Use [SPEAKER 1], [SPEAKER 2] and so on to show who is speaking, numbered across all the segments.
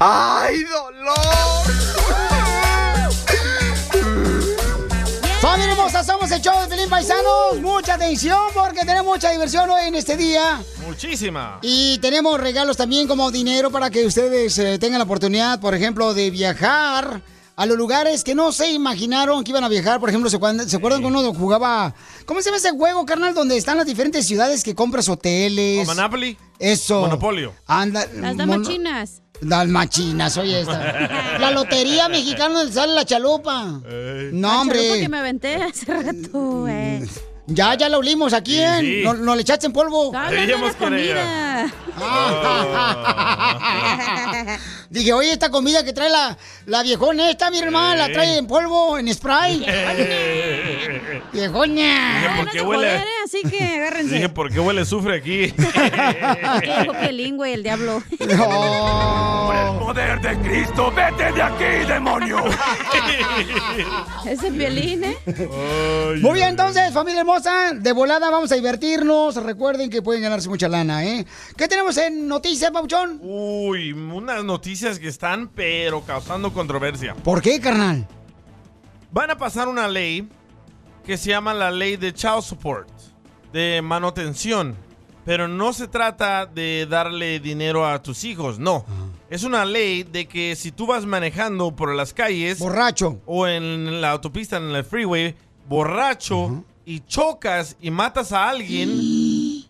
[SPEAKER 1] ¡Ay, dolor!
[SPEAKER 2] ¡Familia hermosa! Somos el show de Pelín Paisanos. Mucha atención porque tenemos mucha diversión hoy en este día.
[SPEAKER 3] Muchísima.
[SPEAKER 2] Y tenemos regalos también como dinero para que ustedes eh, tengan la oportunidad, por ejemplo, de viajar a los lugares que no se imaginaron que iban a viajar. Por ejemplo, ¿se acuerdan, ¿se acuerdan cuando uno jugaba? ¿Cómo se llama ese juego, carnal? Donde están las diferentes ciudades que compras hoteles.
[SPEAKER 3] ¿O Monopoly?
[SPEAKER 2] Eso.
[SPEAKER 3] Monopolio.
[SPEAKER 2] Anda,
[SPEAKER 4] Las
[SPEAKER 2] mono-
[SPEAKER 4] damas chinas.
[SPEAKER 2] Las machinas, oye esta. La lotería mexicana donde sale la chalupa.
[SPEAKER 4] La
[SPEAKER 2] No,
[SPEAKER 4] Ah, chalupa que
[SPEAKER 2] hombre. Mm.
[SPEAKER 4] me aventé hace rato, güey.
[SPEAKER 2] Ya, ya la olimos aquí, ¿eh?
[SPEAKER 4] Sí, sí.
[SPEAKER 2] No, no le echaste en polvo.
[SPEAKER 4] No, no, no, la comida.
[SPEAKER 3] Oh.
[SPEAKER 2] Dije, oye, esta comida que trae la, la viejona esta, mi hermana, la
[SPEAKER 3] Sí.
[SPEAKER 2] trae en polvo, en spray.
[SPEAKER 3] Dije,
[SPEAKER 2] Viejona.
[SPEAKER 3] ¿por qué huele?
[SPEAKER 4] eh, Así que agárrense.
[SPEAKER 3] Dije, ¿por qué huele sufre aquí?
[SPEAKER 4] Que dijo Piolín, güey, el diablo.
[SPEAKER 3] Poder de Cristo, vete de aquí, demonio.
[SPEAKER 4] Ese Piolín, ¿eh?
[SPEAKER 2] Muy bien, entonces, familia hermosa, de volada vamos a divertirnos. Recuerden que pueden ganarse mucha lana, ¿eh? ¿Qué tenemos en noticias, Pauchón?
[SPEAKER 3] Uy, unas noticias que están, pero causando controversia.
[SPEAKER 2] ¿Por qué, carnal?
[SPEAKER 3] Van a pasar una ley que se llama la ley de child support, de manutención. Pero no se trata de darle dinero a tus hijos, no. Es una ley de que si tú vas manejando por las calles...
[SPEAKER 2] Borracho.
[SPEAKER 3] O en la autopista, en el freeway, borracho, y chocas y matas a alguien...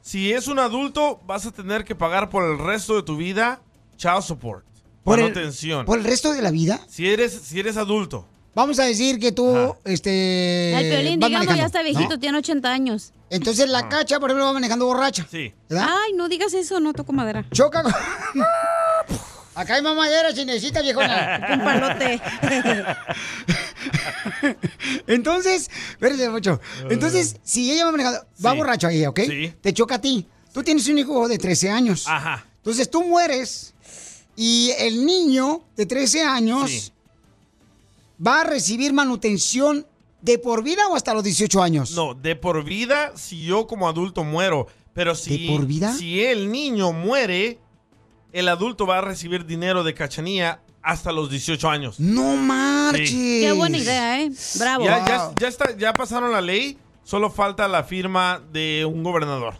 [SPEAKER 3] Si es un adulto, vas a tener que pagar por el resto de tu vida child support.
[SPEAKER 2] Por el-
[SPEAKER 3] manutención.
[SPEAKER 2] ¿Por el resto de la vida?
[SPEAKER 3] Si eres, si eres adulto.
[SPEAKER 2] Vamos a decir que tú, este.
[SPEAKER 4] El Piolín,
[SPEAKER 2] vas
[SPEAKER 4] digamos,
[SPEAKER 2] manejando,
[SPEAKER 4] ya está
[SPEAKER 2] ¿no?
[SPEAKER 4] viejito, tiene 80 años.
[SPEAKER 2] Entonces la cacha, por ejemplo, va manejando borracha.
[SPEAKER 3] Sí.
[SPEAKER 4] Ay, no digas eso, no toco madera.
[SPEAKER 2] Choca con... Acá hay mamadera si necesitas, viejona.
[SPEAKER 3] Eh.
[SPEAKER 4] Un palote.
[SPEAKER 2] Entonces, espérate mucho. Entonces, si ella va manejando, va borracho ahí, ¿ok? Te choca a ti. Tú tienes un hijo de 13 años.
[SPEAKER 3] Ajá.
[SPEAKER 2] Entonces tú mueres y el niño de 13 años va a recibir manutención de por vida o hasta los 18 años.
[SPEAKER 3] No, de por vida si yo como adulto muero. Pero si,
[SPEAKER 2] ¿De por vida?
[SPEAKER 3] si el niño muere, el adulto va a recibir dinero de cachanía hasta los 18 años.
[SPEAKER 2] No marches.
[SPEAKER 3] Sí.
[SPEAKER 4] Qué buena idea, ¿eh? Bravo.
[SPEAKER 3] Ya, ya- ya está, ya pasaron la ley, solo falta la firma de un gobernador.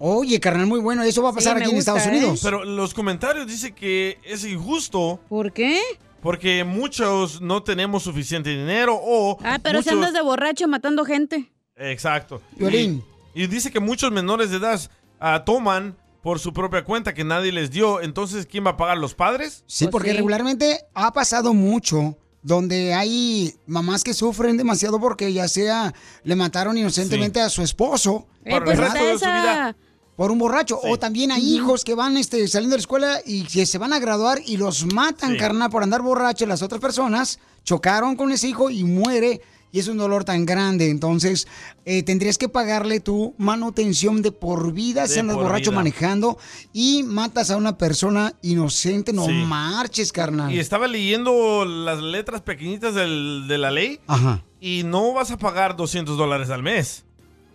[SPEAKER 2] Oye, carnal, muy bueno. Eso va a pasar aquí en Estados
[SPEAKER 4] ¿eh?
[SPEAKER 3] ¿eh?
[SPEAKER 2] Unidos.
[SPEAKER 3] Pero los comentarios dicen que es injusto.
[SPEAKER 4] ¿Por qué?
[SPEAKER 3] Porque muchos no tenemos suficiente dinero o...
[SPEAKER 4] Ah, pero si
[SPEAKER 3] muchos-
[SPEAKER 4] andas de borracho matando gente.
[SPEAKER 3] Exacto.
[SPEAKER 4] Violín.
[SPEAKER 3] Y, y dice que muchos menores de edad ah, toman por su propia cuenta que nadie les dio. Entonces, ¿quién va a pagar? ¿Los padres?
[SPEAKER 2] Pues Sí, porque regularmente ha pasado mucho donde hay mamás que sufren demasiado porque ya sea le mataron inocentemente a su esposo
[SPEAKER 4] Eh, Por el pues resto está de su esa- vida.
[SPEAKER 2] por un borracho o también hay hijos que van este saliendo de la escuela y que se van a graduar y los matan
[SPEAKER 3] Sí.
[SPEAKER 2] carnal por andar borracho las otras personas chocaron con ese hijo y muere y es un dolor tan grande entonces eh, tendrías que pagarle tu manutención de por vida
[SPEAKER 3] De
[SPEAKER 2] si andas
[SPEAKER 3] por
[SPEAKER 2] borracho
[SPEAKER 3] vida.
[SPEAKER 2] manejando y matas a una persona inocente no
[SPEAKER 3] Sí.
[SPEAKER 2] marches carnal
[SPEAKER 3] Y estaba leyendo las letras pequeñitas del- de la ley.
[SPEAKER 2] Ajá.
[SPEAKER 3] Y no vas a pagar 200 dólares al mes.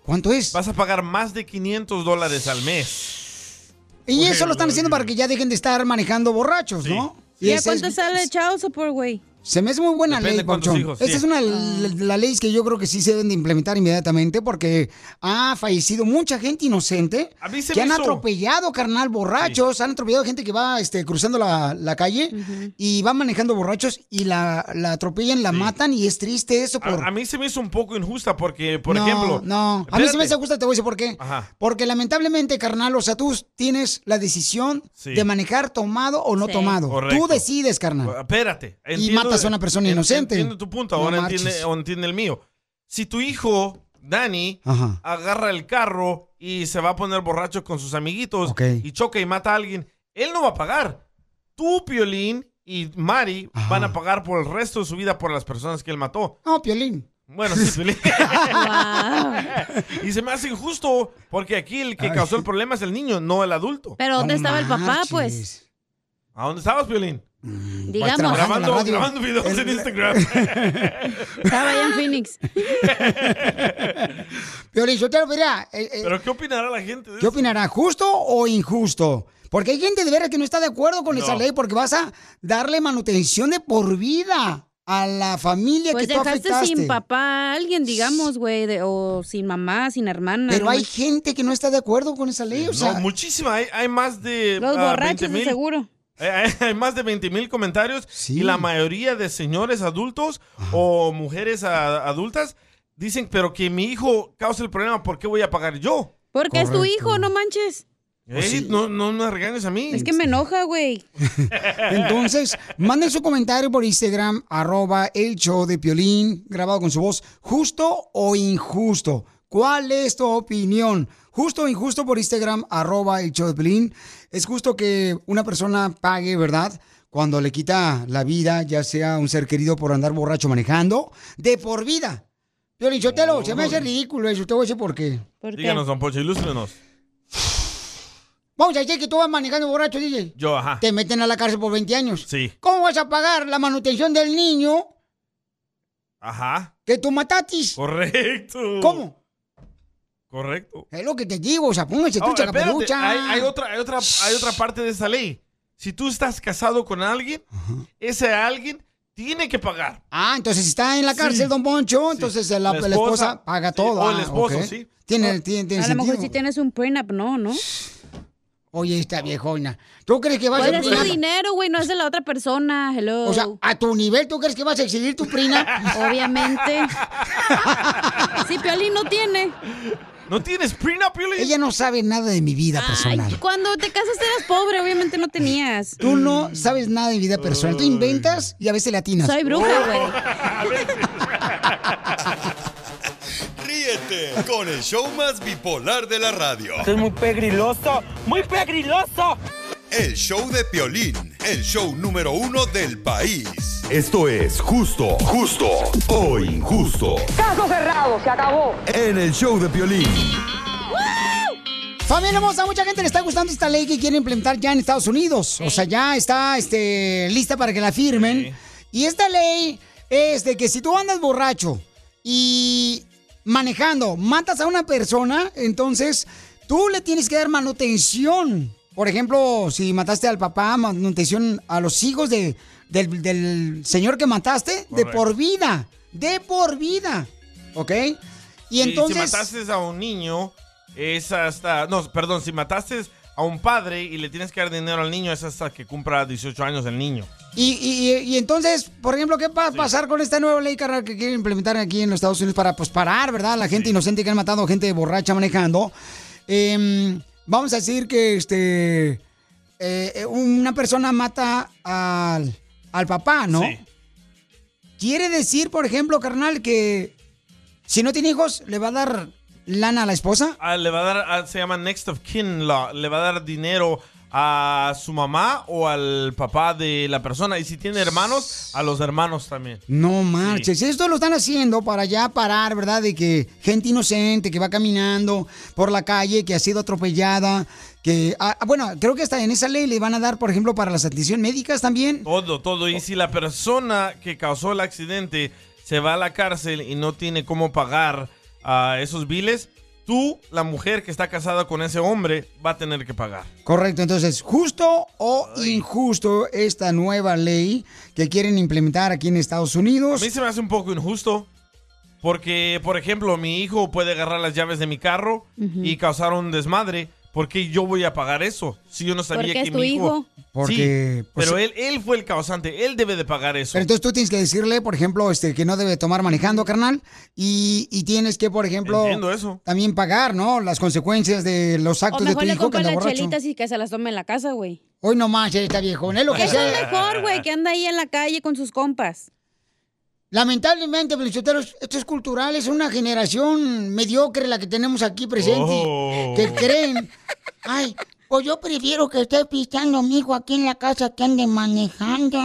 [SPEAKER 2] ¿Cuánto es?
[SPEAKER 3] Vas a pagar más de 500 dólares al mes.
[SPEAKER 2] Y eso lo están haciendo para que ya dejen de estar manejando borrachos, ¿no?
[SPEAKER 4] ¿Y a
[SPEAKER 2] ese es-
[SPEAKER 4] cuánto sale el child support, güey? Ah.
[SPEAKER 2] Se me hace muy buena
[SPEAKER 3] Depende
[SPEAKER 2] ley,
[SPEAKER 3] cuántos
[SPEAKER 2] Pauchón.
[SPEAKER 3] hijos,
[SPEAKER 2] Esta
[SPEAKER 3] sí.
[SPEAKER 2] es una de las leyes que yo creo que sí se deben de implementar inmediatamente porque ha fallecido mucha gente inocente
[SPEAKER 3] mí se
[SPEAKER 2] que
[SPEAKER 3] me
[SPEAKER 2] han
[SPEAKER 3] hizo-
[SPEAKER 2] atropellado, carnal, borrachos. Han atropellado gente que va este, cruzando la, la calle y van manejando borrachos y la, la atropellan, la matan y es triste eso por...
[SPEAKER 3] A, a mí se me hizo un poco injusta porque, por
[SPEAKER 2] no,
[SPEAKER 3] ejemplo.
[SPEAKER 2] No, a mí se
[SPEAKER 3] Espérate.
[SPEAKER 2] me hace justo, te voy a decir por qué.
[SPEAKER 3] Ajá.
[SPEAKER 2] Porque lamentablemente, carnal, o sea, tú tienes la decisión
[SPEAKER 3] Sí.
[SPEAKER 2] de manejar tomado o no
[SPEAKER 3] Sí.
[SPEAKER 2] tomado. Tú
[SPEAKER 3] Correcto.
[SPEAKER 2] decides, carnal.
[SPEAKER 3] Espérate.
[SPEAKER 2] matas a una persona
[SPEAKER 3] en-
[SPEAKER 2] inocente.
[SPEAKER 3] Entiendo tu punto,
[SPEAKER 2] No
[SPEAKER 3] ahora
[SPEAKER 2] marches.
[SPEAKER 3] entiende, ahora entiende el mío. Si tu hijo, Dani,
[SPEAKER 2] Ajá.
[SPEAKER 3] agarra el carro y se va a poner borracho con sus amiguitos
[SPEAKER 2] Ok.
[SPEAKER 3] y choca y mata a alguien, él no va a pagar. Tú, Piolín y Mari van a pagar por el resto de su vida por las personas que él mató.
[SPEAKER 2] No, Piolín.
[SPEAKER 3] Bueno, sí, Piolín. y se me hace injusto porque aquí el que causó el problema es el niño, no el adulto.
[SPEAKER 4] Pero ¿dónde estaba el papá, pues?
[SPEAKER 3] ¿A dónde estabas, Piolín?
[SPEAKER 4] Digamos.
[SPEAKER 3] Grabando, grabando videos en Instagram.
[SPEAKER 4] Estaba allá en Phoenix.
[SPEAKER 2] Piolín, yo te lo diría, eh, eh,
[SPEAKER 3] ¿Pero qué opinará la gente? de
[SPEAKER 2] ¿Qué
[SPEAKER 3] eso?
[SPEAKER 2] opinará? ¿Justo o injusto? Porque hay gente de veras que no está de acuerdo con
[SPEAKER 3] No.
[SPEAKER 2] esa ley porque vas a darle manutención de por vida a la familia
[SPEAKER 4] Pues
[SPEAKER 2] que tú
[SPEAKER 4] dejaste
[SPEAKER 2] afectaste.
[SPEAKER 4] sin papá a alguien, digamos, güey, de- o sin mamá, sin hermana.
[SPEAKER 2] Pero
[SPEAKER 4] no
[SPEAKER 2] hay
[SPEAKER 4] manches.
[SPEAKER 2] gente que no está de acuerdo con esa ley, o sea,
[SPEAKER 3] no, muchísima. Hay, hay más de.
[SPEAKER 4] Los
[SPEAKER 3] ah,
[SPEAKER 4] borrachos, de
[SPEAKER 3] 20,000.
[SPEAKER 4] seguro.
[SPEAKER 3] Hay, hay- eh, hay más de 20 mil comentarios y la mayoría de señores adultos o mujeres ah, adultas dicen, pero que mi hijo cause el problema, ¿por qué voy a pagar yo?
[SPEAKER 4] Porque es tu
[SPEAKER 2] Correcto.
[SPEAKER 4] hijo, no manches.
[SPEAKER 3] Ey, no, no me regañes a mí.
[SPEAKER 4] Es que me enoja, güey.
[SPEAKER 2] entonces manden su comentario por Instagram, arroba el show de Piolín, grabado con su voz, justo o injusto. ¿Cuál es tu opinión? Justo o injusto por Instagram, arroba el show de Piolín. Es justo que una persona pague, ¿verdad? Cuando le quita la vida, ya sea un ser querido por andar borracho manejando, de por vida. Piolín, yo te lo, se me hace ridículo eso, te voy a decir por qué.
[SPEAKER 4] ¿Por qué?
[SPEAKER 3] Díganos, don Pocho, ilústrenos.
[SPEAKER 2] Vamos a decir que tú vas manejando borracho, DJ.
[SPEAKER 3] Yo, ajá.
[SPEAKER 2] Te meten a la cárcel por 20 años.
[SPEAKER 3] Sí.
[SPEAKER 2] ¿Cómo vas a pagar la manutención del niño
[SPEAKER 3] Ajá.
[SPEAKER 2] que tú matatis?
[SPEAKER 3] Correcto.
[SPEAKER 2] ¿Cómo?
[SPEAKER 3] Correcto.
[SPEAKER 2] Es lo que te digo, o sea, póngase
[SPEAKER 3] Ahora,
[SPEAKER 2] trucha la
[SPEAKER 3] Oh, espérate,
[SPEAKER 2] pelucha.
[SPEAKER 3] Hay, hay otra, hay, otra, hay otra parte de esa ley. Si tú estás casado con alguien, ese alguien tiene que pagar.
[SPEAKER 2] Ah, entonces si está en la cárcel, don Poncho, entonces la, la esposa, paga
[SPEAKER 3] sí,
[SPEAKER 2] todo.
[SPEAKER 3] O el
[SPEAKER 2] Ah,
[SPEAKER 3] esposo,
[SPEAKER 2] ok.
[SPEAKER 3] sí. Ah,
[SPEAKER 2] Tiene, tiene, tiene
[SPEAKER 4] A lo mejor
[SPEAKER 2] sentido.
[SPEAKER 4] si tienes un prenup, no, ¿no?
[SPEAKER 2] Oye, esta viejona. ¿Tú crees que vas
[SPEAKER 4] Pues
[SPEAKER 2] a
[SPEAKER 4] es tu
[SPEAKER 2] exigir?
[SPEAKER 4] dinero, güey, no es de la otra persona. Hello.
[SPEAKER 2] O sea, a tu nivel, ¿tú crees que vas a exigir tu prima?
[SPEAKER 4] Obviamente. Si Piolín no tiene.
[SPEAKER 3] ¿No tienes prenup, Piolín?
[SPEAKER 2] Ella no sabe nada de mi vida
[SPEAKER 4] Ay,
[SPEAKER 2] personal.
[SPEAKER 4] cuando te casaste eras pobre, obviamente no tenías.
[SPEAKER 2] Tú no sabes nada de vida personal.
[SPEAKER 3] Ah.
[SPEAKER 2] Tú inventas y a veces Oh. latinas.
[SPEAKER 4] Soy bruja, güey.
[SPEAKER 5] Ríete con el show más bipolar de la radio.
[SPEAKER 6] es muy pegriloso, muy pegriloso.
[SPEAKER 5] El show de Piolín, el show número uno del país.
[SPEAKER 7] Esto es justo, justo o injusto.
[SPEAKER 8] Caso cerrado, se acabó.
[SPEAKER 7] En el show de Piolín.
[SPEAKER 2] Familia hermosa, mucha gente le está gustando esta ley que quieren implementar ya en Estados Unidos. O sea, ya está este, lista para que la firmen. Y esta ley es de que si tú andas borracho y manejando, matas a una persona, entonces tú le tienes que dar manutención. Por ejemplo, si mataste al papá, manutención a los hijos de- del, del señor que mataste, de por vida. De por vida. ¿Ok? Y entonces...
[SPEAKER 3] si mataste a un niño, es hasta. No, perdón, si mataste a un padre y le tienes que dar dinero al niño, es hasta que cumpla 18 años el niño.
[SPEAKER 2] Y, y- y- y entonces, por ejemplo, ¿qué va a pasar con esta nueva ley, carnal, que quieren implementar aquí en los Estados Unidos para pues, parar, ¿verdad? La gente inocente que han matado, gente borracha manejando. Em, vamos a decir que este eh, eh, una persona mata al, al papá, ¿no? Quiere decir, por ejemplo, carnal, que si no tiene hijos, le va a dar lana a la esposa.
[SPEAKER 3] Ah, le va a dar. ah, se llama Next of Kin Law. Le va a dar dinero a su mamá o al papá de la persona. Y si tiene hermanos, a los hermanos también.
[SPEAKER 2] No marches, esto lo están haciendo para ya parar, ¿verdad? De que gente inocente que va caminando por la calle, que ha sido atropellada, que, ah, ah, bueno, creo que hasta en esa ley le van a dar, por ejemplo, para las atenciones médicas también.
[SPEAKER 3] Todo, todo. Y si la persona que causó el accidente se va a la cárcel y no tiene cómo pagar a ah, esos biles, tú, la mujer que está casada con ese hombre, va a tener que pagar.
[SPEAKER 2] Correcto, entonces, justo o injusto esta nueva ley que quieren implementar aquí en Estados
[SPEAKER 3] A
[SPEAKER 2] Unidos.
[SPEAKER 3] mí se me hace un poco injusto porque, por ejemplo, mi hijo puede agarrar las llaves de mi carro
[SPEAKER 4] Ujú.
[SPEAKER 3] y causar un desmadre. ¿Por qué yo voy a pagar eso? Si yo no sabía
[SPEAKER 4] Porque
[SPEAKER 3] que
[SPEAKER 4] es tu
[SPEAKER 3] mi hijo...
[SPEAKER 4] hijo.
[SPEAKER 2] Porque,
[SPEAKER 3] Sí,
[SPEAKER 2] pues,
[SPEAKER 3] pero él, él fue el causante. Él debe de pagar eso.
[SPEAKER 2] Pero entonces tú tienes que decirle, por ejemplo, este, que no debe tomar manejando, carnal, y, y tienes que, por ejemplo,
[SPEAKER 3] Entiendo eso.
[SPEAKER 2] también pagar, ¿no? Las consecuencias de los
[SPEAKER 4] O
[SPEAKER 2] actos de
[SPEAKER 4] mejor
[SPEAKER 2] tu
[SPEAKER 4] le
[SPEAKER 2] hijo que
[SPEAKER 4] compran
[SPEAKER 2] anda
[SPEAKER 4] las
[SPEAKER 2] borracho.
[SPEAKER 4] chelitas y que se las tome en la casa, güey.
[SPEAKER 2] Hoy nomás, eh, está viejón, es lo que
[SPEAKER 4] Eso es
[SPEAKER 2] sea.
[SPEAKER 4] mejor, güey, que anda ahí en la calle con sus compas.
[SPEAKER 2] Lamentablemente, Feliciteros, esto es cultural, es una generación mediocre la que tenemos aquí presente,
[SPEAKER 9] Oh.
[SPEAKER 2] que creen, ay, pues yo prefiero que esté pisteando mi hijo aquí en la casa que ande manejando.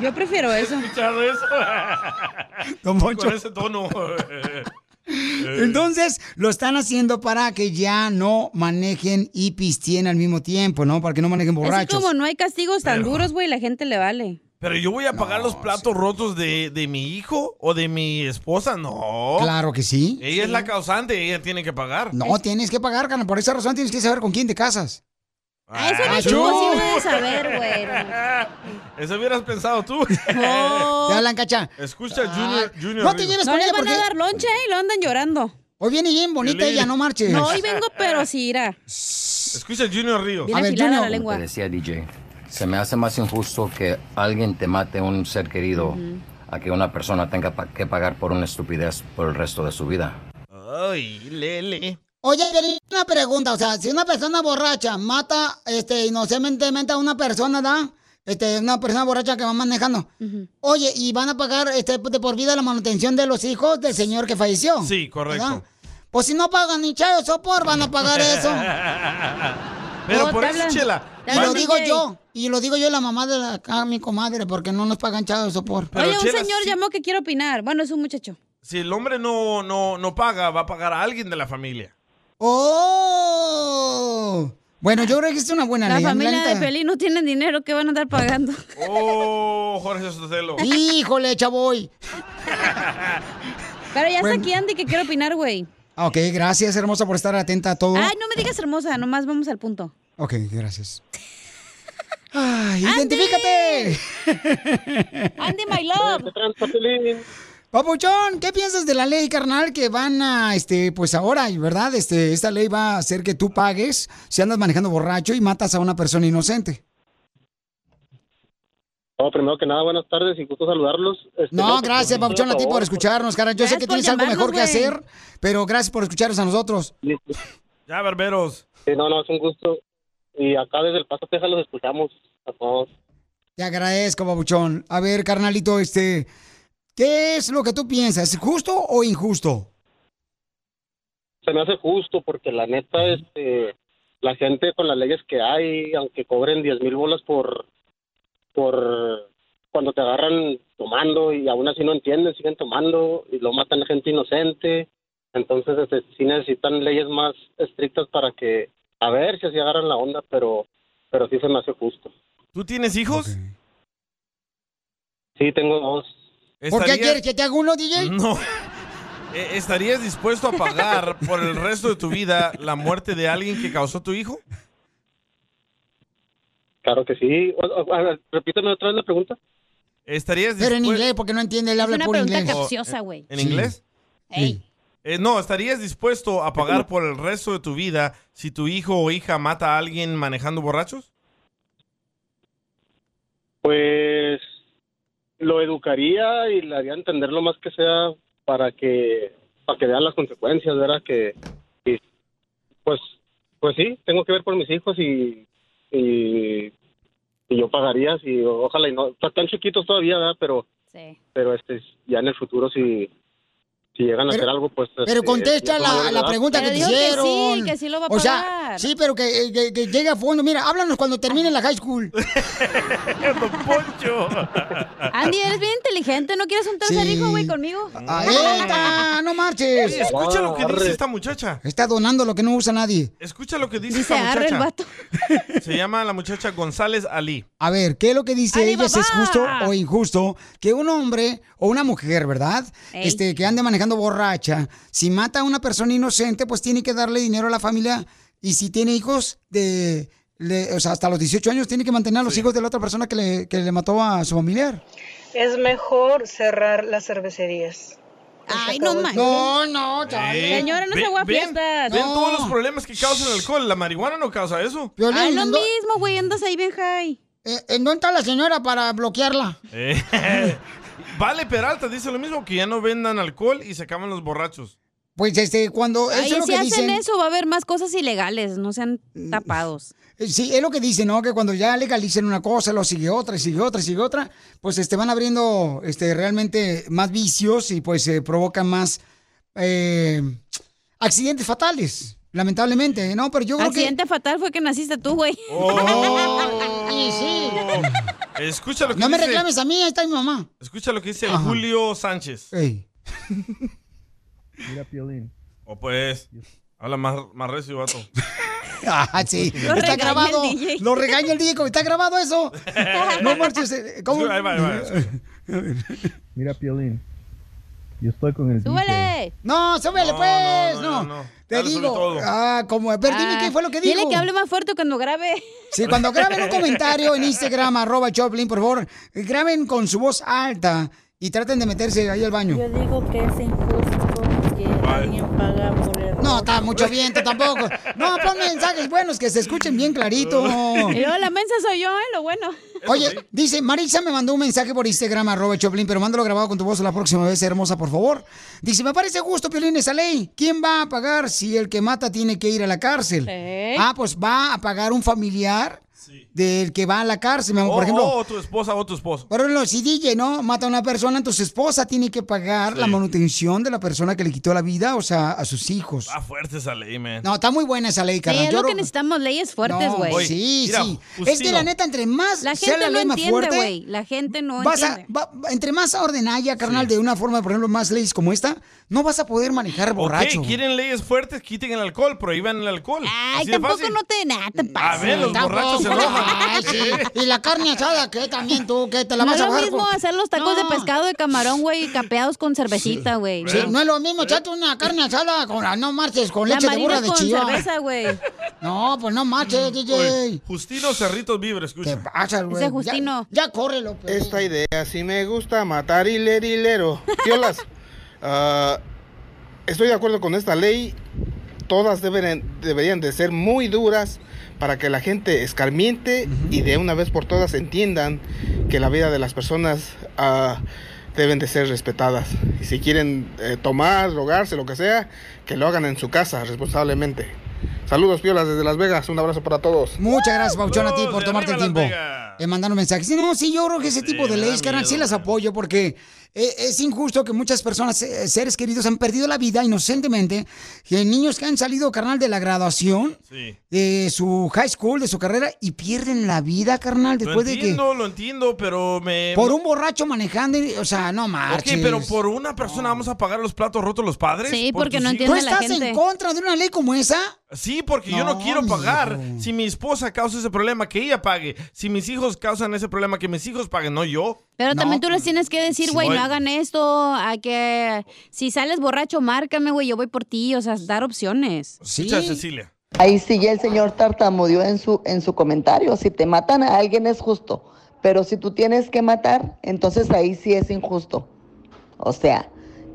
[SPEAKER 4] Yo prefiero eso.
[SPEAKER 3] escuchado eso?
[SPEAKER 2] Don Poncho.
[SPEAKER 3] Con ese tono. Eh,
[SPEAKER 2] Entonces, lo están haciendo para que ya no manejen y pisteen al mismo tiempo, ¿no? Para que no manejen
[SPEAKER 4] Es que
[SPEAKER 2] borrachos.
[SPEAKER 4] como no hay castigos tan
[SPEAKER 3] Pero-
[SPEAKER 4] duros, güey, la gente le vale.
[SPEAKER 3] Pero yo voy a pagar los platos rotos de, de mi hijo o de mi esposa. No.
[SPEAKER 2] Claro que sí.
[SPEAKER 3] Ella es la causante, ella tiene que pagar.
[SPEAKER 2] No, tienes que pagar, carnal. Por esa razón tienes que saber con quién te casas.
[SPEAKER 3] Ah,
[SPEAKER 2] eso no es
[SPEAKER 3] yo.
[SPEAKER 2] imposible
[SPEAKER 4] de saber, güey.
[SPEAKER 3] Eso hubieras pensado tú.
[SPEAKER 2] Te hablan, cacha. Ah,
[SPEAKER 3] Escucha, Junior. Junior
[SPEAKER 2] no te
[SPEAKER 3] Ríos.
[SPEAKER 2] lleves
[SPEAKER 4] No
[SPEAKER 2] con
[SPEAKER 4] les
[SPEAKER 2] ella
[SPEAKER 4] van a
[SPEAKER 2] porque-
[SPEAKER 4] dar lonche eh, y lo andan llorando.
[SPEAKER 2] Hoy viene bien bonita
[SPEAKER 3] Piolín.
[SPEAKER 2] ella, no marches.
[SPEAKER 4] No, hoy vengo, pero sí irá.
[SPEAKER 3] Escucha, Junior Ríos.
[SPEAKER 4] Bien afilada la lengua.
[SPEAKER 10] Te decía DJ, se me hace más injusto que alguien te mate a un ser querido
[SPEAKER 4] Ujú.
[SPEAKER 10] a que una persona tenga pa- que pagar por una estupidez por el resto de su vida.
[SPEAKER 3] Ay, Lele.
[SPEAKER 2] Oye, Piolín, una pregunta. O sea, si una persona borracha mata este, inocentemente a una persona, ¿da? Este, una persona borracha que va manejando. Oye, ¿y van a pagar este, de por vida la manutención de los hijos del señor que falleció?
[SPEAKER 3] Sí, correcto.
[SPEAKER 2] ¿Verdad? Pues si no pagan ni chayo sopor, van a pagar eso.
[SPEAKER 3] Pero
[SPEAKER 2] No,
[SPEAKER 3] por
[SPEAKER 2] te
[SPEAKER 3] eso,
[SPEAKER 2] hablan.
[SPEAKER 3] Chela.
[SPEAKER 2] Y lo digo yo, y lo digo yo la mamá de la, acá, mi comadre, porque no nos pagan chavo de sopor.
[SPEAKER 3] Pero,
[SPEAKER 4] Oye, un
[SPEAKER 3] Chela,
[SPEAKER 4] señor
[SPEAKER 3] sí.
[SPEAKER 4] llamó que quiere opinar. Bueno, es un muchacho.
[SPEAKER 3] Si el hombre no, no, no paga, va a pagar a alguien de la familia.
[SPEAKER 2] ¡Oh! Bueno, yo creo que es una buena
[SPEAKER 4] La
[SPEAKER 2] ley.
[SPEAKER 4] familia
[SPEAKER 2] neta.
[SPEAKER 4] de Pelín no tiene dinero, ¿qué van a andar pagando?
[SPEAKER 3] Oh, Jorge Sotelo.
[SPEAKER 2] Híjole, chavoy.
[SPEAKER 4] Pero ya
[SPEAKER 2] Bueno.
[SPEAKER 4] está aquí Andy que quiere opinar, güey.
[SPEAKER 2] Ah, Ok, gracias, hermosa, por estar atenta a todo.
[SPEAKER 4] Ay, no me digas hermosa, nomás vamos al punto.
[SPEAKER 2] Ok, gracias. Ay, identifícate.
[SPEAKER 4] Andy, my love.
[SPEAKER 2] Papuchón, ¿qué piensas de la ley, carnal? Que van a, este, pues ahora, ¿verdad? Este, esta ley va a hacer que tú pagues si andas manejando borracho y matas a una persona inocente.
[SPEAKER 11] No, primero que nada, buenas tardes y gusto saludarlos. Este,
[SPEAKER 2] No,
[SPEAKER 11] pues,
[SPEAKER 2] gracias,
[SPEAKER 11] por
[SPEAKER 2] Papuchón, a ti por
[SPEAKER 11] favor,
[SPEAKER 2] escucharnos, cara. Yo sé
[SPEAKER 11] Gracias
[SPEAKER 2] que
[SPEAKER 11] por
[SPEAKER 2] tienes algo mejor
[SPEAKER 11] llamarnos,
[SPEAKER 2] que
[SPEAKER 11] güey.
[SPEAKER 2] hacer, pero gracias por escucharnos a nosotros.
[SPEAKER 3] Ya, barberos.
[SPEAKER 11] Sí, no, no, es un gusto. Y acá desde El Paso, Texas, los escuchamos a todos.
[SPEAKER 2] Te agradezco, Papuchón. A ver, carnalito, este, ¿qué es lo que tú piensas? ¿Justo o injusto?
[SPEAKER 11] Se me hace justo porque la neta, este, la gente con las leyes que hay, aunque cobren 10 mil bolas por, por cuando te agarran tomando y aún así no entienden, siguen tomando y lo matan a gente inocente. Entonces, este, sí necesitan leyes más estrictas para que, a ver si así agarran la onda, pero, pero sí se me hace justo.
[SPEAKER 3] ¿Tú tienes hijos?
[SPEAKER 11] Sí, tengo dos.
[SPEAKER 2] ¿Por qué
[SPEAKER 3] Estaría-
[SPEAKER 2] quieres que te haga uno, DJ?
[SPEAKER 3] No. Eh, ¿Estarías dispuesto a pagar por el resto de tu vida la muerte de alguien que causó tu hijo?
[SPEAKER 11] Claro que sí. O- o- a ver, repíteme otra vez la pregunta.
[SPEAKER 3] ¿Estarías
[SPEAKER 2] Pero en
[SPEAKER 3] dispuesto- Oh,
[SPEAKER 2] inglés, porque no entiende, él habla
[SPEAKER 4] una
[SPEAKER 2] por
[SPEAKER 4] pregunta
[SPEAKER 2] inglés.
[SPEAKER 4] capciosa, güey.
[SPEAKER 3] ¿En inglés? Eh, no, ¿estarías dispuesto a pagar por el resto de tu vida si tu hijo o hija mata a alguien manejando borrachos?
[SPEAKER 11] Pues lo educaría y le haría entender lo más que sea para que para que vean las consecuencias, ¿verdad? Que y, pues pues sí, tengo que ver por mis hijos y y, y yo pagaría si ojalá y no están chiquitos todavía, ¿verdad? Pero
[SPEAKER 4] Sí.
[SPEAKER 11] pero este ya en el futuro si si llegan a
[SPEAKER 2] Pero-
[SPEAKER 11] hacer algo pues
[SPEAKER 2] Pero
[SPEAKER 11] este,
[SPEAKER 2] contesta
[SPEAKER 11] ya son
[SPEAKER 2] la,
[SPEAKER 11] mayores de
[SPEAKER 2] la
[SPEAKER 11] edad.
[SPEAKER 2] pregunta
[SPEAKER 4] Pero
[SPEAKER 2] que te
[SPEAKER 4] dijo que sí,
[SPEAKER 2] hicieron.
[SPEAKER 4] que sí lo va a
[SPEAKER 2] O sea,
[SPEAKER 4] pagar.
[SPEAKER 2] sí, pero que, eh, que- que llegue a fondo. Mira, háblanos cuando termine la high school.
[SPEAKER 3] Poncho.
[SPEAKER 4] Andy, eres bien inteligente, ¿no quieres un tercer
[SPEAKER 2] Sí.
[SPEAKER 4] hijo, güey, conmigo?
[SPEAKER 2] Ahí está, no marches.
[SPEAKER 3] Oye, escucha lo que dice esta muchacha.
[SPEAKER 2] Está donando lo que no usa nadie.
[SPEAKER 3] Escucha lo que dice
[SPEAKER 4] Dice,
[SPEAKER 3] esta
[SPEAKER 4] "Arre el
[SPEAKER 3] muchacha. Se llama la muchacha González Ali.
[SPEAKER 2] A ver, ¿qué es lo que dice
[SPEAKER 4] ¡Ale,
[SPEAKER 2] ella? Si es
[SPEAKER 4] papá!
[SPEAKER 2] justo o injusto que un hombre o una mujer, ¿verdad?
[SPEAKER 4] Ey.
[SPEAKER 2] Este, que ande manejando manejando borracha, si mata a una persona inocente, pues tiene que darle dinero a la familia. Y si tiene hijos de, le- o sea, hasta los 18 años, tiene que mantener a los hijos de la otra persona que le, que le mató a su familiar.
[SPEAKER 9] Es mejor cerrar las cervecerías.
[SPEAKER 4] Ay, no manches.
[SPEAKER 2] No, no,
[SPEAKER 3] Ey, ven- ven- Ven todos los problemas que causa el alcohol. La marihuana no causa eso.
[SPEAKER 4] Ay, lo mismo, güey, andas ahí bien high.
[SPEAKER 2] ¿En dónde está eh, la señora para bloquearla?
[SPEAKER 3] Eh, vale Peralta dice lo mismo, que ya no vendan alcohol y se acaban los borrachos.
[SPEAKER 2] Pues este, cuando
[SPEAKER 4] Ay,
[SPEAKER 2] eso es lo
[SPEAKER 4] si
[SPEAKER 2] que
[SPEAKER 4] hacen
[SPEAKER 2] dicen.
[SPEAKER 4] eso, va a haber más cosas ilegales, no sean tapados.
[SPEAKER 2] Eh, Sí, es lo que dicen, ¿no? Que cuando ya legalicen una cosa, lo sigue otra, y sigue otra, y sigue otra, pues este, van abriendo este, realmente más vicios y pues se provocan más eh, accidentes fatales, lamentablemente, ¿no? Pero yo creo que...
[SPEAKER 4] Accidente fatal fue que naciste tú, güey.
[SPEAKER 2] Y sí.
[SPEAKER 3] Escucha lo que
[SPEAKER 2] No me
[SPEAKER 3] dice-
[SPEAKER 2] reclames a mí, ahí está mi mamá.
[SPEAKER 3] Escucha lo que dice Julio Sánchez.
[SPEAKER 12] Mira, Piolín.
[SPEAKER 3] O pues, habla más, más recio, vato.
[SPEAKER 2] Ah, sí.
[SPEAKER 3] Lo regaña
[SPEAKER 2] está
[SPEAKER 3] el
[SPEAKER 2] grabado.
[SPEAKER 3] DJ.
[SPEAKER 2] Lo regaña el DJ. como, Está grabado eso. No marches. eh, ¿Cómo?
[SPEAKER 3] Ahí va, ahí va.
[SPEAKER 12] Mira, Piolín. Yo estoy con el DJ.
[SPEAKER 2] ¡Súbele! No, súbele,
[SPEAKER 12] No,
[SPEAKER 2] pues. No,
[SPEAKER 12] no, no,
[SPEAKER 2] Te
[SPEAKER 12] Ya le subí
[SPEAKER 2] digo.
[SPEAKER 12] todo.
[SPEAKER 2] Ah, como. Pero dime
[SPEAKER 4] Ah,
[SPEAKER 2] qué fue lo que dijo.
[SPEAKER 4] dile que hable más fuerte cuando grabe.
[SPEAKER 2] Sí, cuando graben un comentario en Instagram, arroba Choplin, por favor, graben con su voz alta y traten de meterse ahí al baño. Yo digo que es injusto que alguien paga por el... No, está mucho viento tampoco. No, pon mensajes buenos que se escuchen bien clarito.
[SPEAKER 4] Y luego la mensa soy yo, ¿eh? Lo bueno.
[SPEAKER 2] Oye, dice, Marisa me mandó un mensaje por Instagram, arroba Choplin, pero mándalo grabado con tu voz la próxima vez, hermosa, por favor. Dice, me parece justo, Piolín, esa ley. ¿Quién va a pagar si el que mata tiene que ir a la cárcel?
[SPEAKER 3] Sí.
[SPEAKER 2] Ah, pues va a pagar un familiar del que va a la cárcel, mi amor. por
[SPEAKER 3] O-
[SPEAKER 2] ejemplo,
[SPEAKER 3] o tu esposa o tu esposo.
[SPEAKER 2] por ejemplo, si DJ, ¿no? Mata a una persona, entonces esposa tiene que pagar la manutención de la persona que le quitó la vida, o sea, a sus hijos.
[SPEAKER 3] Está fuerte esa ley, man.
[SPEAKER 2] No, está muy buena esa ley,
[SPEAKER 4] Sí,
[SPEAKER 2] carnal.
[SPEAKER 4] es
[SPEAKER 2] Yo
[SPEAKER 4] lo
[SPEAKER 2] creo-
[SPEAKER 4] que necesitamos, leyes fuertes,
[SPEAKER 2] No,
[SPEAKER 4] güey.
[SPEAKER 2] sí,
[SPEAKER 4] Mira,
[SPEAKER 2] sí. Es que
[SPEAKER 4] Justino.
[SPEAKER 2] la neta, entre más
[SPEAKER 4] La
[SPEAKER 2] sea
[SPEAKER 4] gente
[SPEAKER 2] la
[SPEAKER 4] no
[SPEAKER 2] ley más
[SPEAKER 4] entiende,
[SPEAKER 2] fuerte,
[SPEAKER 4] güey. La gente no
[SPEAKER 2] vas a-
[SPEAKER 4] entiende.
[SPEAKER 2] va- va- entre más ordenalla, carnal, de una forma, por ejemplo, más leyes como esta, no vas a poder manejar borracho.
[SPEAKER 3] Ok, quieren leyes fuertes, quiten el alcohol, prohíban el alcohol.
[SPEAKER 4] Ay,
[SPEAKER 3] Así de
[SPEAKER 4] tampoco
[SPEAKER 3] fácil.
[SPEAKER 4] no te nada, te
[SPEAKER 3] A ver, los
[SPEAKER 4] Tampoco.
[SPEAKER 3] borrachos se enojan.
[SPEAKER 2] Ay, sí. Y la carne asada, que también tú, que te la
[SPEAKER 4] no
[SPEAKER 2] vas
[SPEAKER 4] es
[SPEAKER 2] a
[SPEAKER 4] lo
[SPEAKER 2] bajar.
[SPEAKER 4] mismo
[SPEAKER 2] con-
[SPEAKER 4] hacer los tacos de pescado de camarón, güey, capeados con cervecita, güey.
[SPEAKER 2] Sí, no es lo mismo echarte una carne asada Ah, con, no marches, con
[SPEAKER 4] La
[SPEAKER 2] leche de burra
[SPEAKER 4] marinas
[SPEAKER 2] de
[SPEAKER 4] con
[SPEAKER 2] chiva.
[SPEAKER 4] cerveza, güey.
[SPEAKER 2] No, pues no marches, DJ.
[SPEAKER 3] Oye, Justino Cerritos Vibre, escucha.
[SPEAKER 2] ¿Qué pasa,
[SPEAKER 3] güey?
[SPEAKER 2] Ya, córrelo.
[SPEAKER 1] Esta idea sí me gusta matar hiler hilero. Piolas, ah, estoy de acuerdo con esta ley. Todas deben- deberían de ser muy duras para que la gente escarmiente y de una vez por todas entiendan que la vida de las personas ah, deben de ser respetadas. Y si quieren eh, tomar, drogarse, lo que sea, que lo hagan en su casa responsablemente. Saludos, Piolas, desde Las Vegas. Un abrazo para todos.
[SPEAKER 2] Muchas gracias, Pauchón, a ti por tomarte el tiempo. Eh, mandarnos mensajes. Sí, No, sí, yo creo que ese tipo de leyes, carnal, sí las apoyo porque eh, es injusto que muchas personas, eh, seres queridos, han perdido la vida inocentemente. Y hay niños que han salido, carnal, de la graduación
[SPEAKER 3] Sí.
[SPEAKER 2] de su high school, de su carrera, y pierden la vida, carnal, después
[SPEAKER 3] lo
[SPEAKER 2] de que...
[SPEAKER 3] entiendo, lo entiendo, pero me...
[SPEAKER 2] Por un borracho manejando, y- o sea, no
[SPEAKER 3] Ok,
[SPEAKER 2] marches.
[SPEAKER 3] pero por una persona vamos a pagar los platos rotos los padres. ¿Por tus hijos?
[SPEAKER 2] ¿Tú estás en contra de una ley como esa?
[SPEAKER 3] Sí, porque yo no
[SPEAKER 2] No,
[SPEAKER 3] quiero pagar. Si mi esposa causa ese problema, que ella pague. Si mis hijos causan ese problema, que mis hijos paguen, no pues, yo.
[SPEAKER 4] Pero también tú les
[SPEAKER 2] pues,
[SPEAKER 4] tienes que decir, güey,
[SPEAKER 3] Oye.
[SPEAKER 4] no hagan esto, a que si sales borracho, márcame, güey, yo voy por ti, o sea, dar opciones.
[SPEAKER 3] Escucha, Cecilia.
[SPEAKER 13] Ahí sí ya el señor tartamudeó en su, en su comentario. Si te matan a alguien es justo, pero si tú tienes que matar, entonces ahí sí es injusto. O sea,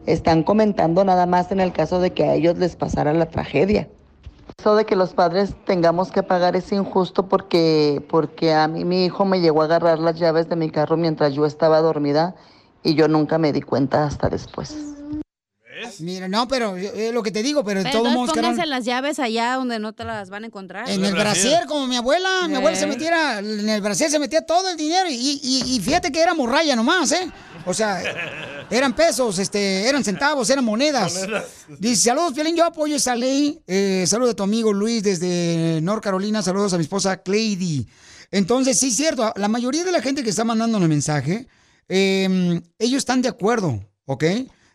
[SPEAKER 13] están comentando nada más en el caso de que a ellos les pasara la tragedia. Eso de que los padres tengamos que pagar es injusto porque, porque a mí mi hijo me llegó a agarrar las llaves de mi carro mientras yo estaba dormida y yo nunca me di cuenta hasta después.
[SPEAKER 2] Mira, no, pero eh, lo que te digo, pero, de
[SPEAKER 4] Pero
[SPEAKER 2] todos
[SPEAKER 4] entonces
[SPEAKER 2] modos, carnal,
[SPEAKER 4] pónganse las llaves allá donde no te las van a encontrar.
[SPEAKER 2] En el brasier, como mi abuela. Mi abuela se
[SPEAKER 4] Eh.
[SPEAKER 2] metiera, en el brasier se metía todo el dinero. Y, y- y fíjate que era morralla nomás, ¿eh? O sea, eran pesos, este, eran centavos, eran monedas.
[SPEAKER 14] Monedas.
[SPEAKER 2] Dice, saludos, Piolín, yo apoyo esa ley. Eh, saludos a tu amigo Luis desde North Carolina. Saludos a mi esposa Clady. Entonces, sí, es cierto, la mayoría de la gente que está mandando el mensaje, eh, ellos están de acuerdo, ¿ok?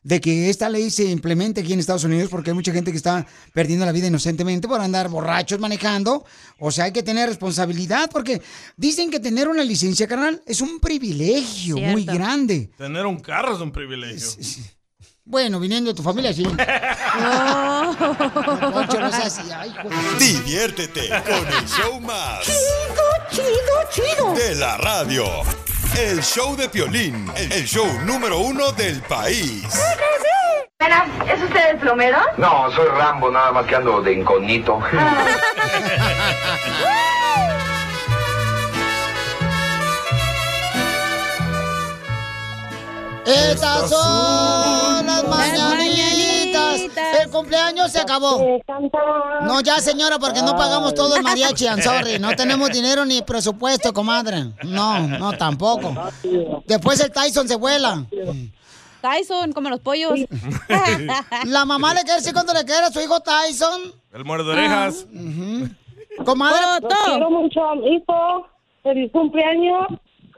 [SPEAKER 2] De que esta ley se implemente aquí en Estados Unidos porque hay mucha gente que está perdiendo la vida inocentemente por andar borrachos manejando. O sea, hay que tener responsabilidad porque dicen que tener una licencia, carnal, es un privilegio muy
[SPEAKER 3] Cierto.
[SPEAKER 2] grande.
[SPEAKER 3] Tener un carro es un privilegio.
[SPEAKER 2] Bueno, viniendo de tu familia, sí. No. Poncho, no seas así. Ay, hijo de-
[SPEAKER 5] Diviértete con el show más.
[SPEAKER 2] Chido, chido, chido.
[SPEAKER 5] De la radio. El show de Piolín, el show número uno del país.
[SPEAKER 8] ¿Es usted el plomero?
[SPEAKER 15] No, soy Rambo, nada más que ando de incógnito.
[SPEAKER 2] Estas son las mañanitas. El cumpleaños se acabó. No, ya señora, porque no pagamos todo el mariachi, I'm sorry. No tenemos dinero ni presupuesto, comadre. No, no, tampoco. Después el Tyson se vuela.
[SPEAKER 4] Tyson, como los pollos.
[SPEAKER 2] La mamá le quiere decir cuánto le quiere a su hijo Tyson.
[SPEAKER 3] El muerde orejas.
[SPEAKER 4] Ah.
[SPEAKER 2] Comadre.
[SPEAKER 8] Lo quiero mucho a mi hijo. Feliz cumpleaños.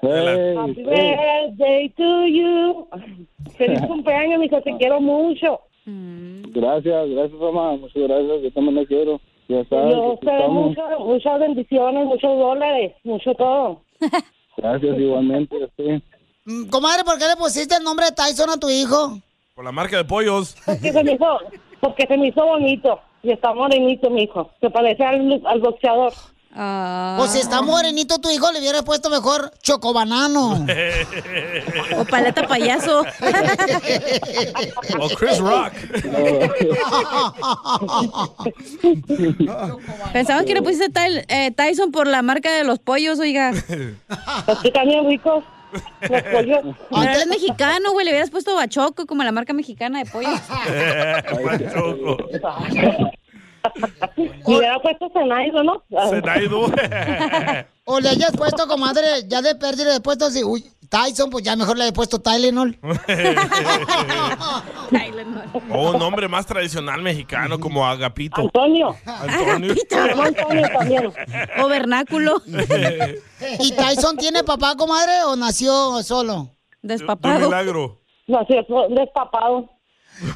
[SPEAKER 8] Happy birthday to you. Feliz cumpleaños, mijo. Te quiero mucho.
[SPEAKER 16] Gracias, gracias, mamá. Muchas gracias. Yo también la quiero. Ya sabes.
[SPEAKER 8] Yo
[SPEAKER 16] aquí
[SPEAKER 8] te doy
[SPEAKER 16] estamos.
[SPEAKER 8] mucho- muchas bendiciones, muchos dólares, mucho todo.
[SPEAKER 16] Gracias, igualmente. Sí.
[SPEAKER 2] Mm, Comadre, ¿por qué le pusiste el nombre de Tyson a tu hijo?
[SPEAKER 3] Por la marca de pollos.
[SPEAKER 8] Porque se me hizo, porque se me hizo bonito. Y está morenito, mijo. Se parece al, al boxeador.
[SPEAKER 2] O Pues si
[SPEAKER 8] Ah.
[SPEAKER 2] está morenito tu hijo, le hubiera puesto mejor chocobanano.
[SPEAKER 8] O paleta payaso.
[SPEAKER 3] O Oh, Chris Rock.
[SPEAKER 4] Pensaban que le pusiste tal- eh, Tyson por la marca de los pollos, oiga.
[SPEAKER 8] Porque también ricos. Los pollos.
[SPEAKER 4] Pero eres mexicano, güey. Le hubieras puesto bachoco como la marca mexicana de pollos.
[SPEAKER 3] Pachoco.
[SPEAKER 8] Me hubiera puesto Zenaido, ¿no?
[SPEAKER 3] Zenaido.
[SPEAKER 2] O le hayas puesto, comadre, ya de pérdida le hayas puesto así, uy, Tyson, pues ya mejor le he puesto Tylenol.
[SPEAKER 3] o un nombre más tradicional mexicano como Agapito.
[SPEAKER 8] Antonio.
[SPEAKER 3] Antonio.
[SPEAKER 8] Antonio también.
[SPEAKER 4] O vernáculo.
[SPEAKER 2] ¿Y Tyson tiene papá, comadre, o nació solo?
[SPEAKER 3] De milagro.
[SPEAKER 8] Nació destapado.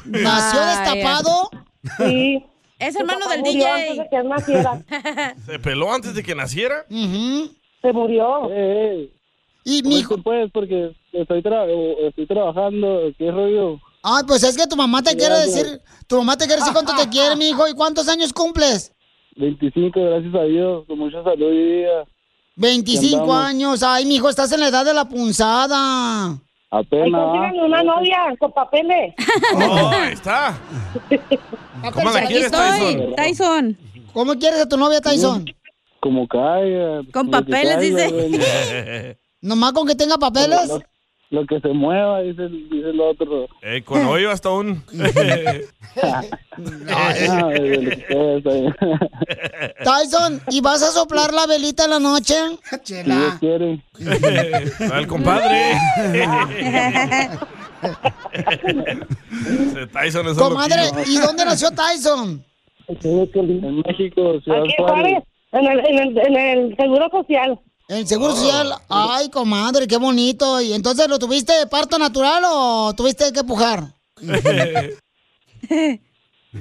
[SPEAKER 2] ¿Nació destapado?
[SPEAKER 8] Sí.
[SPEAKER 4] Es
[SPEAKER 8] hermano del DJ. Antes de que él naciera.
[SPEAKER 3] ¿Se peló antes de que naciera?
[SPEAKER 8] Se murió.
[SPEAKER 2] Y
[SPEAKER 16] mi hijo. Pues, porque estoy, tra- o- estoy trabajando. ¿Qué rollo?
[SPEAKER 2] Ah, pues es que tu mamá te quiere
[SPEAKER 16] Gracias.
[SPEAKER 2] decir, tu mamá te quiere decir cuánto te quiere, mi hijo, y cuántos años cumples.
[SPEAKER 16] 25, gracias a Dios. Con mucha salud y vida.
[SPEAKER 2] 25
[SPEAKER 16] Andamos.
[SPEAKER 2] años, ay, mi hijo, estás en la edad de la punzada.
[SPEAKER 8] Ahí
[SPEAKER 16] Apenas.
[SPEAKER 8] consigan una novia con papeles.
[SPEAKER 3] Oh, ahí está. ¿Cómo la
[SPEAKER 4] Aquí
[SPEAKER 3] quieres,
[SPEAKER 4] estoy,
[SPEAKER 3] Tyson?
[SPEAKER 4] Tyson.
[SPEAKER 2] ¿Cómo quieres a tu novia, Tyson?
[SPEAKER 16] Como caiga.
[SPEAKER 2] Con
[SPEAKER 16] lo que
[SPEAKER 2] papeles,
[SPEAKER 16] caiga,
[SPEAKER 2] dice.
[SPEAKER 16] güey.
[SPEAKER 2] Nomás con que tenga papeles.
[SPEAKER 16] Lo, lo que se mueva, dice, dice el otro.
[SPEAKER 3] Eh, con hoyo hasta un.
[SPEAKER 16] Ah, de lo que sea, está bien.
[SPEAKER 2] Tyson, ¿y vas a soplar la velita en la noche?
[SPEAKER 16] Si Dios quiere.
[SPEAKER 3] Al compadre. Ese Tyson es un
[SPEAKER 2] Comadre,
[SPEAKER 3] loquillo.
[SPEAKER 2] ¿y dónde nació Tyson?
[SPEAKER 16] En México, Ciudad
[SPEAKER 8] Aquí en
[SPEAKER 16] Juárez.
[SPEAKER 8] Juárez, en el, en el, en el Seguro Social.
[SPEAKER 2] El Seguro Social. Ay, comadre, qué bonito. ¿Y entonces lo tuviste de parto natural o tuviste que pujar?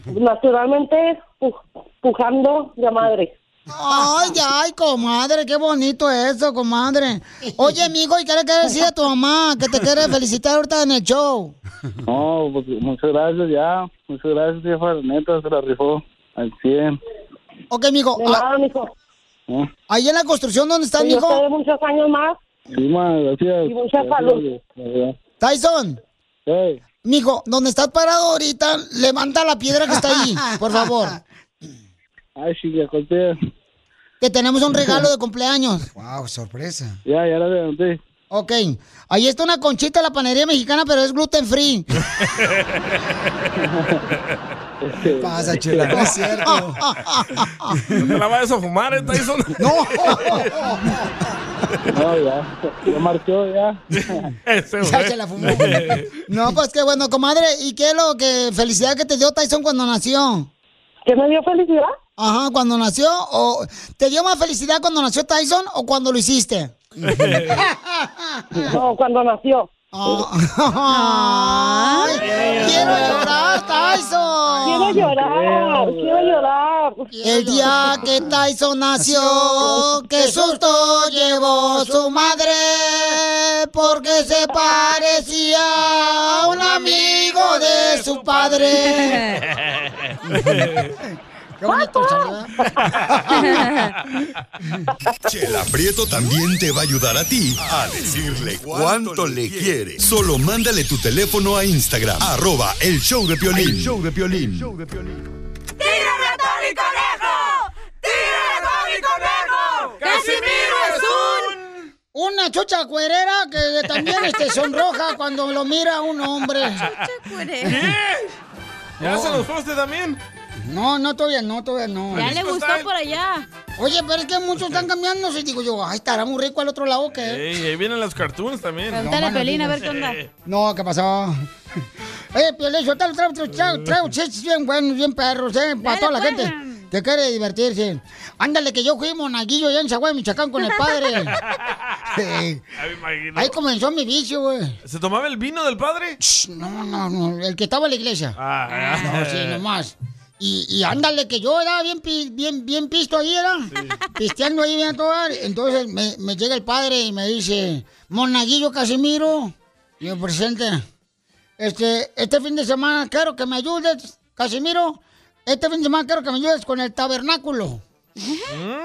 [SPEAKER 8] Naturalmente, pu- pujando de madre.
[SPEAKER 2] Ay, ay, comadre, qué bonito eso, comadre. Oye, amigo, ¿y qué le quieres decir a tu mamá que te quiere felicitar ahorita en el show?
[SPEAKER 16] No, porque muchas gracias ya. Muchas gracias, jefa. La neta, se la rifó al 100.
[SPEAKER 2] Ok, amigo.
[SPEAKER 16] ¿eh?
[SPEAKER 2] Ahí en la construcción donde está,
[SPEAKER 8] Que Dios
[SPEAKER 2] mijo.
[SPEAKER 8] te dé muchos años más.
[SPEAKER 16] Sí, ma, gracias.
[SPEAKER 8] Y mucha salud.
[SPEAKER 2] Tyson. Mijo, donde estás parado ahorita, levanta la piedra que está ahí, por favor.
[SPEAKER 16] Ay, sí, ya conté.
[SPEAKER 2] Que tenemos un regalo de cumpleaños. Wow, sorpresa.
[SPEAKER 16] Ya, ya la levanté.
[SPEAKER 2] Ok, ahí está una conchita de la panería mexicana, pero es gluten free.
[SPEAKER 16] ¿Qué
[SPEAKER 2] pasa, chela? No es cierto.
[SPEAKER 3] ¿No te la vayas a fumar, eh, Tyson?
[SPEAKER 2] No.
[SPEAKER 16] No, ya. Ya marchó, ya.
[SPEAKER 2] Ya se la fumó. No, pues qué bueno, comadre. ¿Y qué es lo que felicidad que te dio Tyson cuando nació?
[SPEAKER 8] ¿Que me dio felicidad?
[SPEAKER 2] Ajá, cuando nació. O, ¿Te dio más felicidad cuando nació Tyson o cuando lo hiciste?
[SPEAKER 8] No, cuando nació.
[SPEAKER 2] Ay, quiero llorar, Tyson.
[SPEAKER 8] Quiero llorar, quiero llorar.
[SPEAKER 2] El día que Tyson nació, qué susto llevó su madre, porque se parecía a un amigo de su padre. Qué bonito salió, ¿eh?
[SPEAKER 5] Chela Prieto también te va a ayudar a ti a decirle cuánto le quiere. Solo mándale tu teléfono a Instagram, arroba el show de Piolín.
[SPEAKER 7] El
[SPEAKER 5] show de Piolín.
[SPEAKER 7] ¡Tírame a Tony Conejo! ¡Tírame a Tony Conejo!
[SPEAKER 2] ¡Casimiro es Una chucha cuerera que también este, sonroja cuando lo mira un hombre.
[SPEAKER 3] ¿Ya se los fue
[SPEAKER 2] usted también? Oh. No, no, todavía no, todavía no.
[SPEAKER 4] Ya le gustó por allá.
[SPEAKER 2] Oye, pero es que muchos están cambiándose. Digo yo, ay, estará muy rico al otro lado que.
[SPEAKER 3] Ey, ahí vienen los cartoons también.
[SPEAKER 4] Pregúntale a Piolín a ver qué onda.
[SPEAKER 2] No, ¿qué pasó? Oye, Piolín, yo te traigo, traigo, traigo chistes bien buenos, bien perros, eh, para toda
[SPEAKER 4] pues.
[SPEAKER 2] la gente que quiere divertirse. Ándale, que yo fui monaguillo allá en Chihuahua, Michoacán, con el padre. Sí.
[SPEAKER 3] Ay, me imagino.
[SPEAKER 2] Ahí comenzó mi vicio, güey.
[SPEAKER 3] ¿Se tomaba el vino del padre?
[SPEAKER 2] No, no, no, el que estaba en la iglesia.
[SPEAKER 3] Ah,
[SPEAKER 2] No, sí, nomás. Y, y ándale, que yo era bien, pi- bien, bien pisto ahí, era. Pisteando ahí, bien a todo dar. Entonces me, me llega el padre y me dice, Monaguillo Casimiro, y me presente. Este, este fin de semana quiero que me ayudes, Casimiro. Este fin de semana quiero que me ayudes con el tabernáculo.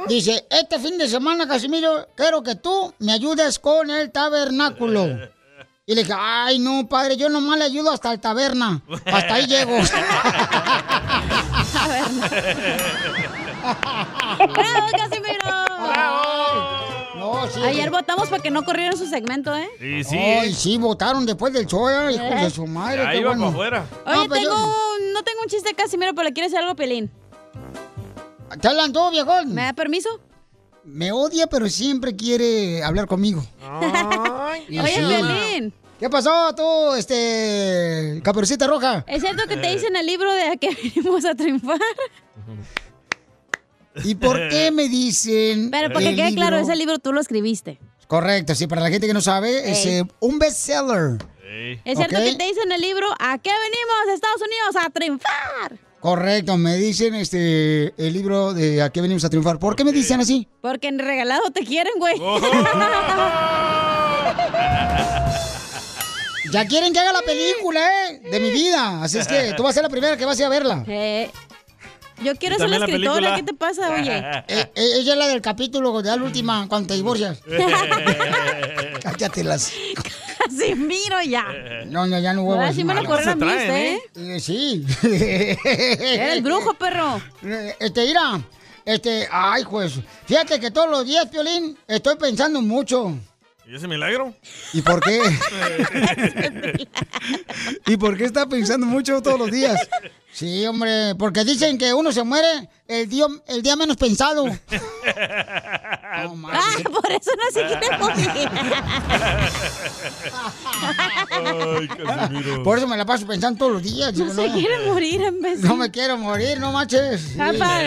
[SPEAKER 2] Dice, este fin de semana, Casimiro, quiero que tú me ayudes con el tabernáculo. Y le dije, ay, no, padre, yo nomás le ayudo hasta el taberna. Hasta ahí llego.
[SPEAKER 4] ¡Bravo, Casimiro!
[SPEAKER 2] No, sí.
[SPEAKER 4] Ayer votamos para que no corrieran su segmento, ¿eh?
[SPEAKER 3] Y sí.
[SPEAKER 2] Ay, sí, votaron después del show, ay, hijos
[SPEAKER 4] Eh.
[SPEAKER 2] de su madre,
[SPEAKER 3] Ya
[SPEAKER 2] qué
[SPEAKER 3] iba
[SPEAKER 2] bueno.
[SPEAKER 3] para afuera.
[SPEAKER 4] Oye,
[SPEAKER 2] No, pues pero
[SPEAKER 4] tengo, un- no tengo un chiste de Casimiro, pero le quiero decir algo a Pelín.
[SPEAKER 2] ¿Te hablan tú, viejón?
[SPEAKER 4] ¿Me da permiso?
[SPEAKER 2] Me odia, pero siempre quiere hablar conmigo. Y
[SPEAKER 4] Ah. Oye,
[SPEAKER 2] sí.
[SPEAKER 4] Pelín.
[SPEAKER 2] ¿Qué pasó tú, este, Caperucita Roja?
[SPEAKER 4] ¿Es cierto que te dicen en el libro de que venimos a triunfar?
[SPEAKER 2] ¿Y por qué me dicen?
[SPEAKER 4] Pero para que
[SPEAKER 2] el
[SPEAKER 4] quede claro,
[SPEAKER 2] libro?
[SPEAKER 4] ese libro tú lo escribiste.
[SPEAKER 2] Correcto, sí, para la gente que no sabe, es
[SPEAKER 4] Ey.
[SPEAKER 2] eh, un bestseller.
[SPEAKER 4] ¿Es cierto
[SPEAKER 2] Ok.
[SPEAKER 4] que te dicen en el libro a qué venimos, Estados Unidos, a triunfar?
[SPEAKER 2] Correcto, me dicen este el libro de ¿A qué venimos a triunfar? ¿Por qué me dicen así?
[SPEAKER 4] Porque en regalado te quieren, güey.
[SPEAKER 2] Ya quieren que haga la película, ¿eh? De mi vida. Así es que tú vas a ser la primera que vas a ir a verla.
[SPEAKER 4] Eh, yo quiero
[SPEAKER 2] Y
[SPEAKER 4] ser la
[SPEAKER 2] también la película.
[SPEAKER 4] escritora, ¿qué te pasa, oye?
[SPEAKER 2] Eh, eh, ella es la del capítulo, de la última, cuando te divorcias. Cállate las.
[SPEAKER 4] Así miro ya.
[SPEAKER 2] No, no, ya no huevo.
[SPEAKER 4] Ahora sí me lo corren a mí, ¿eh?
[SPEAKER 2] Eh, sí.
[SPEAKER 4] Eres brujo, perro.
[SPEAKER 2] Este, mira, este, ay, pues, fíjate que todos los días, Piolín, estoy pensando mucho.
[SPEAKER 3] ¿Y ese milagro?
[SPEAKER 2] ¿Y por qué? ¿Y por qué está pensando mucho todos los días? Sí, hombre, porque dicen que uno se muere el día, el día menos pensado.
[SPEAKER 4] ah, por eso no se quiere morir.
[SPEAKER 2] Por eso me la paso pensando todos los días.
[SPEAKER 4] No se quiere morir, imbécil.
[SPEAKER 2] No me quiero morir, no manches.
[SPEAKER 4] Papá.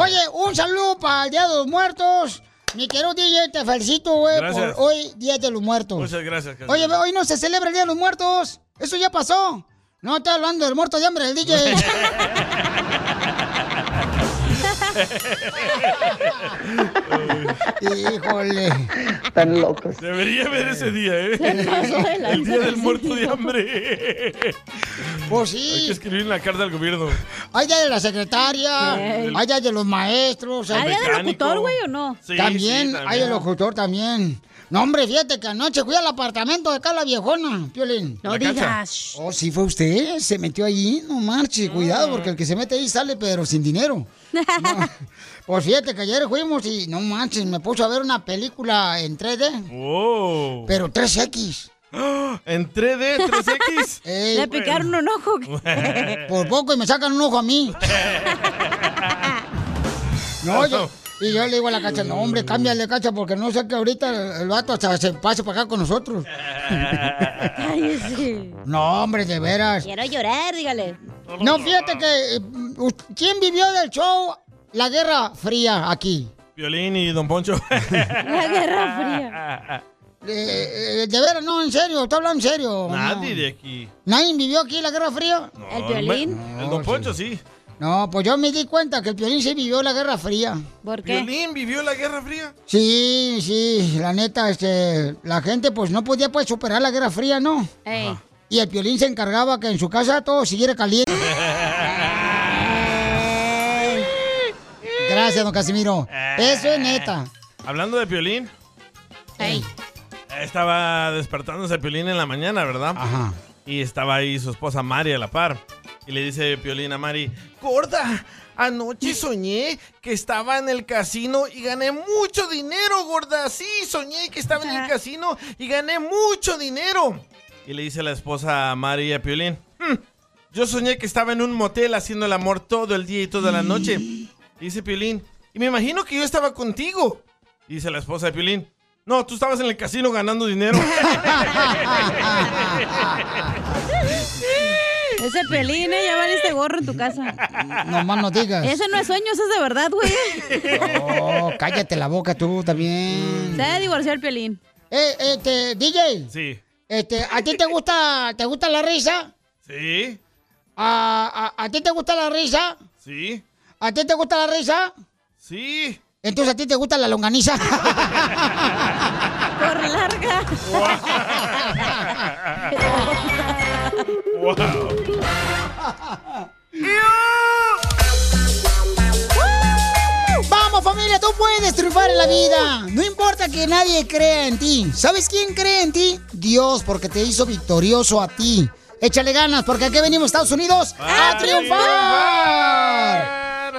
[SPEAKER 2] Oye, un saludo para el Día de los Muertos. Mi querido DJ, te felicito, güey, por
[SPEAKER 3] Gracias.
[SPEAKER 2] hoy, Día de los Muertos.
[SPEAKER 3] Muchas gracias, Casimiro.
[SPEAKER 2] Oye, ve, hoy no se celebra el Día de los Muertos. Eso ya pasó. No está hablando del muerto de hambre, el DJ. Híjole.
[SPEAKER 17] Están locos.
[SPEAKER 3] Debería ver ese día, ¿eh?
[SPEAKER 17] Se pasó de lanza,
[SPEAKER 3] El día del
[SPEAKER 17] Casimiro.
[SPEAKER 3] muerto de hambre.
[SPEAKER 2] Pues sí.
[SPEAKER 3] Hay que escribir en la carta al gobierno.
[SPEAKER 2] Hay Día de la secretaria,
[SPEAKER 3] Ey.
[SPEAKER 2] hay Día de los maestros.
[SPEAKER 3] ¿Hay día del Mecánico. locutor, güey, o
[SPEAKER 4] no?
[SPEAKER 3] Sí,
[SPEAKER 2] también,
[SPEAKER 3] sí, también.
[SPEAKER 2] hay el locutor también. No, hombre, fíjate que anoche fui al apartamento de acá la viejona, Piolín.
[SPEAKER 4] No La digas.
[SPEAKER 2] Oh, sí fue usted, se metió allí. No marche,
[SPEAKER 3] Mm.
[SPEAKER 2] cuidado, porque el que se mete ahí sale, pero sin dinero. No. Pues fíjate que ayer fuimos y no manches, me puso a ver una película en 3D.
[SPEAKER 3] Wow.
[SPEAKER 2] Pero 3X.
[SPEAKER 3] ¿En 3D, 3X?
[SPEAKER 2] Ey.
[SPEAKER 3] Le picaron
[SPEAKER 4] un ojo.
[SPEAKER 2] Por poco y me sacan un ojo a mí. No, yo, y yo le digo a la cacha, no,
[SPEAKER 3] Mm.
[SPEAKER 2] hombre, cámbiale, cacha, porque no sé que ahorita el, el vato hasta se pase para acá con nosotros.
[SPEAKER 4] Cállese.
[SPEAKER 2] No, hombre, de veras.
[SPEAKER 4] Quiero llorar, dígale.
[SPEAKER 2] No, fíjate que... eh, u- ¿Quién vivió del show La Guerra Fría aquí?
[SPEAKER 3] Violín y Don Poncho.
[SPEAKER 2] La
[SPEAKER 4] Guerra
[SPEAKER 3] Fría.
[SPEAKER 2] eh, eh, de veras, no, en serio, estoy hablando en serio.
[SPEAKER 3] Nadie
[SPEAKER 2] No.
[SPEAKER 3] de aquí.
[SPEAKER 2] ¿Nadie vivió aquí la Guerra Fría?
[SPEAKER 3] No, me- El Don Poncho sí.
[SPEAKER 2] No, pues yo me di cuenta que el Piolín sí vivió la Guerra Fría.
[SPEAKER 4] ¿Por
[SPEAKER 3] ¿Piolín vivió la Guerra Fría?
[SPEAKER 2] Sí, sí, la neta, este, la gente pues no podía pues superar la Guerra Fría, ¿no? Y el Piolín se encargaba que en su casa todo siguiera caliente. Gracias, don Casimiro.
[SPEAKER 4] Eh.
[SPEAKER 2] Eso es neta.
[SPEAKER 3] Eh. Hablando de Piolín. Estaba despertándose Piolín en la mañana, ¿verdad?
[SPEAKER 2] Ajá.
[SPEAKER 3] Y estaba ahí su esposa Mari a la par. Y le dice Piolín a Mari, Gorda, anoche soñé que estaba en el casino y gané mucho dinero, gorda. Sí, soñé que estaba en el casino y gané mucho dinero. Y le dice la esposa a Mari a Piolín, "Hmm, yo soñé que estaba en un motel haciendo el amor todo el día y toda la noche. Y dice Piolín, y me imagino que yo estaba contigo. Y dice la esposa de Piolín, no, tú estabas en el casino ganando dinero.
[SPEAKER 4] Ese pelín, ¿eh? ya valiste gorro en tu casa.
[SPEAKER 2] No más no digas.
[SPEAKER 4] Eso no es sueño, eso es de verdad, güey.
[SPEAKER 2] Oh, cállate la boca tú también.
[SPEAKER 4] Se ha divorciado el pelín.
[SPEAKER 2] Eh, este, DJ.
[SPEAKER 3] Sí.
[SPEAKER 2] Este, ¿a ti te gusta, te gusta la risa?
[SPEAKER 3] sí,
[SPEAKER 2] ¿A, a, a ti te gusta la risa?
[SPEAKER 3] sí,
[SPEAKER 2] ¿A ti te gusta la risa?
[SPEAKER 3] sí.
[SPEAKER 2] Entonces a ti te gusta la longaniza.
[SPEAKER 4] Por larga.
[SPEAKER 2] Vamos familia, tú puedes triunfar en la vida. No importa que nadie crea en ti. ¿Sabes quién cree en ti? Dios, porque te hizo victorioso a ti. Échale ganas, porque aquí venimos Estados Unidos a
[SPEAKER 7] ¡A
[SPEAKER 2] triunfar.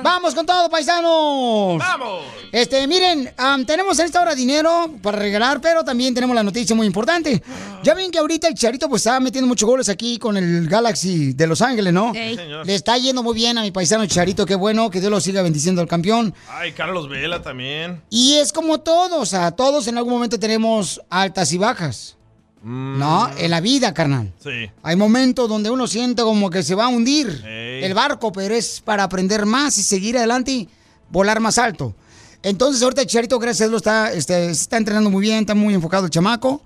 [SPEAKER 2] Vamos con todo, paisanos.
[SPEAKER 3] Vamos.
[SPEAKER 2] Este, miren, am, tenemos en esta hora dinero para regalar, pero también tenemos la noticia muy importante. Ya ven que ahorita el Charito pues está metiendo muchos goles aquí con el Galaxy de Los Ángeles, ¿no?
[SPEAKER 3] Sí, señor.
[SPEAKER 2] Le está yendo muy bien a mi paisano Charito, qué bueno, que Dios lo siga bendiciendo al campeón.
[SPEAKER 3] Ay, Carlos Vela también.
[SPEAKER 2] Y es como todos, o sea, todos en algún momento tenemos altas y bajas. ¿No? En la vida, carnal.
[SPEAKER 3] Mm. Sí.
[SPEAKER 2] Hay momentos donde uno siente como que se va a hundir
[SPEAKER 3] Ey.
[SPEAKER 2] el barco, pero es para aprender más y seguir adelante y volar más alto. Entonces, ahorita Charito, gracias a Dios, está, este, se está entrenando muy bien, está muy enfocado el chamaco.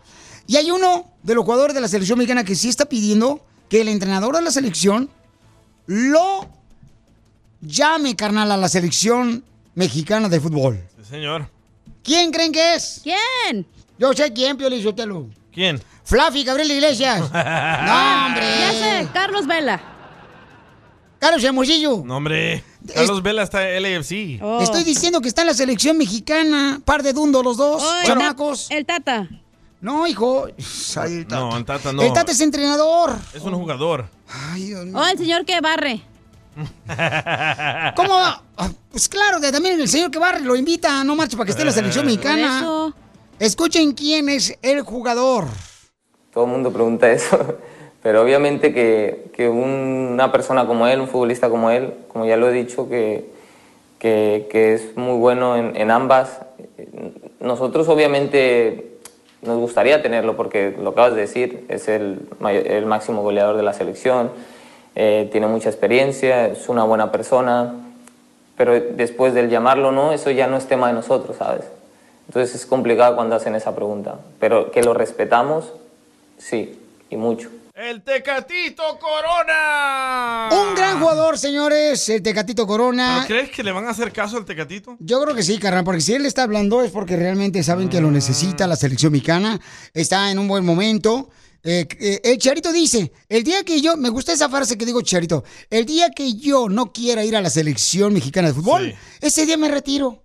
[SPEAKER 2] Y hay uno de los jugadores de la selección mexicana que sí está pidiendo que el entrenador de la selección lo llame, carnal, a la selección mexicana de fútbol.
[SPEAKER 3] Sí, señor.
[SPEAKER 2] ¿Quién creen que es? ¿Quién? Yo sé quién, Piolín Sotelo.
[SPEAKER 3] ¿Quién?
[SPEAKER 2] Flafi Gabriel Iglesias. No, hombre.
[SPEAKER 4] Ya sé,
[SPEAKER 2] Carlos Vela. Carlos Hermosillo.
[SPEAKER 3] No, hombre. Carlos Vela está en LAFC.
[SPEAKER 4] Oh.
[SPEAKER 2] Estoy diciendo que está en la selección mexicana. Par de dundo los dos.
[SPEAKER 4] Oh,
[SPEAKER 2] chamacos. El Tata. No, hijo. el
[SPEAKER 3] Tata. No, el Tata no.
[SPEAKER 2] El Tata es entrenador.
[SPEAKER 3] Es un jugador.
[SPEAKER 4] Oh, el señor que barre.
[SPEAKER 2] ¿Cómo va? Ah, Pues claro, que también el señor que barre lo invita, no marcha, para que esté en la selección
[SPEAKER 4] Eh,
[SPEAKER 18] Por
[SPEAKER 2] mexicana. Escuchen quién es el jugador.
[SPEAKER 18] Todo el mundo pregunta eso, pero obviamente que, que una persona como él, un futbolista como él, como ya lo he dicho, que, que- que es muy bueno en, en ambas. Nosotros obviamente nos gustaría tenerlo porque lo acabas de decir, es el, may- el máximo goleador de la selección, eh, tiene mucha experiencia, es una buena persona, pero después del llamarlo no, eso ya no es tema de nosotros, ¿sabes? Entonces es complicado cuando hacen esa pregunta, pero que lo respetamos, sí, y mucho.
[SPEAKER 3] ¡El Tecatito Corona!
[SPEAKER 2] Un gran jugador, señores, el Tecatito Corona.
[SPEAKER 3] ¿Pero ¿Crees que le van a hacer caso al Tecatito?
[SPEAKER 2] Yo creo que sí, carnal, porque si él está hablando es porque realmente saben
[SPEAKER 3] Ah.
[SPEAKER 2] que lo necesita la selección mexicana, está en un buen momento. Eh, eh, el Charito dice, el día que yo, me gusta esa frase que digo Charito, el día que yo no quiera ir a la selección mexicana de fútbol, ese día me retiro.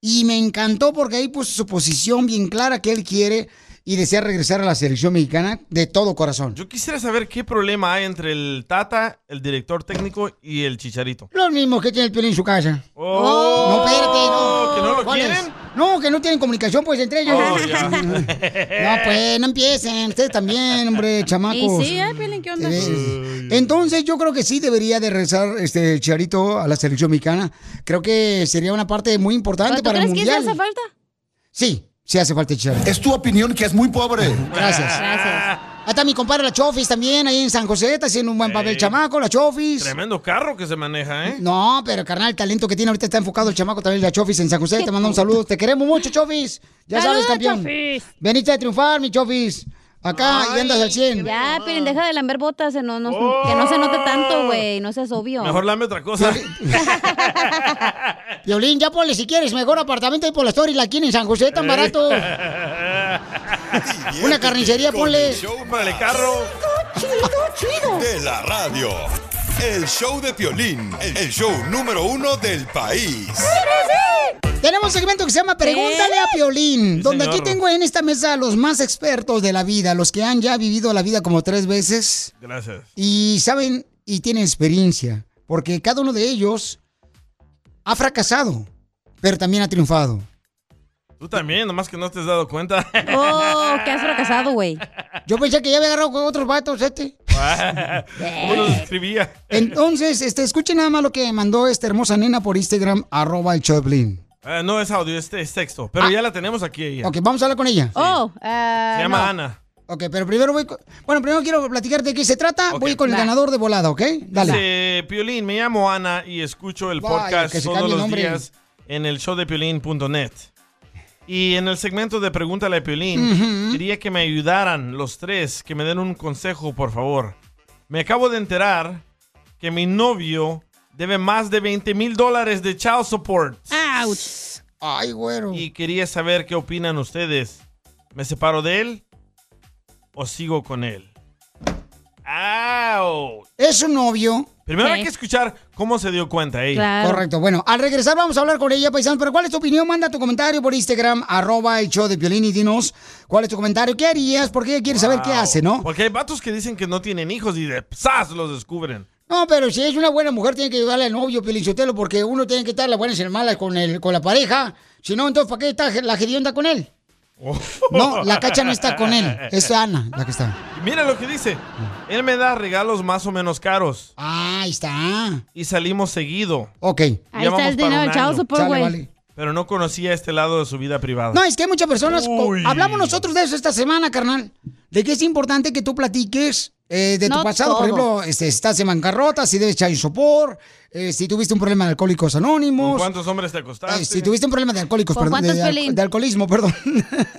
[SPEAKER 2] Y me encantó porque ahí puso su posición bien clara que él quiere y desea regresar a la selección mexicana de todo corazón.
[SPEAKER 3] Yo quisiera saber qué problema hay entre el Tata, el director técnico y el Chicharito.
[SPEAKER 2] Los mismos que tiene el piel en su casa.
[SPEAKER 3] Oh.
[SPEAKER 2] no, espérate, no.
[SPEAKER 3] ¿Que no lo
[SPEAKER 2] ¿Cuál es?
[SPEAKER 3] quieren?
[SPEAKER 2] No, que no tienen comunicación pues entre ellos.
[SPEAKER 3] Oh, ya.
[SPEAKER 2] No, pues, no empiecen. Ustedes también, hombre, chamacos.
[SPEAKER 4] Y sí, ay, Pelín, ¿qué onda?
[SPEAKER 2] Eh, Entonces, yo creo que sí debería de regresar este Charito a la selección mexicana. Creo que sería una parte muy importante
[SPEAKER 4] ¿Tú
[SPEAKER 2] para el
[SPEAKER 4] crees que se
[SPEAKER 2] mundial.
[SPEAKER 4] hace falta?
[SPEAKER 2] Sí, sí hace falta el Charito. Es tu opinión que es muy pobre. Gracias.
[SPEAKER 4] Gracias.
[SPEAKER 2] Ahí está mi compadre La Chofis también, ahí en San José, está haciendo un buen papel chamaco, La Chofis.
[SPEAKER 3] Tremendo carro que se maneja, ¿eh?
[SPEAKER 2] No, pero carnal, el talento que tiene ahorita está enfocado el chamaco también, La Chofis en San José. Te mando un saludo. Te queremos mucho, Chofis. Ya sabes,
[SPEAKER 4] Saludos,
[SPEAKER 2] campeón.
[SPEAKER 4] Chofis.
[SPEAKER 2] Veniste a triunfar, mi Chofis. Acá y andas al 100.
[SPEAKER 4] Ya, Piolín, deja de lamber botas, eh, no, no- que no se note tanto, güey, no seas obvio.
[SPEAKER 3] Mejor lame otra cosa.
[SPEAKER 2] Violín, ya ponle si quieres mejor apartamento ahí por la story, la quieren en San José,
[SPEAKER 3] Eh.
[SPEAKER 2] tan barato. Una carnicería, ponle.
[SPEAKER 3] Cómprale carro.
[SPEAKER 5] De la radio. El show de Piolín. El show número uno del país.
[SPEAKER 2] Tenemos un segmento que se llama Pregúntale a Piolín, donde aquí
[SPEAKER 5] señor.
[SPEAKER 2] tengo en esta mesa a los más expertos de la vida, los que han ya vivido la vida como tres veces
[SPEAKER 3] Gracias.
[SPEAKER 2] y saben y tienen experiencia, porque cada uno de ellos ha fracasado, pero también ha triunfado.
[SPEAKER 3] Tú también, nomás que no te has dado cuenta.
[SPEAKER 4] Oh, que has fracasado, güey.
[SPEAKER 2] Yo pensé que ya había agarrado con otros vatos este.
[SPEAKER 3] ¿Cómo los escribía?
[SPEAKER 2] Entonces, este, escuchen nada más lo que mandó esta hermosa nena por Instagram, arroba el Choplin.
[SPEAKER 3] Ah, no es audio, es, es texto. Pero ya la tenemos aquí ella.
[SPEAKER 2] Ah. Ok, vamos a hablar con ella.
[SPEAKER 4] Oh,
[SPEAKER 3] Se llama Ana.
[SPEAKER 2] Ok, pero primero voy. con- Bueno, primero quiero platicarte de qué se trata. Voy con el
[SPEAKER 3] Va.
[SPEAKER 2] ganador de volada, ¿ok? Dale.
[SPEAKER 3] Dice, Piolín, me llamo Ana y escucho el
[SPEAKER 2] Vaya,
[SPEAKER 3] podcast
[SPEAKER 2] que se
[SPEAKER 3] todos
[SPEAKER 2] cambie el
[SPEAKER 3] los
[SPEAKER 2] nombre.
[SPEAKER 3] días en el show de Piolín.net. Y en el segmento de Pregúntale a Piolín,
[SPEAKER 2] Ujú.
[SPEAKER 3] quería que me ayudaran los tres, que me den un consejo, por favor. Me acabo de enterar que mi novio debe más de 20 mil dólares de child support.
[SPEAKER 2] Ay, güero.
[SPEAKER 3] Y quería saber qué opinan ustedes. ¿Me separo de él o sigo con él? ¡Au!
[SPEAKER 2] Es su novio.
[SPEAKER 3] Primero
[SPEAKER 2] Sí.
[SPEAKER 3] hay que escuchar cómo se dio cuenta ella.
[SPEAKER 2] Correcto. Bueno, al regresar vamos a hablar con ella, paisanos. Pero ¿cuál es tu opinión? Manda tu comentario por Instagram, arroba el show de Piolín y dinos cuál es tu comentario. ¿Qué harías? Porque ella quiere saber qué
[SPEAKER 3] Wow.
[SPEAKER 2] hace, ¿no?
[SPEAKER 3] Porque hay vatos que dicen que no tienen hijos y de ¡zas! los descubren.
[SPEAKER 2] No, pero si es una buena mujer, tiene que ayudarle al novio, Pelichotelo, porque uno tiene que estar las buenas y las malas con, el, con la pareja. Si no, entonces, ¿para qué está la gedionda con él?
[SPEAKER 3] Oh.
[SPEAKER 2] No, la cacha no está con él. Es Ana la que está.
[SPEAKER 3] Y mira lo que dice. Él me da regalos más o menos caros.
[SPEAKER 2] Ah, ahí está.
[SPEAKER 3] Y salimos seguido.
[SPEAKER 2] Ok.
[SPEAKER 4] Ahí está el dinero del chavo support, güey.
[SPEAKER 3] Pero no conocía este lado de su vida privada.
[SPEAKER 2] No, es que hay muchas personas. co-
[SPEAKER 3] Uy.
[SPEAKER 2] Hablamos nosotros de eso esta semana, carnal. De que es importante que tú platiques eh, de tu
[SPEAKER 4] No
[SPEAKER 2] pasado. Por
[SPEAKER 4] todo.
[SPEAKER 2] ejemplo, este, si estás en bancarrota, si debes echar sopor, eh, si tuviste un problema de alcohólicos anónimos.
[SPEAKER 3] ¿Cuántos hombres te acostaste?
[SPEAKER 2] eh, si tuviste un problema de alcohólicos,
[SPEAKER 3] ¿Con
[SPEAKER 2] perdón, de,
[SPEAKER 3] cuántos,
[SPEAKER 2] de al-
[SPEAKER 3] Piolín?
[SPEAKER 2] de alcoholismo, perdón.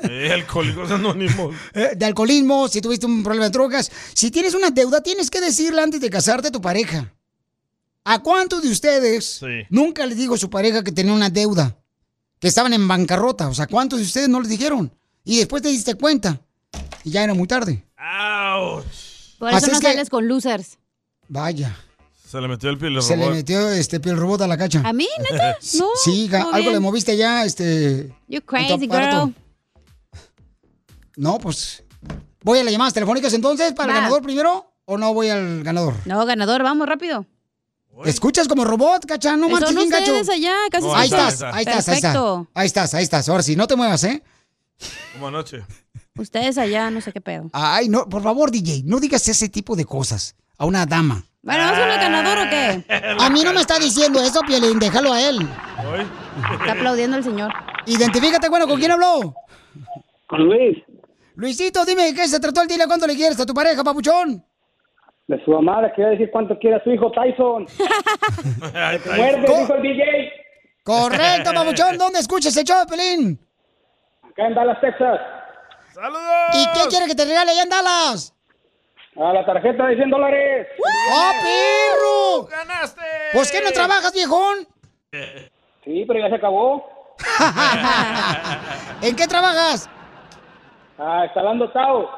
[SPEAKER 3] Eh, alcohólicos anónimos.
[SPEAKER 2] Eh, de alcoholismo, si tuviste un problema de drogas. Si tienes una deuda, tienes que decirle antes de casarte a tu pareja. ¿A cuántos de ustedes nunca les dijo a su pareja que tenía una deuda? Que estaban en bancarrota. O sea, ¿cuántos de ustedes no les dijeron? Y después te diste cuenta. Y ya era muy tarde.
[SPEAKER 4] Por eso
[SPEAKER 2] Así
[SPEAKER 4] no
[SPEAKER 2] es que-
[SPEAKER 4] sales con losers.
[SPEAKER 2] Vaya.
[SPEAKER 3] Se le metió el pilo.
[SPEAKER 2] se le metió este piel robot a la cacha.
[SPEAKER 4] ¿A mí, neta? No,
[SPEAKER 2] Eh, Sí, hija,
[SPEAKER 4] todo
[SPEAKER 2] algo
[SPEAKER 4] bien.
[SPEAKER 2] le moviste ya, este.
[SPEAKER 4] You
[SPEAKER 2] en tu
[SPEAKER 4] crazy
[SPEAKER 2] aparato.
[SPEAKER 4] girl.
[SPEAKER 2] No, pues. ¿Voy a las llamadas telefónicas entonces para el
[SPEAKER 4] Va.
[SPEAKER 2] ganador primero o no voy al ganador?
[SPEAKER 4] No, ganador, vamos rápido.
[SPEAKER 2] ¿Te escuchas como robot, cacha? Ah, No
[SPEAKER 4] Son
[SPEAKER 2] marches bien, gacho.
[SPEAKER 4] ustedes allá, casi
[SPEAKER 2] ahí estás,
[SPEAKER 4] siempre.
[SPEAKER 2] ahí estás, ahí estás.
[SPEAKER 4] Perfecto.
[SPEAKER 2] Ahí estás, ahí estás. Ahora sí, no te muevas, ¿eh?
[SPEAKER 3] Como anoche.
[SPEAKER 4] Ustedes allá, no sé qué pedo.
[SPEAKER 2] Ay, no, por favor, DJ, no digas ese tipo de cosas a una dama.
[SPEAKER 4] Bueno, ¿vas con el ganador o qué?
[SPEAKER 2] A mí no me está diciendo eso, Pielín, déjalo a él.
[SPEAKER 4] Está aplaudiendo el señor.
[SPEAKER 2] Identifícate, bueno, ¿con quién habló?
[SPEAKER 19] Con Luis,
[SPEAKER 2] Luisito, dime de qué se trató el dile cuánto le quieres a tu pareja, papuchón.
[SPEAKER 19] de su mamá, le quería decir cuánto quiere a su hijo Tyson. Muerde, dijo el DJ.
[SPEAKER 2] Correcto, papuchón, ¿dónde escuchas el show, Pielín?
[SPEAKER 19] Acá en Dallas, Texas.
[SPEAKER 2] ¿Y qué quiere que te regale allá en Dallas?
[SPEAKER 19] A la tarjeta de 100 dólares.
[SPEAKER 2] ¡Oh, perro!
[SPEAKER 3] ¡Ganaste!
[SPEAKER 2] ¿Pues qué no trabajas, viejón?
[SPEAKER 19] Sí, pero ya se acabó.
[SPEAKER 2] ¿En qué trabajas?
[SPEAKER 19] Ah, instalando Tao.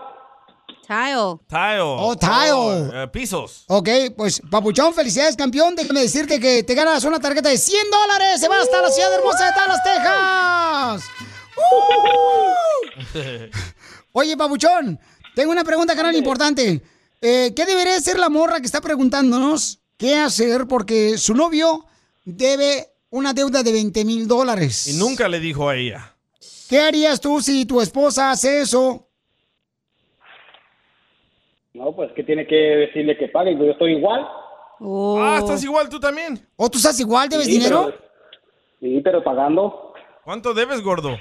[SPEAKER 4] Tile.
[SPEAKER 3] Tile.
[SPEAKER 2] Oh, tile.
[SPEAKER 3] eh, pisos.
[SPEAKER 2] Ok, pues Papuchón, felicidades campeón. Déjame decirte que te ganas una tarjeta de 100 dólares. Se va hasta la ciudad hermosa de Dallas, Texas. ¡Uh! Oye, Papuchón, tengo una pregunta, canal importante. Eh, ¿Qué debería ser la morra que está preguntándonos qué hacer porque su novio debe una deuda de 20 mil dólares?
[SPEAKER 3] Y nunca le dijo a ella.
[SPEAKER 2] ¿Qué harías tú si tu esposa hace eso?
[SPEAKER 19] No, pues que tiene que decirle que pague, yo estoy igual.
[SPEAKER 3] Ah, estás igual tú también.
[SPEAKER 2] ¿O tú estás igual? ¿Debes
[SPEAKER 19] Sí,
[SPEAKER 2] dinero?
[SPEAKER 19] pero- sí, pero pagando.
[SPEAKER 3] ¿Cuánto debes, gordo?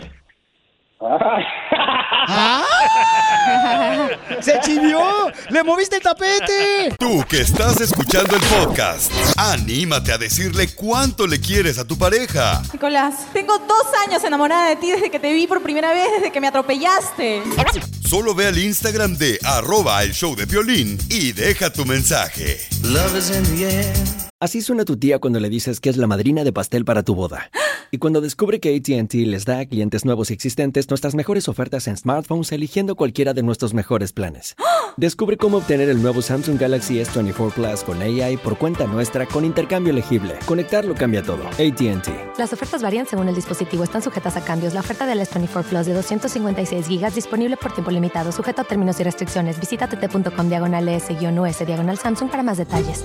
[SPEAKER 19] Ay,
[SPEAKER 2] ¡Ah! ¡Se chivió! ¡Le moviste el tapete!
[SPEAKER 5] Tú que estás escuchando el podcast, anímate a decirle cuánto le quieres a tu pareja.
[SPEAKER 20] Nicolás, tengo dos años enamorada de ti desde que te vi por primera vez, desde que me atropellaste.
[SPEAKER 5] Solo ve al Instagram de arroba el show de violín y deja tu mensaje.
[SPEAKER 21] Así suena tu tía cuando le dices que es la madrina de pastel para tu boda. Y cuando descubre que ATT les da a clientes nuevos y existentes nuestras mejores ofertas en smartphones eligiendo cualquiera de nuestros mejores planes. Descubre cómo obtener el nuevo Samsung Galaxy S24 Plus con AI por cuenta nuestra con intercambio elegible. Conectarlo cambia todo. ATT.
[SPEAKER 22] Las ofertas varían según el dispositivo, están sujetas a cambios. La oferta del S24 Plus de 256 GB disponible por tiempo limitado, sujeto a términos y restricciones. Visita tt.com diagonal e S-US diagonal Samsung para más detalles.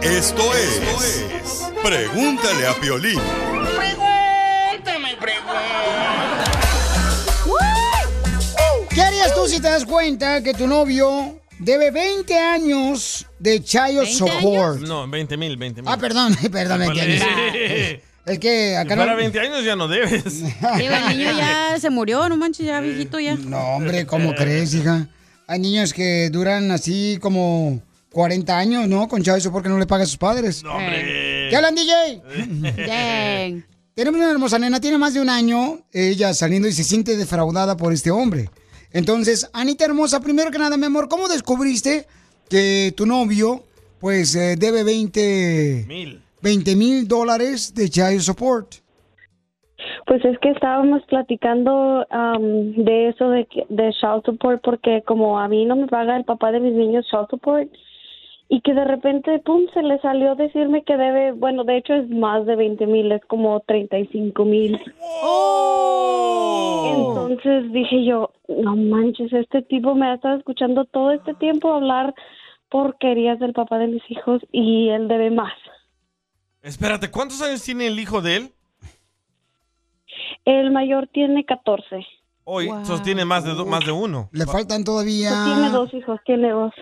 [SPEAKER 5] Esto es, Pregúntale a Piolín.
[SPEAKER 2] ¡Pregúntame, ¿Qué harías tú si te das cuenta que tu novio debe 20 años de child support?
[SPEAKER 3] No, 20 mil, 20 mil.
[SPEAKER 2] Ah, perdón, perdón, me entiendes. Es que acá no-
[SPEAKER 3] Para 20 años ya no debes.
[SPEAKER 4] Digo, el niño ya se murió, no manches, ya viejito ya.
[SPEAKER 2] No, hombre, ¿cómo crees, hija? Hay niños que duran así como 40 años, ¿no? Con Chávez porque no le paga a sus padres. No,
[SPEAKER 7] hombre.
[SPEAKER 2] ¿Qué hablan, DJ?
[SPEAKER 7] Dang.
[SPEAKER 2] Tenemos una hermosa nena, tiene más de un año ella saliendo y se siente defraudada por este hombre. Entonces, Anita hermosa, primero que nada, mi amor, ¿cómo descubriste que tu novio, pues, eh, debe 20
[SPEAKER 3] mil
[SPEAKER 2] dólares de child support?
[SPEAKER 23] Pues es que estábamos platicando am, de eso de, que- de child support porque como a mí no me paga el papá de mis niños child support y que de repente, pum, se le salió decirme que debe, bueno, de hecho es más de 20 mil, es como 35 mil. Entonces dije yo, no manches, este tipo me ha estado escuchando todo este tiempo hablar porquerías del papá de mis hijos y él debe más.
[SPEAKER 3] Espérate, ¿cuántos años tiene el hijo de él?
[SPEAKER 23] El mayor tiene 14.
[SPEAKER 3] Hoy sostiene más de, do- más de uno.
[SPEAKER 2] Le faltan todavía...
[SPEAKER 23] Tiene dos hijos, tiene dos.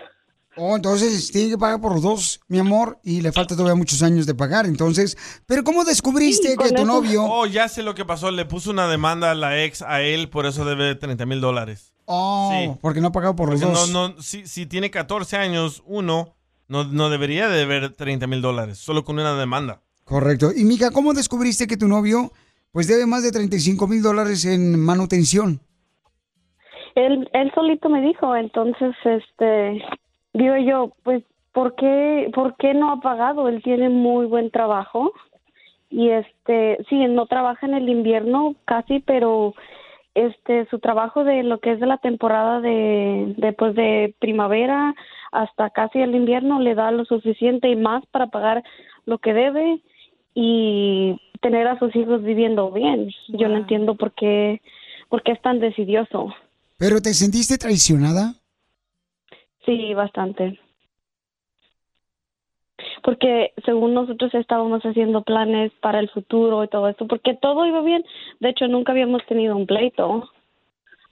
[SPEAKER 2] Oh, entonces tiene que pagar por los dos, mi amor, y le falta todavía muchos años de pagar. Entonces, pero ¿cómo descubriste que tu novio...
[SPEAKER 3] Oh, ya sé lo que pasó. Le puso una demanda a la ex a él, por eso debe 30 mil dólares.
[SPEAKER 2] Oh,
[SPEAKER 3] Sí.
[SPEAKER 2] porque no ha pagado por los
[SPEAKER 3] Porque
[SPEAKER 2] dos.
[SPEAKER 3] no, no, si, si tiene 14 años, uno no, no debería de deber 30 mil dólares, solo con una demanda.
[SPEAKER 2] Correcto. Y mija, ¿cómo descubriste que tu novio pues debe más de 35 mil dólares en manutención?
[SPEAKER 23] él, él solito me dijo, entonces, este, digo yo, pues, ¿por qué, ¿por qué no ha pagado? Él tiene muy buen trabajo y, este, sí, él no trabaja en el invierno casi, pero, este, su trabajo de lo que es de la temporada de, de, pues, de primavera hasta casi el invierno le da lo suficiente y más para pagar lo que debe y tener a sus hijos viviendo bien. Yo no entiendo por qué, por qué es tan decidioso.
[SPEAKER 2] ¿Pero te sentiste traicionada?
[SPEAKER 23] Sí, bastante. Porque según nosotros estábamos haciendo planes para el futuro y todo esto, porque todo iba bien. De hecho, nunca habíamos tenido un pleito.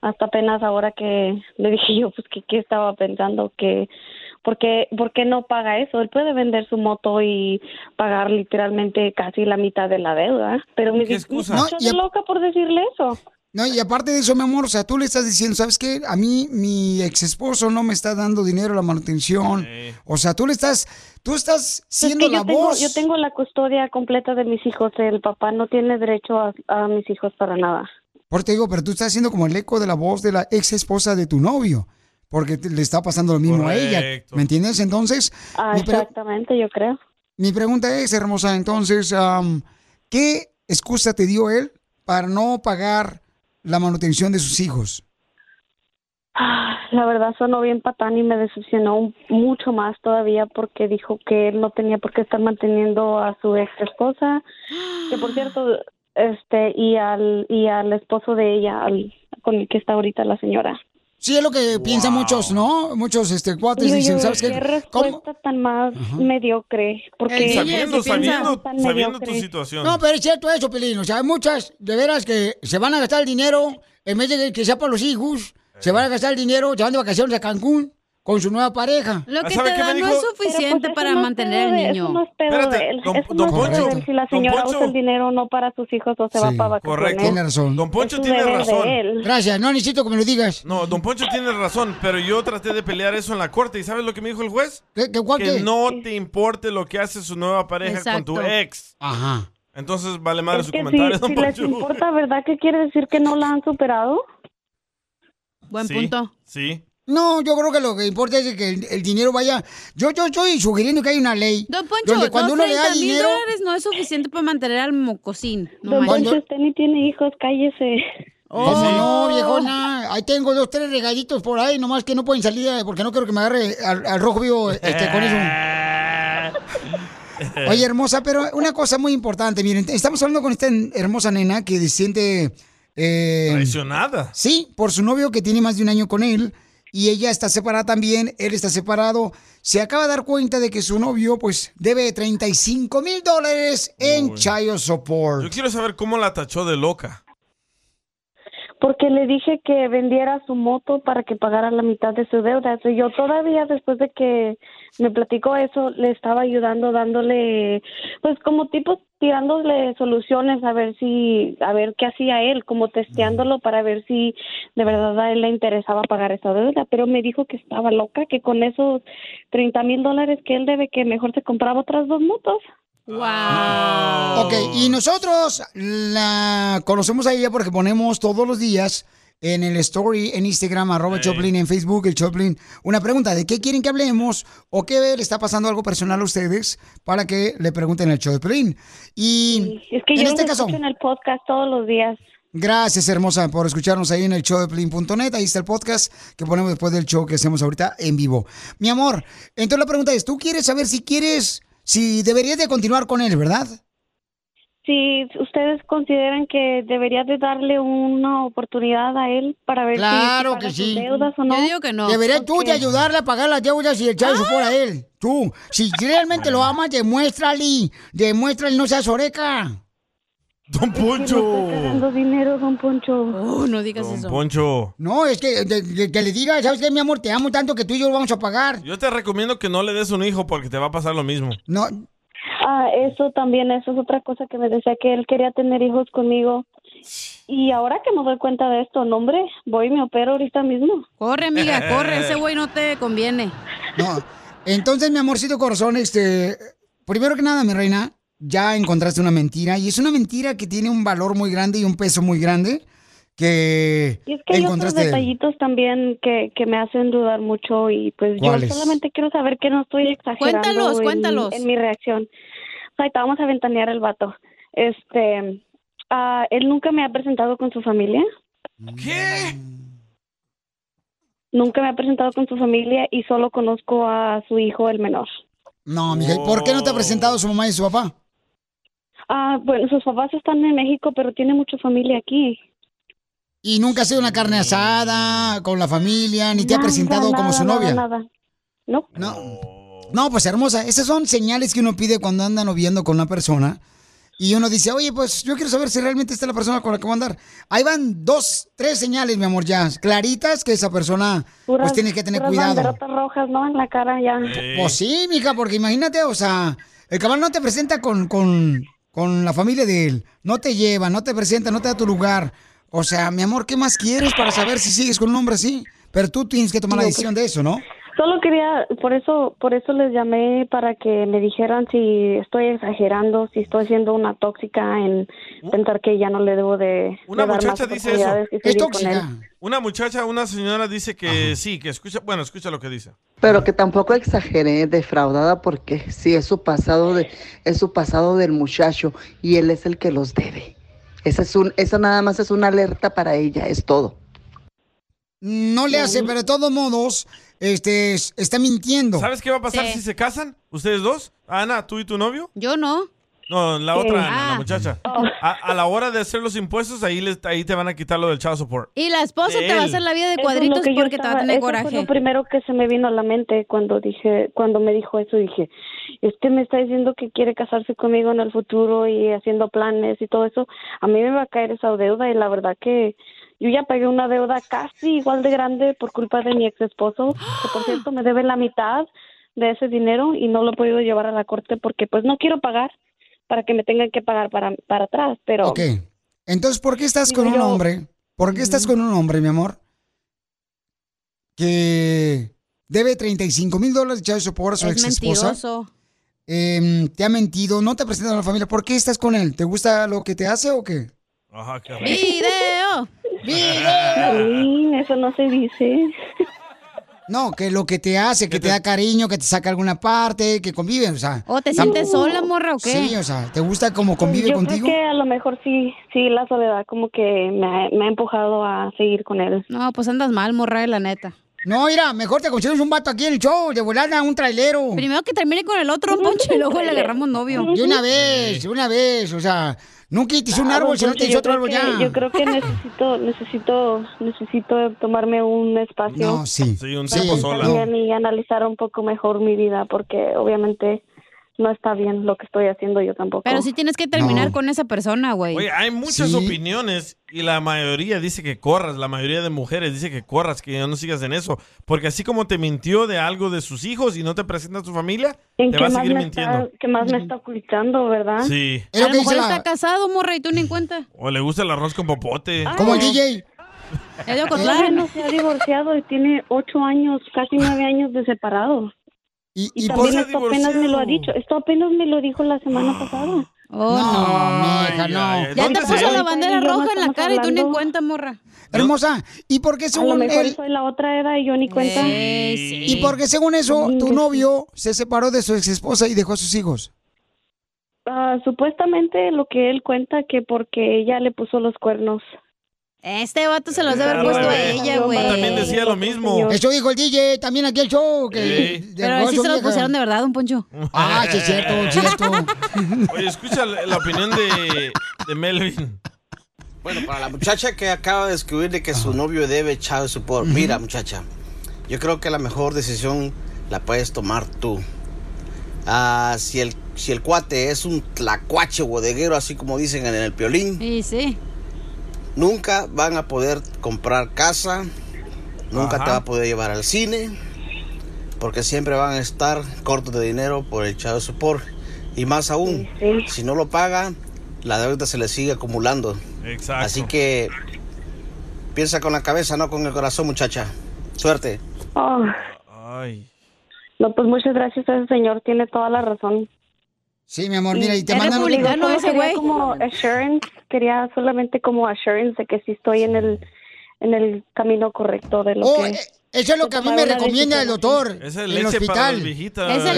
[SPEAKER 23] Hasta apenas ahora que le dije yo, pues, que qué estaba pensando? que ¿por qué, por qué no paga eso? Él puede vender su moto y pagar literalmente casi la mitad de la deuda. Pero me dice,
[SPEAKER 2] No,
[SPEAKER 23] "Estás
[SPEAKER 2] y a-
[SPEAKER 23] loca por decirle eso.
[SPEAKER 2] No, y aparte de eso, mi amor, o sea, tú le estás diciendo, ¿sabes qué? A mí, mi ex esposo no me está dando dinero a la manutención. O sea, tú le estás, tú estás
[SPEAKER 23] Pues Es
[SPEAKER 2] siendo
[SPEAKER 23] que
[SPEAKER 2] la
[SPEAKER 23] yo tengo,
[SPEAKER 2] voz.
[SPEAKER 23] yo tengo la custodia completa de mis hijos. El papá no tiene derecho a, a mis hijos para nada.
[SPEAKER 2] Por eso te digo, pero tú estás siendo como el eco de la voz de la ex esposa de tu novio, porque te- le está pasando lo mismo a ella.
[SPEAKER 23] Correcto.
[SPEAKER 2] ¿Me entiendes? Entonces,
[SPEAKER 23] Ah,
[SPEAKER 2] mi, pre-
[SPEAKER 23] exactamente, yo creo.
[SPEAKER 2] mi pregunta es, hermosa, entonces, am, ¿qué excusa te dio él para no pagar la manutención de sus hijos?
[SPEAKER 23] Ah, La verdad sonó bien patán y me decepcionó un- mucho más todavía porque dijo que él no tenía por qué estar manteniendo a su ex esposa. Que por cierto, este y al y al esposo de ella, al- con el que está ahorita la señora.
[SPEAKER 2] Sí, es lo que piensan muchos, ¿no? Muchos este, cuates
[SPEAKER 23] Digo
[SPEAKER 2] dicen,
[SPEAKER 23] yo,
[SPEAKER 2] ¿sabes
[SPEAKER 23] qué
[SPEAKER 2] qué? ¿Cómo?
[SPEAKER 23] respuesta tan más mediocre?
[SPEAKER 2] Eh,
[SPEAKER 23] Porque
[SPEAKER 3] Sabiendo, sabiendo,
[SPEAKER 23] tan
[SPEAKER 3] sabiendo tu
[SPEAKER 23] mediocre.
[SPEAKER 3] situación.
[SPEAKER 2] No, pero es cierto eso, Pelín. O sea, hay muchas, de veras, que se van a gastar el dinero, en vez de que- que sea para los hijos, se van a gastar el dinero, se van de vacaciones a Cancún con su nueva pareja.
[SPEAKER 3] Ah,
[SPEAKER 4] Lo que te da no es suficiente
[SPEAKER 23] Pero, pues, eso
[SPEAKER 4] para
[SPEAKER 23] no es
[SPEAKER 4] mantener al
[SPEAKER 23] pedo de-
[SPEAKER 4] niño.
[SPEAKER 23] Eso no es pedo
[SPEAKER 4] Espérate,
[SPEAKER 23] de él.
[SPEAKER 4] don-
[SPEAKER 23] eso
[SPEAKER 4] don
[SPEAKER 23] no es pedo de
[SPEAKER 4] Poncho,
[SPEAKER 23] él. Si la
[SPEAKER 4] don
[SPEAKER 23] señora
[SPEAKER 4] Poncho.
[SPEAKER 23] usa el dinero no para sus hijos o se va para vacaciones.
[SPEAKER 3] Correcto. Tiene razón. Don Poncho
[SPEAKER 23] Es un
[SPEAKER 3] tiene
[SPEAKER 23] deber de
[SPEAKER 3] razón.
[SPEAKER 23] él.
[SPEAKER 2] Gracias, no necesito que me lo digas.
[SPEAKER 3] No, don Poncho tiene razón, pero yo traté de pelear eso en la corte y ¿sabes lo que me dijo el juez?
[SPEAKER 2] ¿Qué, cuál
[SPEAKER 3] que
[SPEAKER 2] qué?
[SPEAKER 3] no te importe lo que hace su nueva pareja con tu
[SPEAKER 23] Exacto.
[SPEAKER 3] ex.
[SPEAKER 2] Ajá.
[SPEAKER 3] Entonces vale madre
[SPEAKER 23] Es
[SPEAKER 3] su
[SPEAKER 23] que si-
[SPEAKER 3] comentario,
[SPEAKER 23] si,
[SPEAKER 3] don
[SPEAKER 23] les
[SPEAKER 3] Poncho.
[SPEAKER 23] importa, ¿verdad que quiere decir que no la han superado?
[SPEAKER 4] Buen
[SPEAKER 3] Sí, Sí.
[SPEAKER 2] No, yo creo que lo que importa es que el, el dinero vaya. Yo, yo estoy sugiriendo que hay una ley.
[SPEAKER 4] Don Poncho,
[SPEAKER 2] donde cuando uno le da
[SPEAKER 4] mil
[SPEAKER 2] dinero.
[SPEAKER 4] dólares no es suficiente para mantener al mocosín. No
[SPEAKER 23] Don
[SPEAKER 4] manches. Oh.
[SPEAKER 23] Poncho, usted ni tiene hijos, cállese.
[SPEAKER 2] ¿Cómo no, viejona? Ahí tengo dos, tres regalitos por ahí, nomás que no pueden salir eh, porque no quiero que me agarre al, al rojo vivo este, con eso. Oye, hermosa, pero una cosa muy importante, miren, estamos hablando con esta hermosa nena que se siente... eh,
[SPEAKER 3] Traicionada.
[SPEAKER 2] Sí, por su novio que tiene más de un año con él y ella está separada también, él está separado. Se acaba de dar cuenta de que su novio pues debe 35 mil dólares en child support.
[SPEAKER 3] Yo quiero saber cómo la tachó de loca.
[SPEAKER 23] Porque le dije que vendiera su moto para que pagara la mitad de su deuda. Entonces, yo todavía, después de que me platicó eso, le estaba ayudando, dándole, pues como tipo, tirándole soluciones a ver si, a ver qué hacía él, como testeándolo para ver si de verdad a él le interesaba pagar esa deuda. Pero me dijo que estaba loca, que con esos 30 mil dólares que él debe, que mejor se compraba otras dos motos.
[SPEAKER 2] Ok, y nosotros la conocemos a ella porque ponemos todos los días en el story, en Instagram, arroba Choplin, en Facebook, el Choplin, una pregunta de qué quieren que hablemos o qué le está pasando algo personal a ustedes para que le pregunten al Choplin. Y
[SPEAKER 23] Es que
[SPEAKER 2] en
[SPEAKER 23] yo
[SPEAKER 2] este
[SPEAKER 23] los
[SPEAKER 2] caso...
[SPEAKER 23] escucho en el podcast todos los días.
[SPEAKER 2] Gracias, hermosa, por escucharnos ahí en el show de Plin.net. Ahí está el podcast que ponemos después del show que hacemos ahorita en vivo. Mi amor, entonces la pregunta es, ¿tú quieres saber si quieres, si deberías de continuar con él, verdad?
[SPEAKER 23] si ustedes consideran que debería de darle una oportunidad a él para ver si-
[SPEAKER 2] Claro
[SPEAKER 23] si Pues paga
[SPEAKER 2] que
[SPEAKER 23] sus
[SPEAKER 2] sí.
[SPEAKER 23] deudas o no.
[SPEAKER 2] Deberías tú de
[SPEAKER 23] Porque-
[SPEAKER 2] ayudarle a pagar las deudas y el chazo por a él. Tú, si realmente lo amas, demuéstrale, demuéstrale, no seas oreca.
[SPEAKER 3] Don
[SPEAKER 23] Dando dinero, don Poncho.
[SPEAKER 4] no digas
[SPEAKER 3] Don Poncho.
[SPEAKER 2] No, es que, de- de- que le diga, ¿sabes qué, mi amor? Te amo tanto que tú y yo lo vamos a pagar.
[SPEAKER 3] Yo te recomiendo que no le des un hijo porque te va a pasar lo mismo.
[SPEAKER 2] No.
[SPEAKER 23] Ah, eso también, eso es otra cosa que me decía que él quería tener hijos conmigo. Y ahora que me doy cuenta de esto, no hombre, voy y me opero ahorita mismo.
[SPEAKER 4] Corre, amiga, corre, ese güey no te conviene.
[SPEAKER 2] No. Entonces, mi amorcito corazón, este, primero que nada, mi reina, ya encontraste una mentira y es una mentira que tiene un valor muy grande y un peso muy grande que,
[SPEAKER 23] Y es que hay otros
[SPEAKER 2] encontraste.
[SPEAKER 23] detallitos también que, que me hacen dudar mucho y pues yo
[SPEAKER 2] ¿Cuáles?
[SPEAKER 23] solamente quiero saber que no estoy exagerando
[SPEAKER 4] Cuéntalos,
[SPEAKER 23] en,
[SPEAKER 4] cuéntalos.
[SPEAKER 23] en mi reacción. Ahí te vamos a ventanear el vato. Este, ah, él nunca me ha presentado con su familia. ¿Qué? Nunca me ha presentado con su familia y solo conozco a su hijo, el menor.
[SPEAKER 2] No, mija, ¿y ¿por qué no te ha presentado su mamá y su papá?
[SPEAKER 23] Ah, bueno, sus papás están en México, pero tiene mucha familia aquí.
[SPEAKER 2] Y nunca ha sido una carne asada con la familia, ni te ha
[SPEAKER 23] Nada,
[SPEAKER 2] presentado como
[SPEAKER 23] nada,
[SPEAKER 2] su
[SPEAKER 23] nada,
[SPEAKER 2] novia.
[SPEAKER 23] nada. No.
[SPEAKER 2] No. No, pues hermosa, esas son señales que uno pide cuando anda noviando con una persona. Y uno dice, oye, pues yo quiero saber si realmente está la persona con la que voy a andar. Ahí van dos, tres señales, mi amor, ya claritas que esa persona pues
[SPEAKER 23] Puras-
[SPEAKER 2] tiene que tener
[SPEAKER 23] puras
[SPEAKER 2] cuidado.
[SPEAKER 23] banderotas rojas, ¿no? En la cara ya.
[SPEAKER 2] Pues sí, mija, porque imagínate, o sea, el cabal no te presenta con, con, con la familia de él, no te lleva, no te presenta, no te da tu lugar. O sea, mi amor, ¿qué más quieres para saber si sigues con un hombre así? Pero tú tienes que tomar la
[SPEAKER 23] No,
[SPEAKER 2] decisión
[SPEAKER 23] pues-
[SPEAKER 2] de eso, ¿no?
[SPEAKER 23] Solo quería, por eso, por eso les llamé para que me dijeran si estoy exagerando, si estoy siendo una tóxica en pensar que ya no le debo de.
[SPEAKER 3] Una
[SPEAKER 23] de dar
[SPEAKER 3] muchacha
[SPEAKER 23] más
[SPEAKER 3] dice eso.
[SPEAKER 23] oportunidades y seguir con él.
[SPEAKER 3] Una muchacha, una señora dice que sí, que escucha, bueno, escucha lo que dice.
[SPEAKER 17] Pero que tampoco exagere defraudada porque sí es su pasado de es su pasado del muchacho y él es el que los debe. Esa es un esa nada más es una alerta para ella, es todo.
[SPEAKER 2] No le hace, pero de todos modos, este, es- está mintiendo.
[SPEAKER 3] ¿Sabes qué va a pasar si se casan? ¿Ustedes dos? Ana, tú y tu novio.
[SPEAKER 4] Yo no.
[SPEAKER 3] No, la
[SPEAKER 23] Sí.
[SPEAKER 3] otra, Ana,
[SPEAKER 4] Ah.
[SPEAKER 3] la muchacha. A, a la hora de hacer los impuestos, ahí, les, ahí te van a quitar lo del child support.
[SPEAKER 4] Y la esposa
[SPEAKER 3] De
[SPEAKER 4] te va a
[SPEAKER 3] él.
[SPEAKER 4] hacer la vida de
[SPEAKER 23] Eso es
[SPEAKER 4] cuadritos
[SPEAKER 23] lo que yo
[SPEAKER 4] porque te va a
[SPEAKER 23] estaba-
[SPEAKER 4] tener
[SPEAKER 23] eso Fue
[SPEAKER 4] coraje.
[SPEAKER 23] lo primero que se me vino a la mente cuando dije, cuando me dijo eso, dije, es que me está diciendo que quiere casarse conmigo en el futuro y haciendo planes y todo eso. A mí me va a caer esa deuda y la verdad que yo ya pagué una deuda casi igual de grande por culpa de mi ex esposo, que por cierto me debe la mitad de ese dinero y no lo he podido llevar a la corte porque pues no quiero pagar para que me tengan que pagar para, para atrás, pero...
[SPEAKER 2] Ok. Entonces, ¿por qué estás con
[SPEAKER 23] Digo
[SPEAKER 2] un
[SPEAKER 23] yo-
[SPEAKER 2] hombre? ¿Por qué estás con un hombre, mi amor? Que debe 35 mil dólares ya eso por su
[SPEAKER 4] Es
[SPEAKER 2] ex esposa.
[SPEAKER 4] mentiroso.
[SPEAKER 2] te ha mentido, no te presenta a la familia. ¿Por qué estás con él? ¿Te gusta lo que te hace o qué?
[SPEAKER 3] Ajá, qué
[SPEAKER 4] ¡Video!
[SPEAKER 23] Piolín, eso no se dice.
[SPEAKER 2] No, que lo que te hace, que te da cariño, que te saca a alguna parte, que convive, o sea.
[SPEAKER 4] ¿O te
[SPEAKER 2] tam-
[SPEAKER 4] sientes sola, morra, o qué?
[SPEAKER 2] Sí, o sea, ¿te gusta cómo convive
[SPEAKER 23] yo
[SPEAKER 2] contigo?
[SPEAKER 23] creo que a lo mejor sí, sí, la soledad como que me ha, me ha empujado a seguir con él.
[SPEAKER 4] No, pues andas mal, morra, la neta.
[SPEAKER 2] No, mira, mejor te consigues un vato aquí en el show, de volada, un trailero.
[SPEAKER 4] Primero que termine con el otro, Poncho, y luego le agarramos novio.
[SPEAKER 2] De una vez, de una vez, o sea, nunca te hice un
[SPEAKER 23] Ah,
[SPEAKER 2] árbol,
[SPEAKER 23] don
[SPEAKER 2] si no te
[SPEAKER 23] Poncho,
[SPEAKER 2] hice
[SPEAKER 23] yo
[SPEAKER 2] otro
[SPEAKER 23] creo
[SPEAKER 2] árbol
[SPEAKER 23] que-
[SPEAKER 2] ya.
[SPEAKER 23] Yo creo que necesito, necesito, necesito tomarme un espacio.
[SPEAKER 2] No, sí.
[SPEAKER 3] Sí, un
[SPEAKER 23] para
[SPEAKER 3] tiempo
[SPEAKER 23] pensar
[SPEAKER 3] sola.
[SPEAKER 23] bien y analizar un poco mejor mi vida, porque obviamente no está bien lo que estoy haciendo yo tampoco.
[SPEAKER 4] Pero sí tienes que terminar con esa persona, güey.
[SPEAKER 3] Oye, hay muchas opiniones y la mayoría dice que corras, la mayoría de mujeres dice que corras, que ya no sigas en eso, porque así como te mintió de algo de sus hijos y no te presenta a tu familia,
[SPEAKER 23] ¿En
[SPEAKER 3] te
[SPEAKER 23] qué
[SPEAKER 3] va a
[SPEAKER 23] más,
[SPEAKER 3] seguir
[SPEAKER 23] me
[SPEAKER 3] mintiendo.
[SPEAKER 23] está, qué más me está ocultando, verdad?
[SPEAKER 3] Sí.
[SPEAKER 4] A lo mejor está casado, morra, y tú ni en cuenta.
[SPEAKER 3] O le gusta el arroz con popote.
[SPEAKER 2] DJ.
[SPEAKER 4] Es de Ocotlán.
[SPEAKER 23] Bueno, se ha divorciado y tiene ocho años, casi nueve años de separado.
[SPEAKER 2] Y,
[SPEAKER 23] y
[SPEAKER 3] por-
[SPEAKER 23] también
[SPEAKER 3] Se ha
[SPEAKER 23] esto apenas me lo ha
[SPEAKER 3] divorciado.
[SPEAKER 23] dicho. Esto apenas me lo dijo la semana pasada.
[SPEAKER 4] Oh,
[SPEAKER 3] Ay,
[SPEAKER 2] mija, no.
[SPEAKER 3] ay, ay.
[SPEAKER 4] Ya
[SPEAKER 3] ¿Dónde
[SPEAKER 4] te puso
[SPEAKER 3] se-
[SPEAKER 4] la bandera
[SPEAKER 23] Yo no
[SPEAKER 4] roja en la
[SPEAKER 23] estamos
[SPEAKER 4] cara y tú ni en
[SPEAKER 23] hablando.
[SPEAKER 4] cuenta, morra.
[SPEAKER 2] Hermosa, ¿y por qué
[SPEAKER 23] A lo
[SPEAKER 2] según
[SPEAKER 23] mejor
[SPEAKER 2] él-
[SPEAKER 23] soy la otra edad y yo ni cuenta.
[SPEAKER 2] ¿Y por qué según eso tu novio se separó de su ex esposa y dejó a sus hijos?
[SPEAKER 23] Ah, supuestamente lo que él cuenta que porque ella le puso los cuernos.
[SPEAKER 4] Este vato se los debe haber puesto a ella, güey.
[SPEAKER 3] También decía lo mismo.
[SPEAKER 2] Eso dijo el DJ, también aquí el show. Que
[SPEAKER 3] Sí.
[SPEAKER 4] Pero sí se los pusieron de verdad, don Poncho. Ah,
[SPEAKER 2] Ah, sí, es cierto, cierto.
[SPEAKER 3] Oye, escucha la, la opinión de, de Melvin.
[SPEAKER 24] Bueno, para la muchacha que acaba de descubrir de que su novio debe echar su por. Mira, muchacha, yo creo que la mejor decisión la puedes tomar tú. Ah, si, el, si el cuate es un tlacuache bodeguero, así como dicen en el piolín. Nunca van a poder comprar casa, nunca
[SPEAKER 1] Ajá.
[SPEAKER 24] te va a poder llevar al cine, porque siempre van a estar cortos de dinero por el echado support. Y más aún, si no lo paga, la deuda se le sigue acumulando.
[SPEAKER 3] Exacto.
[SPEAKER 24] Así que piensa con la cabeza, no con el corazón, muchacha. Suerte.
[SPEAKER 23] Oh,
[SPEAKER 3] Ay.
[SPEAKER 23] no, pues muchas gracias a ese señor, tiene toda la razón.
[SPEAKER 2] Sí, mi amor, mira, y te
[SPEAKER 23] Era
[SPEAKER 2] mandan...
[SPEAKER 23] publicano ese güey. como assurance, quería solamente como assurance de que sí estoy en el en el camino correcto de lo
[SPEAKER 2] Oh,
[SPEAKER 23] que
[SPEAKER 2] eh, eso es lo que a mí me recomienda el doctor
[SPEAKER 3] Es
[SPEAKER 2] en
[SPEAKER 3] el
[SPEAKER 2] el
[SPEAKER 3] leche para los
[SPEAKER 2] hospital.
[SPEAKER 3] viejitas.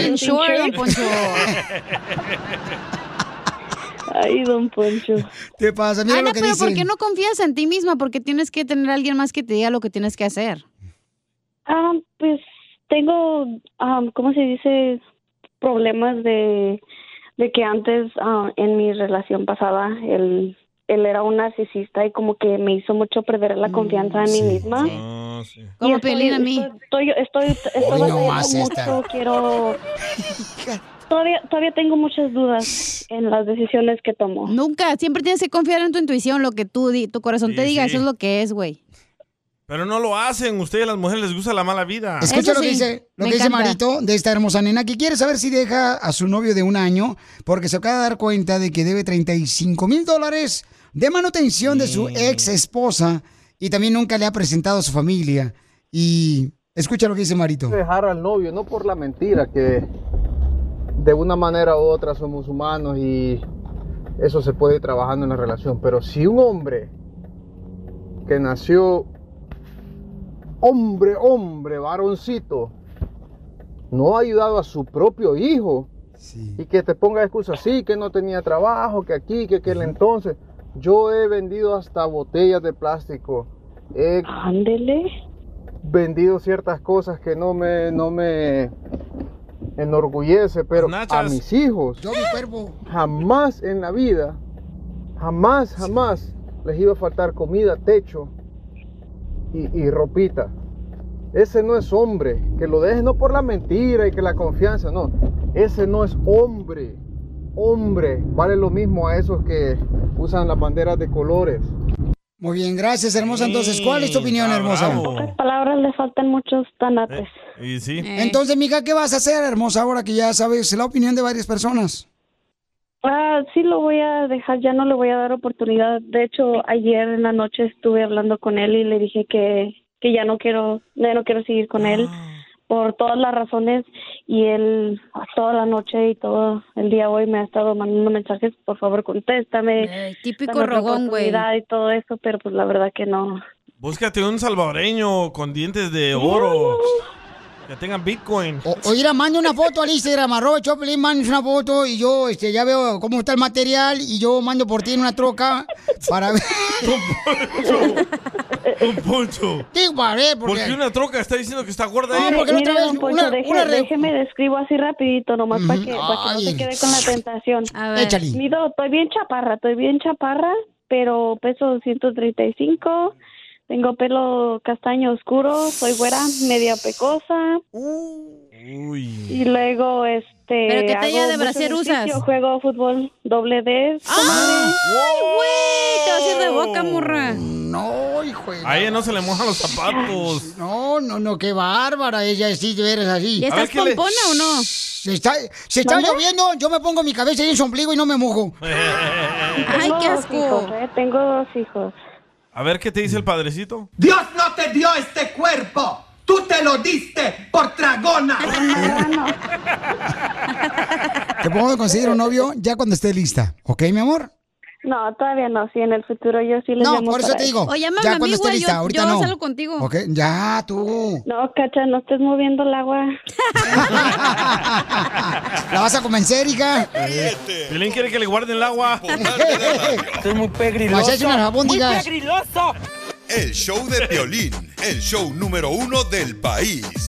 [SPEAKER 23] Ay, don Poncho.
[SPEAKER 2] ¿Qué pasa? Mira
[SPEAKER 4] Ana,
[SPEAKER 2] lo que
[SPEAKER 4] pero
[SPEAKER 2] dice.
[SPEAKER 4] ¿por qué Ah, no confías en ti misma? Porque tienes que tener a alguien más que te diga lo que tienes que hacer.
[SPEAKER 23] Ah, pues tengo, ah, ¿cómo se dice? Problemas de, de que antes ah, en mi relación pasada él, él era un narcisista y como que me hizo mucho perder la confianza en mí
[SPEAKER 2] Mm,
[SPEAKER 23] misma.
[SPEAKER 4] Como
[SPEAKER 23] estoy-
[SPEAKER 4] Piolín a mí.
[SPEAKER 23] Estoy, estoy, estoy, estoy
[SPEAKER 4] Hoy
[SPEAKER 23] batallando
[SPEAKER 4] nomás
[SPEAKER 23] mucho,
[SPEAKER 4] esta.
[SPEAKER 23] quiero... Todavía, todavía tengo muchas dudas en las decisiones que tomo.
[SPEAKER 4] Nunca, siempre tienes que confiar en tu intuición, lo que tú, di- tu corazón te
[SPEAKER 3] Sí,
[SPEAKER 4] diga,
[SPEAKER 3] sí.
[SPEAKER 4] eso es lo que es, güey.
[SPEAKER 3] Pero no lo hacen, ustedes las mujeres les gusta la mala vida.
[SPEAKER 2] Escucha lo que dice, lo que dice Marito de esta hermosa nena que quiere saber si deja a su novio de un año porque se acaba de dar cuenta de que debe 35 mil dólares de manutención de su ex esposa y también nunca le ha presentado a su familia. Y escucha lo que dice Marito.
[SPEAKER 1] dejar al novio, no por la mentira, que de una manera u otra somos humanos y eso se puede ir trabajando en la relación. Pero si un hombre que nació hombre, hombre, varoncito, no ha ayudado a su propio hijo y que te ponga excusa así, que no tenía trabajo, que aquí, que aquel entonces. Yo he vendido hasta botellas de plástico. He vendido ciertas cosas que no me, no me, enorgullece, pero a nachas. mis hijos
[SPEAKER 2] Yo mi cuerpo.
[SPEAKER 1] jamás en la vida, jamás, jamás les iba a faltar comida, techo y, y ropita. Ese no es hombre, que lo dejes no por la mentira y que la confianza, no. Ese no es hombre. Hombre, vale lo mismo a esos que usan las banderas de colores.
[SPEAKER 2] Muy bien, gracias, hermosa. Entonces, ¿cuál es tu opinión, hermosa?
[SPEAKER 23] Pocas pues, palabras le faltan muchos
[SPEAKER 4] Eh.
[SPEAKER 2] Eh,
[SPEAKER 23] tanates.
[SPEAKER 3] Y sí.
[SPEAKER 2] Entonces, mija, ¿qué vas a hacer, hermosa, ahora que ya sabes la opinión de varias personas?
[SPEAKER 23] Ah, sí lo voy a dejar, ya no le voy a dar oportunidad. De hecho, ayer en la noche estuve hablando con él y le dije que, que ya no quiero, ya no quiero seguir con él
[SPEAKER 4] Ah.
[SPEAKER 23] por todas las razones y él toda la noche y todo el día hoy me ha estado mandando mensajes, por favor, contéstame.
[SPEAKER 4] Eh, típico
[SPEAKER 23] dame otra
[SPEAKER 4] rogón, güey.
[SPEAKER 23] oportunidad Y todo eso, pero pues la verdad que no.
[SPEAKER 3] Búscate un salvadoreño con dientes de
[SPEAKER 4] Uh.
[SPEAKER 3] oro. Que tengan Bitcoin.
[SPEAKER 2] O mira, manda una foto al Instagram, arroba el Choplin, manda una foto y yo este, ya veo cómo está el material y yo mando por ti en una troca para ver.
[SPEAKER 3] Don Poncho.
[SPEAKER 2] Digo, para ver,
[SPEAKER 3] ¿Por qué
[SPEAKER 2] porque...
[SPEAKER 3] una troca está diciendo que está gorda ahí?
[SPEAKER 23] Mire, mire, Ah, don Poncho,
[SPEAKER 2] una-
[SPEAKER 23] deje-
[SPEAKER 2] una re-
[SPEAKER 23] déjeme describo así rapidito nomás para que, pa' que no
[SPEAKER 7] Ay.
[SPEAKER 23] se quede con la tentación.
[SPEAKER 7] A ver. Échale.
[SPEAKER 23] Mido, estoy bien chaparra, estoy bien chaparra, pero peso 135, tengo pelo castaño oscuro, soy güera, media pecosa. Y luego, este...
[SPEAKER 4] ¿Pero qué talla
[SPEAKER 23] hago
[SPEAKER 4] de
[SPEAKER 23] mucho
[SPEAKER 4] brasier
[SPEAKER 23] ejercicio,
[SPEAKER 4] usas? Ah.
[SPEAKER 23] Juego fútbol doble D.
[SPEAKER 4] ¡Ay, güey! Te vas a ir de boca, morra.
[SPEAKER 2] No, hijo de...
[SPEAKER 3] A ella no se le mojan los zapatos.
[SPEAKER 2] No, no, no, qué bárbara ella, si de veras así.
[SPEAKER 3] ¿Y A estás ver, ¿qué le- pompona
[SPEAKER 2] o no? Se está, se está
[SPEAKER 23] ¿Mande?
[SPEAKER 2] lloviendo, yo me pongo mi cabeza ahí en su ombligo y no me mojo.
[SPEAKER 23] Tengo dos hijos, eh, Tengo dos hijos.
[SPEAKER 3] A ver qué te dice el padrecito.
[SPEAKER 23] Dios no te dio este cuerpo. Tú te lo diste por tragona.
[SPEAKER 2] Te pongo a conseguir un novio ya cuando esté lista, ¿ok, mi amor?
[SPEAKER 23] No, todavía no. Sí, en el futuro yo sí le
[SPEAKER 2] No,
[SPEAKER 23] llamo
[SPEAKER 2] por eso
[SPEAKER 23] para
[SPEAKER 2] te digo.
[SPEAKER 23] eso.
[SPEAKER 2] ya cuando esté lista, ahorita no. Ok, ya, tú.
[SPEAKER 23] No, cacha, no estés moviendo el agua.
[SPEAKER 2] La vas a convencer, hija.
[SPEAKER 3] Piolín quiere que le guarden el agua.
[SPEAKER 2] Estoy muy pegriloso. Vas a hacer unas albóndigas.
[SPEAKER 5] El show de Piolín, el show número uno del país.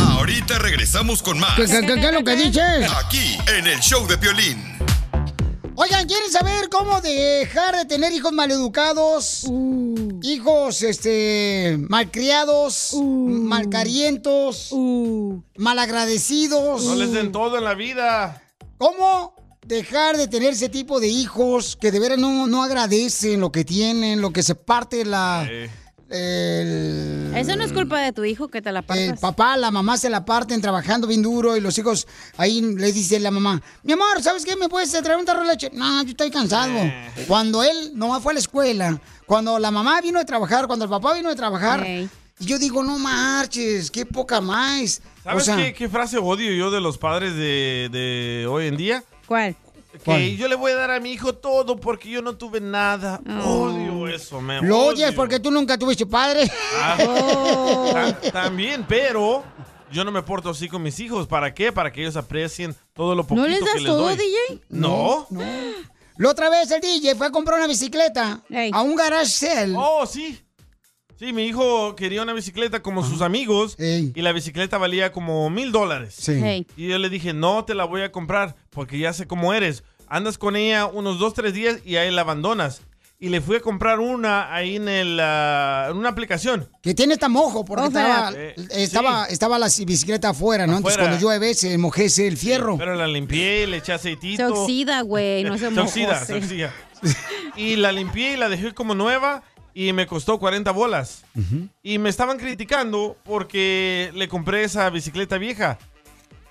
[SPEAKER 5] Ahorita regresamos con más.
[SPEAKER 2] ¿Qué- qué- qué- qué es lo que dices?
[SPEAKER 5] Aquí, en el show de Piolín.
[SPEAKER 2] Oigan, ¿quieren saber cómo dejar de tener hijos maleducados? Uh. Hijos, este, malcriados, malcarientos, Uh. malagradecidos.
[SPEAKER 3] No les den todo en la vida.
[SPEAKER 2] ¿Cómo dejar de tener ese tipo de hijos que de veras no, no agradecen lo que tienen, lo que se parte la... el-
[SPEAKER 4] Eso no es culpa de tu hijo que te la
[SPEAKER 2] el
[SPEAKER 4] pasas.
[SPEAKER 2] papá, la mamá se la parten trabajando bien duro y los hijos ahí le dice la mamá, mi amor, ¿sabes qué? ¿Me puedes traer un tarro de leche? No, yo estoy cansado.
[SPEAKER 3] Eh.
[SPEAKER 2] Cuando él nomás fue a la escuela, cuando la mamá vino de trabajar, cuando el papá vino de trabajar, y yo digo, no marches, qué poca más.
[SPEAKER 3] ¿Sabes
[SPEAKER 2] o sea,
[SPEAKER 3] qué, qué frase odio yo de los padres de, de hoy en día?
[SPEAKER 4] ¿Cuál?
[SPEAKER 3] Que
[SPEAKER 2] ¿Cuál?
[SPEAKER 3] yo le voy a dar a mi hijo todo porque yo no tuve nada.
[SPEAKER 2] Ah.
[SPEAKER 3] Odio eso, me
[SPEAKER 2] lo
[SPEAKER 3] odio.
[SPEAKER 2] odias porque tú nunca tuviste padre.
[SPEAKER 3] Ah,
[SPEAKER 4] Oh.
[SPEAKER 2] Oh.
[SPEAKER 3] ta- También, pero yo no me porto así con mis hijos. ¿Para qué? Para que ellos aprecien todo lo poquito
[SPEAKER 2] les das
[SPEAKER 3] que les
[SPEAKER 2] todo,
[SPEAKER 3] doy.
[SPEAKER 2] DJ?
[SPEAKER 3] No.
[SPEAKER 2] La otra vez el DJ fue a comprar una bicicleta a un garage sale.
[SPEAKER 3] Oh, sí. Sí, mi hijo quería una bicicleta como sus amigos y la bicicleta valía como mil dólares.
[SPEAKER 2] Sí. Ey.
[SPEAKER 3] Y yo le dije, no te la voy a comprar porque ya sé cómo eres. Andas con ella unos dos, tres días y ahí la abandonas. y le fui a comprar una ahí en, el, ah, en una aplicación.
[SPEAKER 2] Que tiene hasta mojo, porque
[SPEAKER 3] Ojalá.
[SPEAKER 2] estaba,
[SPEAKER 3] Eh,
[SPEAKER 2] estaba, estaba la bicicleta afuera, ¿no? Entonces
[SPEAKER 3] Afuera.
[SPEAKER 2] cuando llueve se mojece el fierro.
[SPEAKER 3] Pero la limpié, le eché aceitito.
[SPEAKER 4] Se oxida, güey, no se
[SPEAKER 3] Se oxida,
[SPEAKER 4] mojose.
[SPEAKER 3] se oxida. Y la limpié y la dejé como nueva y me costó 40 bolas. Y me estaban criticando porque le compré esa bicicleta vieja.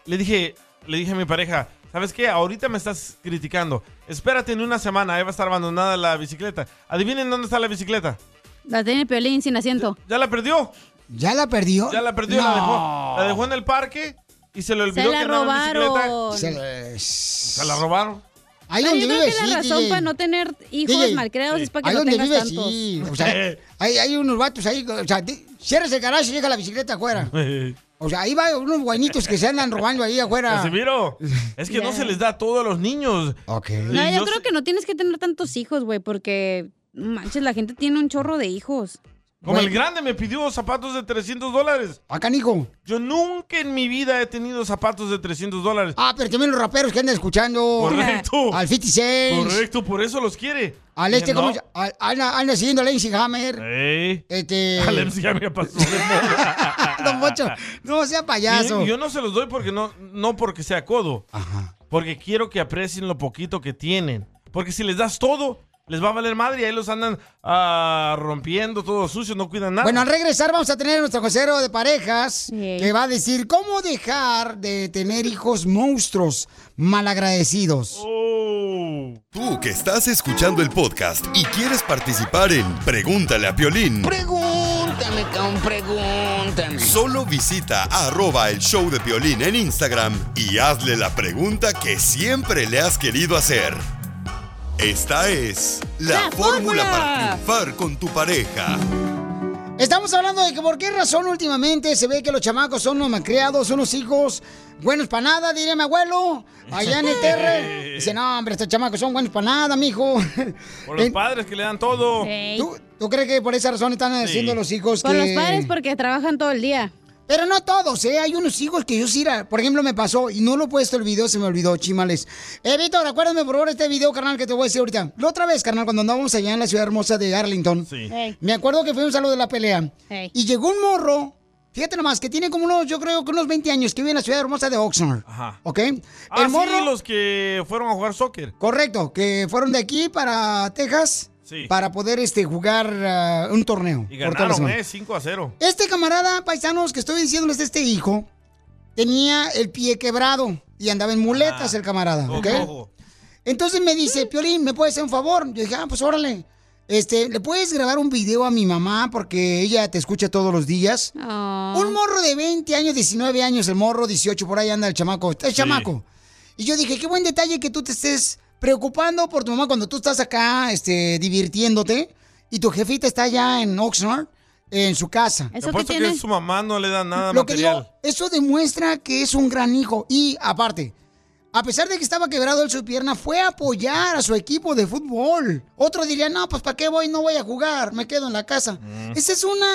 [SPEAKER 3] Le dije, le dije a mi pareja, ¿sabes qué? Ahorita me estás criticando. Espérate en una semana, ahí va a estar abandonada la bicicleta. Adivinen dónde está la bicicleta.
[SPEAKER 4] La tiene Piolín sin asiento.
[SPEAKER 3] Ya la perdió.
[SPEAKER 2] ¿Ya la perdió?
[SPEAKER 3] Ya la perdió, la dejó. La dejó en el parque y se le olvidó
[SPEAKER 4] la
[SPEAKER 3] que andaba en
[SPEAKER 4] robaron.
[SPEAKER 3] bicicleta. Se la robaron.
[SPEAKER 2] Ahí
[SPEAKER 4] Pero
[SPEAKER 2] donde
[SPEAKER 4] yo creo
[SPEAKER 2] vive,
[SPEAKER 4] que
[SPEAKER 2] sí,
[SPEAKER 4] la razón
[SPEAKER 2] DJ.
[SPEAKER 4] para no tener hijos
[SPEAKER 2] DJ,
[SPEAKER 4] malcreados es para que
[SPEAKER 2] ahí
[SPEAKER 4] no
[SPEAKER 2] donde
[SPEAKER 4] tengas
[SPEAKER 2] vive,
[SPEAKER 4] tantos.
[SPEAKER 2] sí. O sea, hay, hay unos vatos ahí, o sea, di- cierres el garaje y deja la bicicleta afuera. O sea, ahí va unos guainitos que se andan robando ahí afuera.
[SPEAKER 3] Casimiro, es que no se les da todo a los niños.
[SPEAKER 2] Ok.
[SPEAKER 4] No, yo creo que no tienes que tener tantos hijos, güey, porque manches, la gente tiene un chorro de hijos.
[SPEAKER 3] Como el grande me pidió zapatos de 300 dólares.
[SPEAKER 2] Acá, Nico.
[SPEAKER 3] Yo nunca en mi vida he tenido zapatos de 300 dólares.
[SPEAKER 2] Ah, pero también los raperos que andan escuchando.
[SPEAKER 3] Correcto.
[SPEAKER 2] Al 56.
[SPEAKER 3] Correcto, por eso los quiere.
[SPEAKER 2] Al
[SPEAKER 3] Dije,
[SPEAKER 2] este, ¿cómo
[SPEAKER 3] no.
[SPEAKER 2] se- al- anda, anda siguiendo a Lacey Hammer.
[SPEAKER 3] Ey.
[SPEAKER 2] Este.
[SPEAKER 3] Al MC ya me pasó.
[SPEAKER 2] Don Pocho, no sea payaso.
[SPEAKER 3] Y yo no se los doy porque no, no porque sea codo. Porque quiero que aprecien lo poquito que tienen. Porque si les das todo, les va a valer madre y ahí los andan ah, rompiendo todo sucio, no cuidan nada.
[SPEAKER 2] Bueno, al regresar vamos a tener nuestro consejero de parejas que va a decir cómo dejar de tener hijos monstruos malagradecidos.
[SPEAKER 3] Oh.
[SPEAKER 5] Tú que estás escuchando el podcast y quieres participar en Pregúntale a Piolín,
[SPEAKER 7] Pregúntame, cabrón, pregúntame.
[SPEAKER 5] solo visita arroba el show de Piolín en Instagram y hazle la pregunta que siempre le has querido hacer. Esta es la,
[SPEAKER 2] ¡La
[SPEAKER 5] fórmula
[SPEAKER 2] fórmula!
[SPEAKER 5] para triunfar con tu pareja.
[SPEAKER 2] Estamos hablando de que por qué razón últimamente se ve que los chamacos son unos malcriados, unos hijos buenos para nada, diría mi abuelo, allá en el terre. Dice, no, hombre, estos chamacos son buenos para nada, mijo.
[SPEAKER 3] Por los
[SPEAKER 2] En-
[SPEAKER 3] padres que le dan todo.
[SPEAKER 2] Oh. ¿Tú, tú crees que por esa razón están haciendo los hijos
[SPEAKER 4] Con
[SPEAKER 2] que...
[SPEAKER 4] los padres porque trabajan todo el día.
[SPEAKER 2] Pero no todos, ¿eh? Hay unos hijos que yo sí, la- por ejemplo, me pasó y no lo he puesto el video, se me olvidó, chimales. Eh, Víctor, acuérdame por favor este video, carnal, que te voy a decir ahorita. La otra vez, carnal, cuando andábamos allá en la ciudad hermosa de Arlington,
[SPEAKER 7] Ey.
[SPEAKER 2] me acuerdo que fuimos a lo de la pelea
[SPEAKER 7] Ey.
[SPEAKER 2] y llegó un morro, fíjate nomás, que tiene como unos, yo creo que unos 20 años, que vive en la ciudad hermosa de Oxnard,
[SPEAKER 3] Ajá.
[SPEAKER 2] ¿ok?
[SPEAKER 3] Ah, sí, los que fueron a jugar soccer.
[SPEAKER 2] Correcto, que fueron de aquí para Texas
[SPEAKER 3] Sí.
[SPEAKER 2] para poder este, jugar ah, un torneo.
[SPEAKER 3] Y
[SPEAKER 2] por toda la
[SPEAKER 3] ganaron,
[SPEAKER 2] semana.
[SPEAKER 3] ¿eh? 5 a 0.
[SPEAKER 2] Este camarada, paisanos, que estoy diciéndoles de este hijo, tenía el pie quebrado y andaba en
[SPEAKER 3] Ah,
[SPEAKER 2] muletas el camarada, ¿ok? Entonces me dice, Piolín, ¿me puedes hacer un favor? Yo dije, ah, pues órale. Este, ¿le puedes grabar un video a mi mamá? Porque ella te escucha todos los días.
[SPEAKER 11] Ah,
[SPEAKER 2] Un morro de 20 años, 19 años, el morro 18, por ahí anda el chamaco. El chamaco. Y yo dije, qué buen detalle que tú te estés preocupando por tu mamá cuando tú estás acá, este, divirtiéndote. Y tu jefita está allá en Oxnard, en su casa.
[SPEAKER 3] Te apuesto que su mamá no le da nada
[SPEAKER 2] Lo que
[SPEAKER 3] material.
[SPEAKER 2] digo, eso demuestra que es un gran hijo. Y aparte, a pesar de que estaba quebrado él su pierna, fue a apoyar a su equipo de fútbol. Otro diría, no, pues ¿para qué voy? No voy a jugar, me quedo en la casa.
[SPEAKER 4] Mm.
[SPEAKER 2] Esa es una...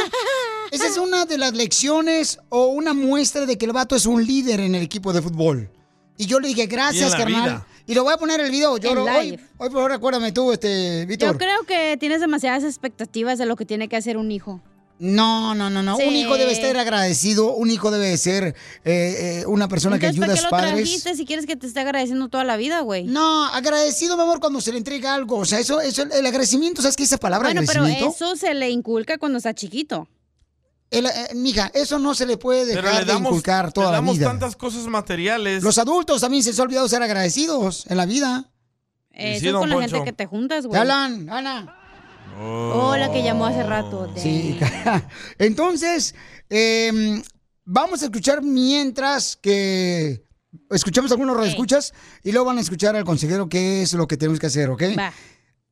[SPEAKER 2] Esa es una de las lecciones o una muestra de que el vato es un líder en el equipo de fútbol. Y yo le dije, gracias,
[SPEAKER 4] la
[SPEAKER 2] carnal.
[SPEAKER 4] vida.
[SPEAKER 2] Y lo voy a poner en el video. Yo
[SPEAKER 4] En
[SPEAKER 2] lo- hoy,
[SPEAKER 4] live.
[SPEAKER 2] hoy, por favor, acuérdame tú, este, Víctor.
[SPEAKER 4] Yo creo que tienes demasiadas expectativas de lo que tiene que hacer un hijo.
[SPEAKER 2] No, no, no, no. Un
[SPEAKER 4] Sí.
[SPEAKER 2] hijo debe estar agradecido, un hijo debe ser eh, eh, una persona que
[SPEAKER 4] Entonces,
[SPEAKER 2] ayuda a sus
[SPEAKER 4] ¿para qué lo
[SPEAKER 2] padres.
[SPEAKER 4] trajiste si quieres que te esté agradeciendo toda la vida, güey?
[SPEAKER 2] No, agradecido, mi amor, cuando se le entrega algo. O sea, eso, eso el agradecimiento, ¿sabes qué es esa palabra?
[SPEAKER 4] Bueno, pero
[SPEAKER 2] agradecimiento.
[SPEAKER 4] eso se le inculca cuando está chiquito.
[SPEAKER 2] El, eh, mija, eso no se le puede
[SPEAKER 3] Pero
[SPEAKER 2] dejar
[SPEAKER 3] le
[SPEAKER 2] de
[SPEAKER 3] damos,
[SPEAKER 2] inculcar toda
[SPEAKER 3] le
[SPEAKER 2] la
[SPEAKER 3] damos
[SPEAKER 2] vida.
[SPEAKER 3] tantas cosas materiales.
[SPEAKER 2] Los adultos también se les ha olvidado ser agradecidos en la vida.
[SPEAKER 4] Eso
[SPEAKER 3] sí,
[SPEAKER 4] es
[SPEAKER 3] don
[SPEAKER 4] Eh, con la
[SPEAKER 3] Poncho.
[SPEAKER 4] gente que te juntas, güey.
[SPEAKER 2] Te hablan, Ana.
[SPEAKER 4] Oh, la que llamó hace rato.
[SPEAKER 2] Sí. Entonces, eh, vamos a escuchar mientras que escuchamos algunos reescuchas y luego van a escuchar al consejero qué es lo que tenemos que hacer, ¿ok?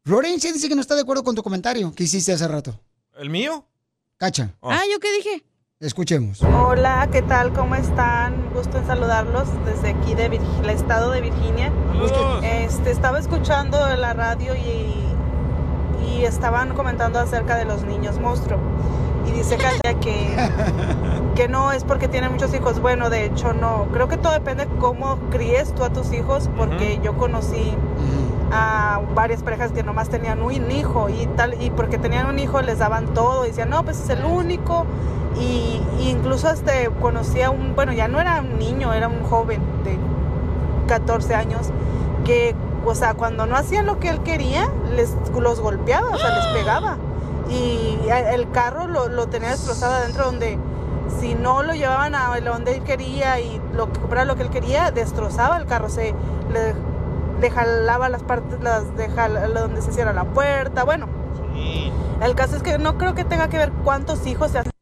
[SPEAKER 2] Florencia dice que no está de acuerdo con tu comentario que hiciste hace rato.
[SPEAKER 3] ¿El mío?
[SPEAKER 2] Cacha.
[SPEAKER 4] Ah, Oh. ¿yo qué dije?
[SPEAKER 2] Escuchemos.
[SPEAKER 9] Hola, ¿qué tal? ¿Cómo están? Gusto en saludarlos desde aquí del estado de Virginia. Este, estaba escuchando la radio y, y estaban comentando acerca de los niños monstruo. Y dice Katia que, que no es porque tienen muchos hijos. Bueno, de hecho no. Creo que todo depende cómo críes tú a tus hijos porque yo conocí a varias parejas que nomás tenían un hijo y tal, y porque tenían un hijo les daban todo, y decían, no, pues es el único, y, y incluso este, conocía un, bueno, ya no era un niño, era un joven de 14 años, que, o sea, cuando no hacían lo que él quería, les, los golpeaba, o sea, les pegaba, y a- el carro lo, lo tenía destrozado adentro donde... Si no lo llevaban a donde él quería y lo que compraba lo que él quería, destrozaba el carro, se le le jalaba las partes, las de jal- donde se cierra la puerta, bueno. El caso es que no creo que tenga que ver cuántos hijos se hacen.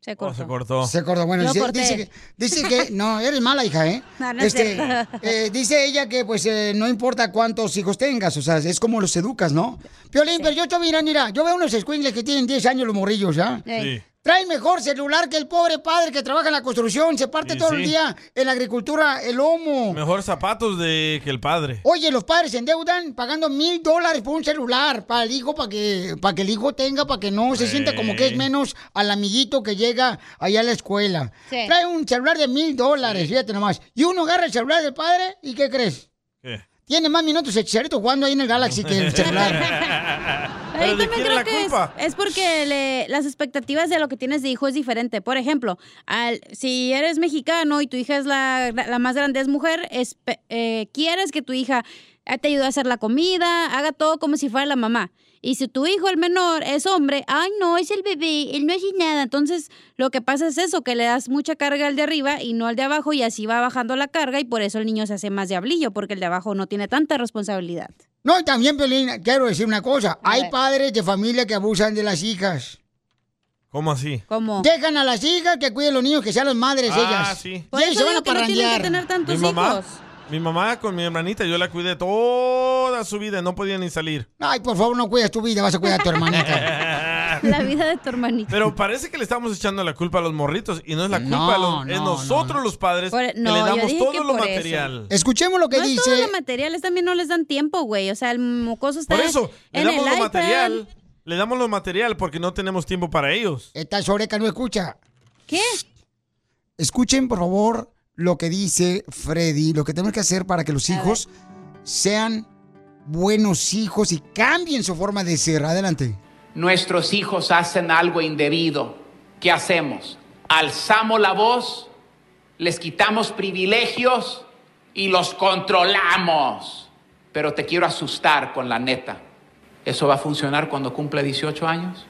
[SPEAKER 4] Se
[SPEAKER 3] Oh, se cortó.
[SPEAKER 2] Se cortó. Bueno,
[SPEAKER 4] Lo
[SPEAKER 2] dice,
[SPEAKER 4] corté.
[SPEAKER 2] dice que, dice que- No, eres mala, hija, ¿eh?
[SPEAKER 4] No, no es cierto.
[SPEAKER 2] eh, dice ella que, pues, eh, no importa cuántos hijos tengas, o sea, es como los educas, ¿no? Piolín, pero yo te mira, mira, yo veo unos squinkles que tienen 10 años los morrillos, ¿ya?
[SPEAKER 7] Sí.
[SPEAKER 2] Traen mejor celular que el pobre padre que trabaja en la construcción, se parte
[SPEAKER 3] Y
[SPEAKER 2] todo el
[SPEAKER 3] sí.
[SPEAKER 2] día en la agricultura, el lomo.
[SPEAKER 3] Mejor zapatos de que el padre.
[SPEAKER 2] Oye, los padres se endeudan pagando mil dólares por un celular para el hijo, para que, para que el hijo tenga, para que no se sienta como que es
[SPEAKER 3] Sí.
[SPEAKER 2] menos al amiguito que llega allá a la escuela.
[SPEAKER 7] Sí.
[SPEAKER 2] Trae un celular de mil dólares, fíjate nomás. Y uno agarra el celular del padre y ¿qué crees?
[SPEAKER 3] ¿Qué?
[SPEAKER 2] Tiene más minutos el chicharito jugando ahí en el Galaxy que el celular.
[SPEAKER 3] ¿Pero
[SPEAKER 4] Pero yo
[SPEAKER 3] de
[SPEAKER 4] también
[SPEAKER 3] quién
[SPEAKER 4] creo
[SPEAKER 3] la
[SPEAKER 4] que es,
[SPEAKER 3] culpa?
[SPEAKER 4] es porque le- las expectativas de lo que tienes de hijo es diferente. Por ejemplo, al, si eres mexicano y tu hija es la, la más grande, es mujer, espe- eh, quieres que tu hija eh, te ayude a hacer la comida, haga todo como si fuera la mamá. Y si tu hijo, el menor, es hombre, ay, no, es el bebé, él no es nada. Entonces, lo que pasa es eso, que le das mucha carga al de arriba y no al de abajo, y así va bajando la carga, y por eso el niño se hace más diablillo, porque el de abajo no tiene tanta responsabilidad.
[SPEAKER 2] No, y también, Piolín, quiero decir una cosa. Hay
[SPEAKER 4] ver.
[SPEAKER 2] padres de familia que abusan de las hijas.
[SPEAKER 3] ¿Cómo así?
[SPEAKER 4] ¿Cómo?
[SPEAKER 2] Dejan a las hijas que cuiden los niños, que sean las madres
[SPEAKER 3] Ah,
[SPEAKER 2] ellas.
[SPEAKER 3] sí.
[SPEAKER 2] Y ellos se van a parrandear.
[SPEAKER 3] mi mamá, mi mamá con mi hermanita, yo la cuidé toda su vida, no podía ni salir.
[SPEAKER 2] Ay, por favor, no cuidas tu vida, vas a cuidar a tu hermanita.
[SPEAKER 4] La vida de tu hermanita.
[SPEAKER 3] Pero parece que le estamos echando la culpa a los morritos y no es la culpa a los, es
[SPEAKER 4] no,
[SPEAKER 3] nosotros los padres
[SPEAKER 4] Por-
[SPEAKER 3] que
[SPEAKER 4] no,
[SPEAKER 3] le
[SPEAKER 4] yo
[SPEAKER 3] damos
[SPEAKER 4] dije
[SPEAKER 3] todo
[SPEAKER 4] que
[SPEAKER 3] lo
[SPEAKER 4] por eso.
[SPEAKER 3] material.
[SPEAKER 2] Escuchemos lo que
[SPEAKER 4] no
[SPEAKER 2] dice.
[SPEAKER 4] Es todo lo material, es también no les dan tiempo, güey. O sea, el mocoso está
[SPEAKER 3] Por eso, le
[SPEAKER 4] en el
[SPEAKER 3] damos lo
[SPEAKER 4] iPad.
[SPEAKER 3] material, le damos lo material porque no tenemos tiempo para ellos.
[SPEAKER 2] Esta choreca no escucha.
[SPEAKER 4] ¿Qué?
[SPEAKER 2] Escuchen, por favor, lo que dice Freddy, lo que tenemos que hacer para que los hijos sean buenos hijos y cambien su forma de ser. Adelante.
[SPEAKER 10] nuestros hijos hacen algo indebido, ¿qué hacemos? Alzamos la voz, les quitamos privilegios y los controlamos. Pero te quiero asustar con la neta. ¿Eso va a funcionar cuando cumpla 18 años?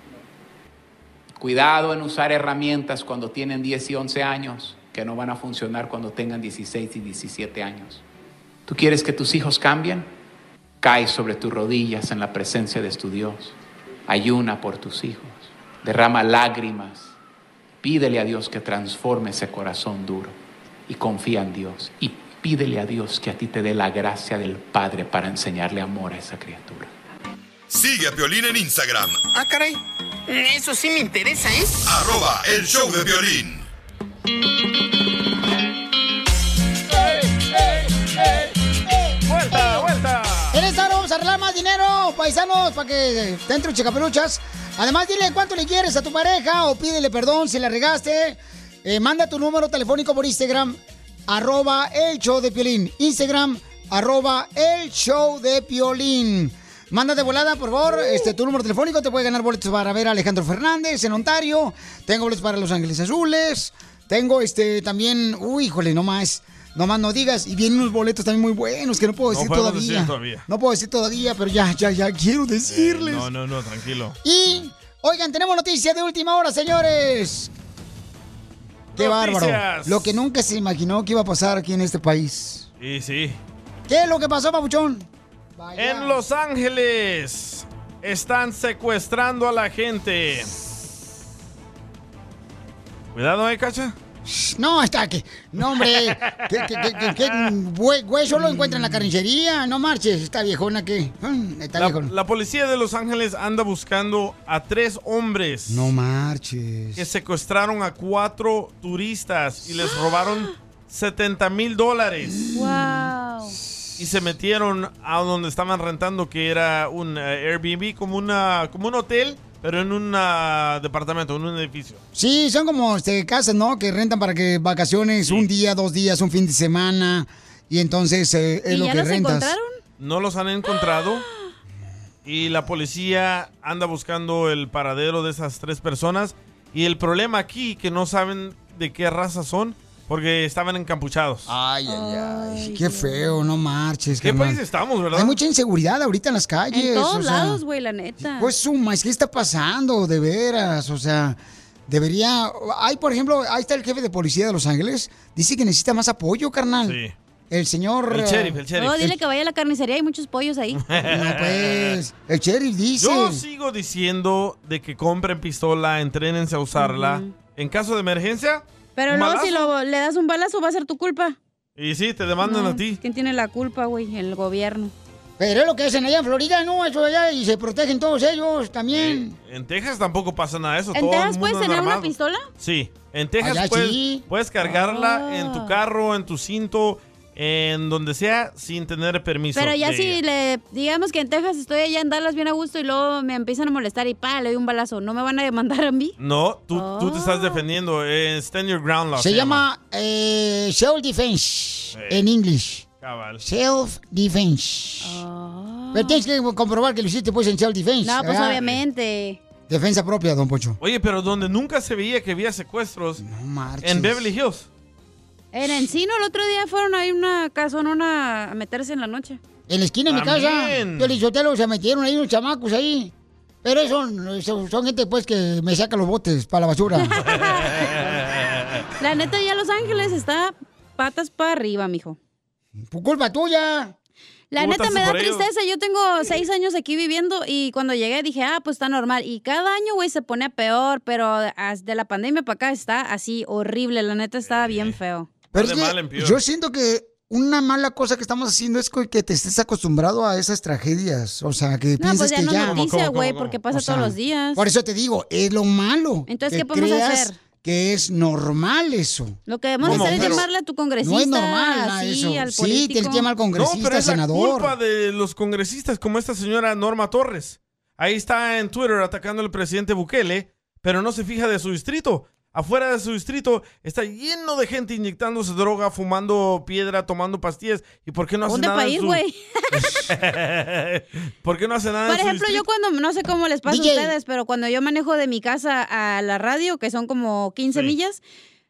[SPEAKER 10] Cuidado en usar herramientas cuando tienen 10 y 11 años que no van a funcionar cuando tengan 16 y 17 años. ¿Tú quieres que tus hijos cambien? Cae sobre tus rodillas en la presencia de tu Dios ayuna por tus hijos, derrama lágrimas, pídele a Dios que transforme ese corazón duro y confía en Dios y pídele a Dios que a ti te dé la gracia del Padre para enseñarle amor a esa criatura.
[SPEAKER 5] Sigue a Piolín en Instagram,
[SPEAKER 10] Ah, caray. Eso sí me interesa, ¿eh?
[SPEAKER 5] arroba el show de Piolín.
[SPEAKER 3] ¡Vuelta, vuelta!
[SPEAKER 2] En esta hora vamos a arreglar más dinero, paisanos, para que te entre un chicapeluchas. Además, dile cuánto le quieres a tu pareja o pídele perdón si la regaste. Eh, manda tu número telefónico por Instagram, arroba el show de Piolín. Instagram, arroba el show de Piolín. Manda de volada, por favor, este, tu número telefónico. Te puede ganar boletos para ver a Alejandro Fernández en Ontario. Tengo boletos para Los Ángeles Azules. Tengo este también, uy, híjole, no más, no más no digas. Y vienen unos boletos también muy buenos que no puedo
[SPEAKER 3] No
[SPEAKER 2] decir
[SPEAKER 3] podemos
[SPEAKER 2] Pues todavía.
[SPEAKER 3] decir todavía. Eh,
[SPEAKER 2] No puedo decir todavía, pero ya, ya, ya quiero decirles.
[SPEAKER 3] No, no, no, tranquilo.
[SPEAKER 2] Y, oigan, tenemos noticias de última hora, señores. Qué
[SPEAKER 3] Noticias.
[SPEAKER 2] bárbaro. Lo que nunca se imaginó que iba a pasar aquí en este país.
[SPEAKER 3] Y sí.
[SPEAKER 2] ¿Qué es lo que pasó, papuchón?
[SPEAKER 3] En Los Ángeles están secuestrando a la gente. Cuidado, ¿eh, Cacha?
[SPEAKER 2] No, está que. No, hombre. ¿Qué, qué, qué, qué- qué hue- hueso lo encuentra en la carnicería? No marches. Está viejona que. mm, Está
[SPEAKER 3] La,
[SPEAKER 2] viejona.
[SPEAKER 3] la policía de Los Ángeles anda buscando a tres hombres
[SPEAKER 2] No marches.
[SPEAKER 3] que secuestraron a cuatro turistas y les robaron 70 mil dólares.
[SPEAKER 4] Wow.
[SPEAKER 3] Y se metieron a donde estaban rentando, que era un eh, Airbnb, como, una, como un hotel, pero en un ah, departamento, en un edificio.
[SPEAKER 2] Sí, son como este, casas, ¿no? Que rentan para que vacaciones un día, dos días, un fin de semana. Y entonces eh, es
[SPEAKER 4] ¿Y
[SPEAKER 2] lo
[SPEAKER 4] ya
[SPEAKER 2] que
[SPEAKER 4] los
[SPEAKER 2] rentas.
[SPEAKER 4] encontraron?
[SPEAKER 3] No los han encontrado. Y la policía anda buscando el paradero de esas tres personas. Y el problema aquí, que no saben de qué raza son, porque estaban encapuchados.
[SPEAKER 2] Ay, ay, ay. Qué feo, no marches.
[SPEAKER 3] ¿Qué
[SPEAKER 2] carnal.
[SPEAKER 3] país estamos, verdad?
[SPEAKER 2] Hay mucha inseguridad ahorita en las calles.
[SPEAKER 4] En todos
[SPEAKER 2] o sea,
[SPEAKER 4] lados, güey, la neta.
[SPEAKER 2] Pues suma, es que está pasando, de veras, o sea, debería... Hay, por ejemplo, ahí está el jefe de policía de Los Ángeles, dice que necesita más apoyo, carnal. Sí. El señor...
[SPEAKER 3] El
[SPEAKER 2] eh,
[SPEAKER 3] sheriff, el sheriff.
[SPEAKER 4] No, Oh, dile que vaya a la carnicería, hay muchos pollos ahí.
[SPEAKER 2] No, pues, el sheriff dice...
[SPEAKER 3] Yo sigo diciendo de que compren pistola, entrénense a usarla. En caso de emergencia,
[SPEAKER 4] Pero
[SPEAKER 3] ¿Un
[SPEAKER 4] no,
[SPEAKER 3] balazo?
[SPEAKER 4] si lo- le das un balazo va a ser tu culpa.
[SPEAKER 3] y sí, te demandan
[SPEAKER 4] No,
[SPEAKER 3] a ti.
[SPEAKER 4] ¿Quién tiene la culpa, güey? El gobierno.
[SPEAKER 2] Pero es lo que hacen allá en Florida, ¿no? Eso allá, y se protegen todos ellos también.
[SPEAKER 3] En Texas tampoco pasa nada de eso.
[SPEAKER 4] ¿En
[SPEAKER 3] todo el
[SPEAKER 4] Texas
[SPEAKER 3] mundo
[SPEAKER 4] puedes
[SPEAKER 3] anda
[SPEAKER 4] tener una
[SPEAKER 3] armado.
[SPEAKER 4] pistola?
[SPEAKER 3] Sí, en Texas
[SPEAKER 4] Allá
[SPEAKER 3] puedes,
[SPEAKER 4] sí.
[SPEAKER 3] puedes cargarla en
[SPEAKER 4] Ah.
[SPEAKER 3] tu carro, en tu cinto, en donde sea, sin tener permiso.
[SPEAKER 4] Pero ya
[SPEAKER 3] de
[SPEAKER 4] si
[SPEAKER 3] ella.
[SPEAKER 4] le digamos que en Texas estoy allá en Dallas bien a gusto y luego me empiezan a molestar y pa, le doy un balazo, ¿no me van a demandar a mí?
[SPEAKER 3] No, tú, tú te
[SPEAKER 4] Oh.
[SPEAKER 3] estás defendiendo. eh, stand your ground law.
[SPEAKER 2] se llama eh, Self Defense
[SPEAKER 3] Eh.
[SPEAKER 2] en inglés.
[SPEAKER 3] Cabal.
[SPEAKER 2] Self Defense. Pero tienes que comprobar que lo hiciste pues en Self Defense.
[SPEAKER 4] Ah. No, pues
[SPEAKER 2] ¿verdad?
[SPEAKER 4] obviamente.
[SPEAKER 2] Defensa propia, don Pocho.
[SPEAKER 3] Oye, pero donde nunca se veía que había secuestros. En Beverly Hills.
[SPEAKER 4] En Encino el otro día fueron ahí una casonona a meterse en la noche.
[SPEAKER 2] En la esquina de mi
[SPEAKER 4] También.
[SPEAKER 2] casa, yo le dije, "Otelo, se metieron ahí unos chamacos ahí. Pero eso son, son gente pues que me saca los botes para la basura.
[SPEAKER 4] La neta ya Los Ángeles está patas para arriba, mijo.
[SPEAKER 2] Por culpa tuya.
[SPEAKER 4] La
[SPEAKER 2] Tú
[SPEAKER 4] neta
[SPEAKER 2] votaste
[SPEAKER 4] me da
[SPEAKER 2] por ellos.
[SPEAKER 4] tristeza. Yo tengo seis años aquí viviendo y cuando llegué dije, ah, pues está normal. Y cada año, güey, se pone peor, pero as- de la pandemia para acá está así horrible. La neta está bien feo.
[SPEAKER 2] Pero
[SPEAKER 3] de
[SPEAKER 2] es que
[SPEAKER 3] mal en peor.
[SPEAKER 2] yo siento que una mala cosa que estamos haciendo es que te estés acostumbrado a esas tragedias. O sea, que
[SPEAKER 4] No,
[SPEAKER 2] piensas
[SPEAKER 4] pues ya
[SPEAKER 2] que
[SPEAKER 4] no
[SPEAKER 2] ya.
[SPEAKER 4] es noticia, güey, porque pasa todos los días.
[SPEAKER 2] Por eso te digo, es lo malo.
[SPEAKER 4] Entonces,
[SPEAKER 2] que
[SPEAKER 4] ¿qué podemos
[SPEAKER 2] creas
[SPEAKER 4] hacer?
[SPEAKER 2] Que es normal eso.
[SPEAKER 4] Lo que debemos
[SPEAKER 2] ¿Cómo?
[SPEAKER 4] hacer es
[SPEAKER 2] Pero
[SPEAKER 4] llamarle a tu congresista.
[SPEAKER 2] no es normal, ah,
[SPEAKER 4] así,
[SPEAKER 2] eso.
[SPEAKER 4] al
[SPEAKER 2] Sí, tienes que llamar al congresista,
[SPEAKER 3] No, pero es la
[SPEAKER 2] senador.
[SPEAKER 3] culpa de los congresistas como esta señora Norma Torres. Ahí está en Twitter atacando al presidente Bukele, pero no se fija de su distrito. Afuera de su distrito está lleno de gente inyectándose droga, fumando piedra, tomando pastillas. ¿Y por qué no hace
[SPEAKER 4] ¿Dónde
[SPEAKER 3] nada?
[SPEAKER 4] para
[SPEAKER 3] en
[SPEAKER 4] ir,
[SPEAKER 3] su-
[SPEAKER 4] güey?
[SPEAKER 3] ¿Por qué no hace nada?
[SPEAKER 4] Por
[SPEAKER 3] en su
[SPEAKER 4] ejemplo, yo
[SPEAKER 3] distrito?
[SPEAKER 4] cuando, no sé cómo les pasa
[SPEAKER 3] DJ.
[SPEAKER 4] a ustedes, pero cuando yo manejo de mi casa a la radio, que son como 15
[SPEAKER 3] Sí.
[SPEAKER 4] millas,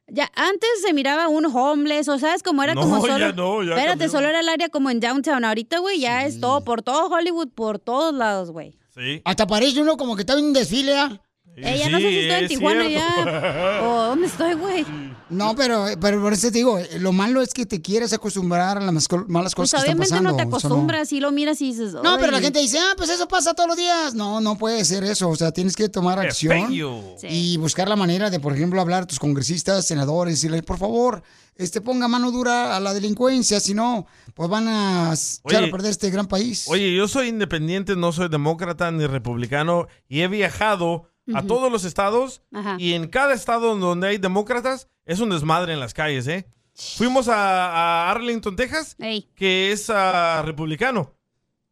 [SPEAKER 4] ya antes se miraba un homeless, o sabes, como era
[SPEAKER 3] No,
[SPEAKER 4] como
[SPEAKER 3] ya
[SPEAKER 4] solo...
[SPEAKER 3] no, ya
[SPEAKER 4] espérate,
[SPEAKER 3] cambió.
[SPEAKER 4] solo era el área como en downtown. Ahorita, güey, ya es todo, por todo Hollywood, por todos lados, güey.
[SPEAKER 2] Hasta parece uno como que está en un desfile, ¿ah?
[SPEAKER 4] Ella no sé si estoy en Tijuana ya. O dónde estoy, güey.
[SPEAKER 2] No, pero, pero por eso te digo, eh, lo malo es que te quieres acostumbrar a las mas- malas
[SPEAKER 4] Pues
[SPEAKER 2] cosas que están
[SPEAKER 4] obviamente
[SPEAKER 2] pasando.
[SPEAKER 4] no te
[SPEAKER 2] o sea,
[SPEAKER 4] acostumbras y lo miras y dices.
[SPEAKER 2] No, pero la
[SPEAKER 4] "Ay".
[SPEAKER 2] gente dice, ah, pues eso pasa todos los días. No, no puede ser eso. O sea, tienes que tomar
[SPEAKER 4] Qué
[SPEAKER 2] acción
[SPEAKER 4] feo. Sí.
[SPEAKER 2] y buscar la manera de, por ejemplo, hablar a tus congresistas, senadores, decirles, por favor, este ponga mano dura a la delincuencia, si no, pues van a echar a
[SPEAKER 3] Oye.
[SPEAKER 2] perder este gran país.
[SPEAKER 3] Oye, yo soy independiente, no soy demócrata ni republicano y he viajado a
[SPEAKER 2] Ujú.
[SPEAKER 3] todos los estados
[SPEAKER 4] Ajá.
[SPEAKER 3] y en cada estado donde hay demócratas es un desmadre en las calles, ¿eh? Fuimos a, a Arlington, Texas, que es ah, republicano.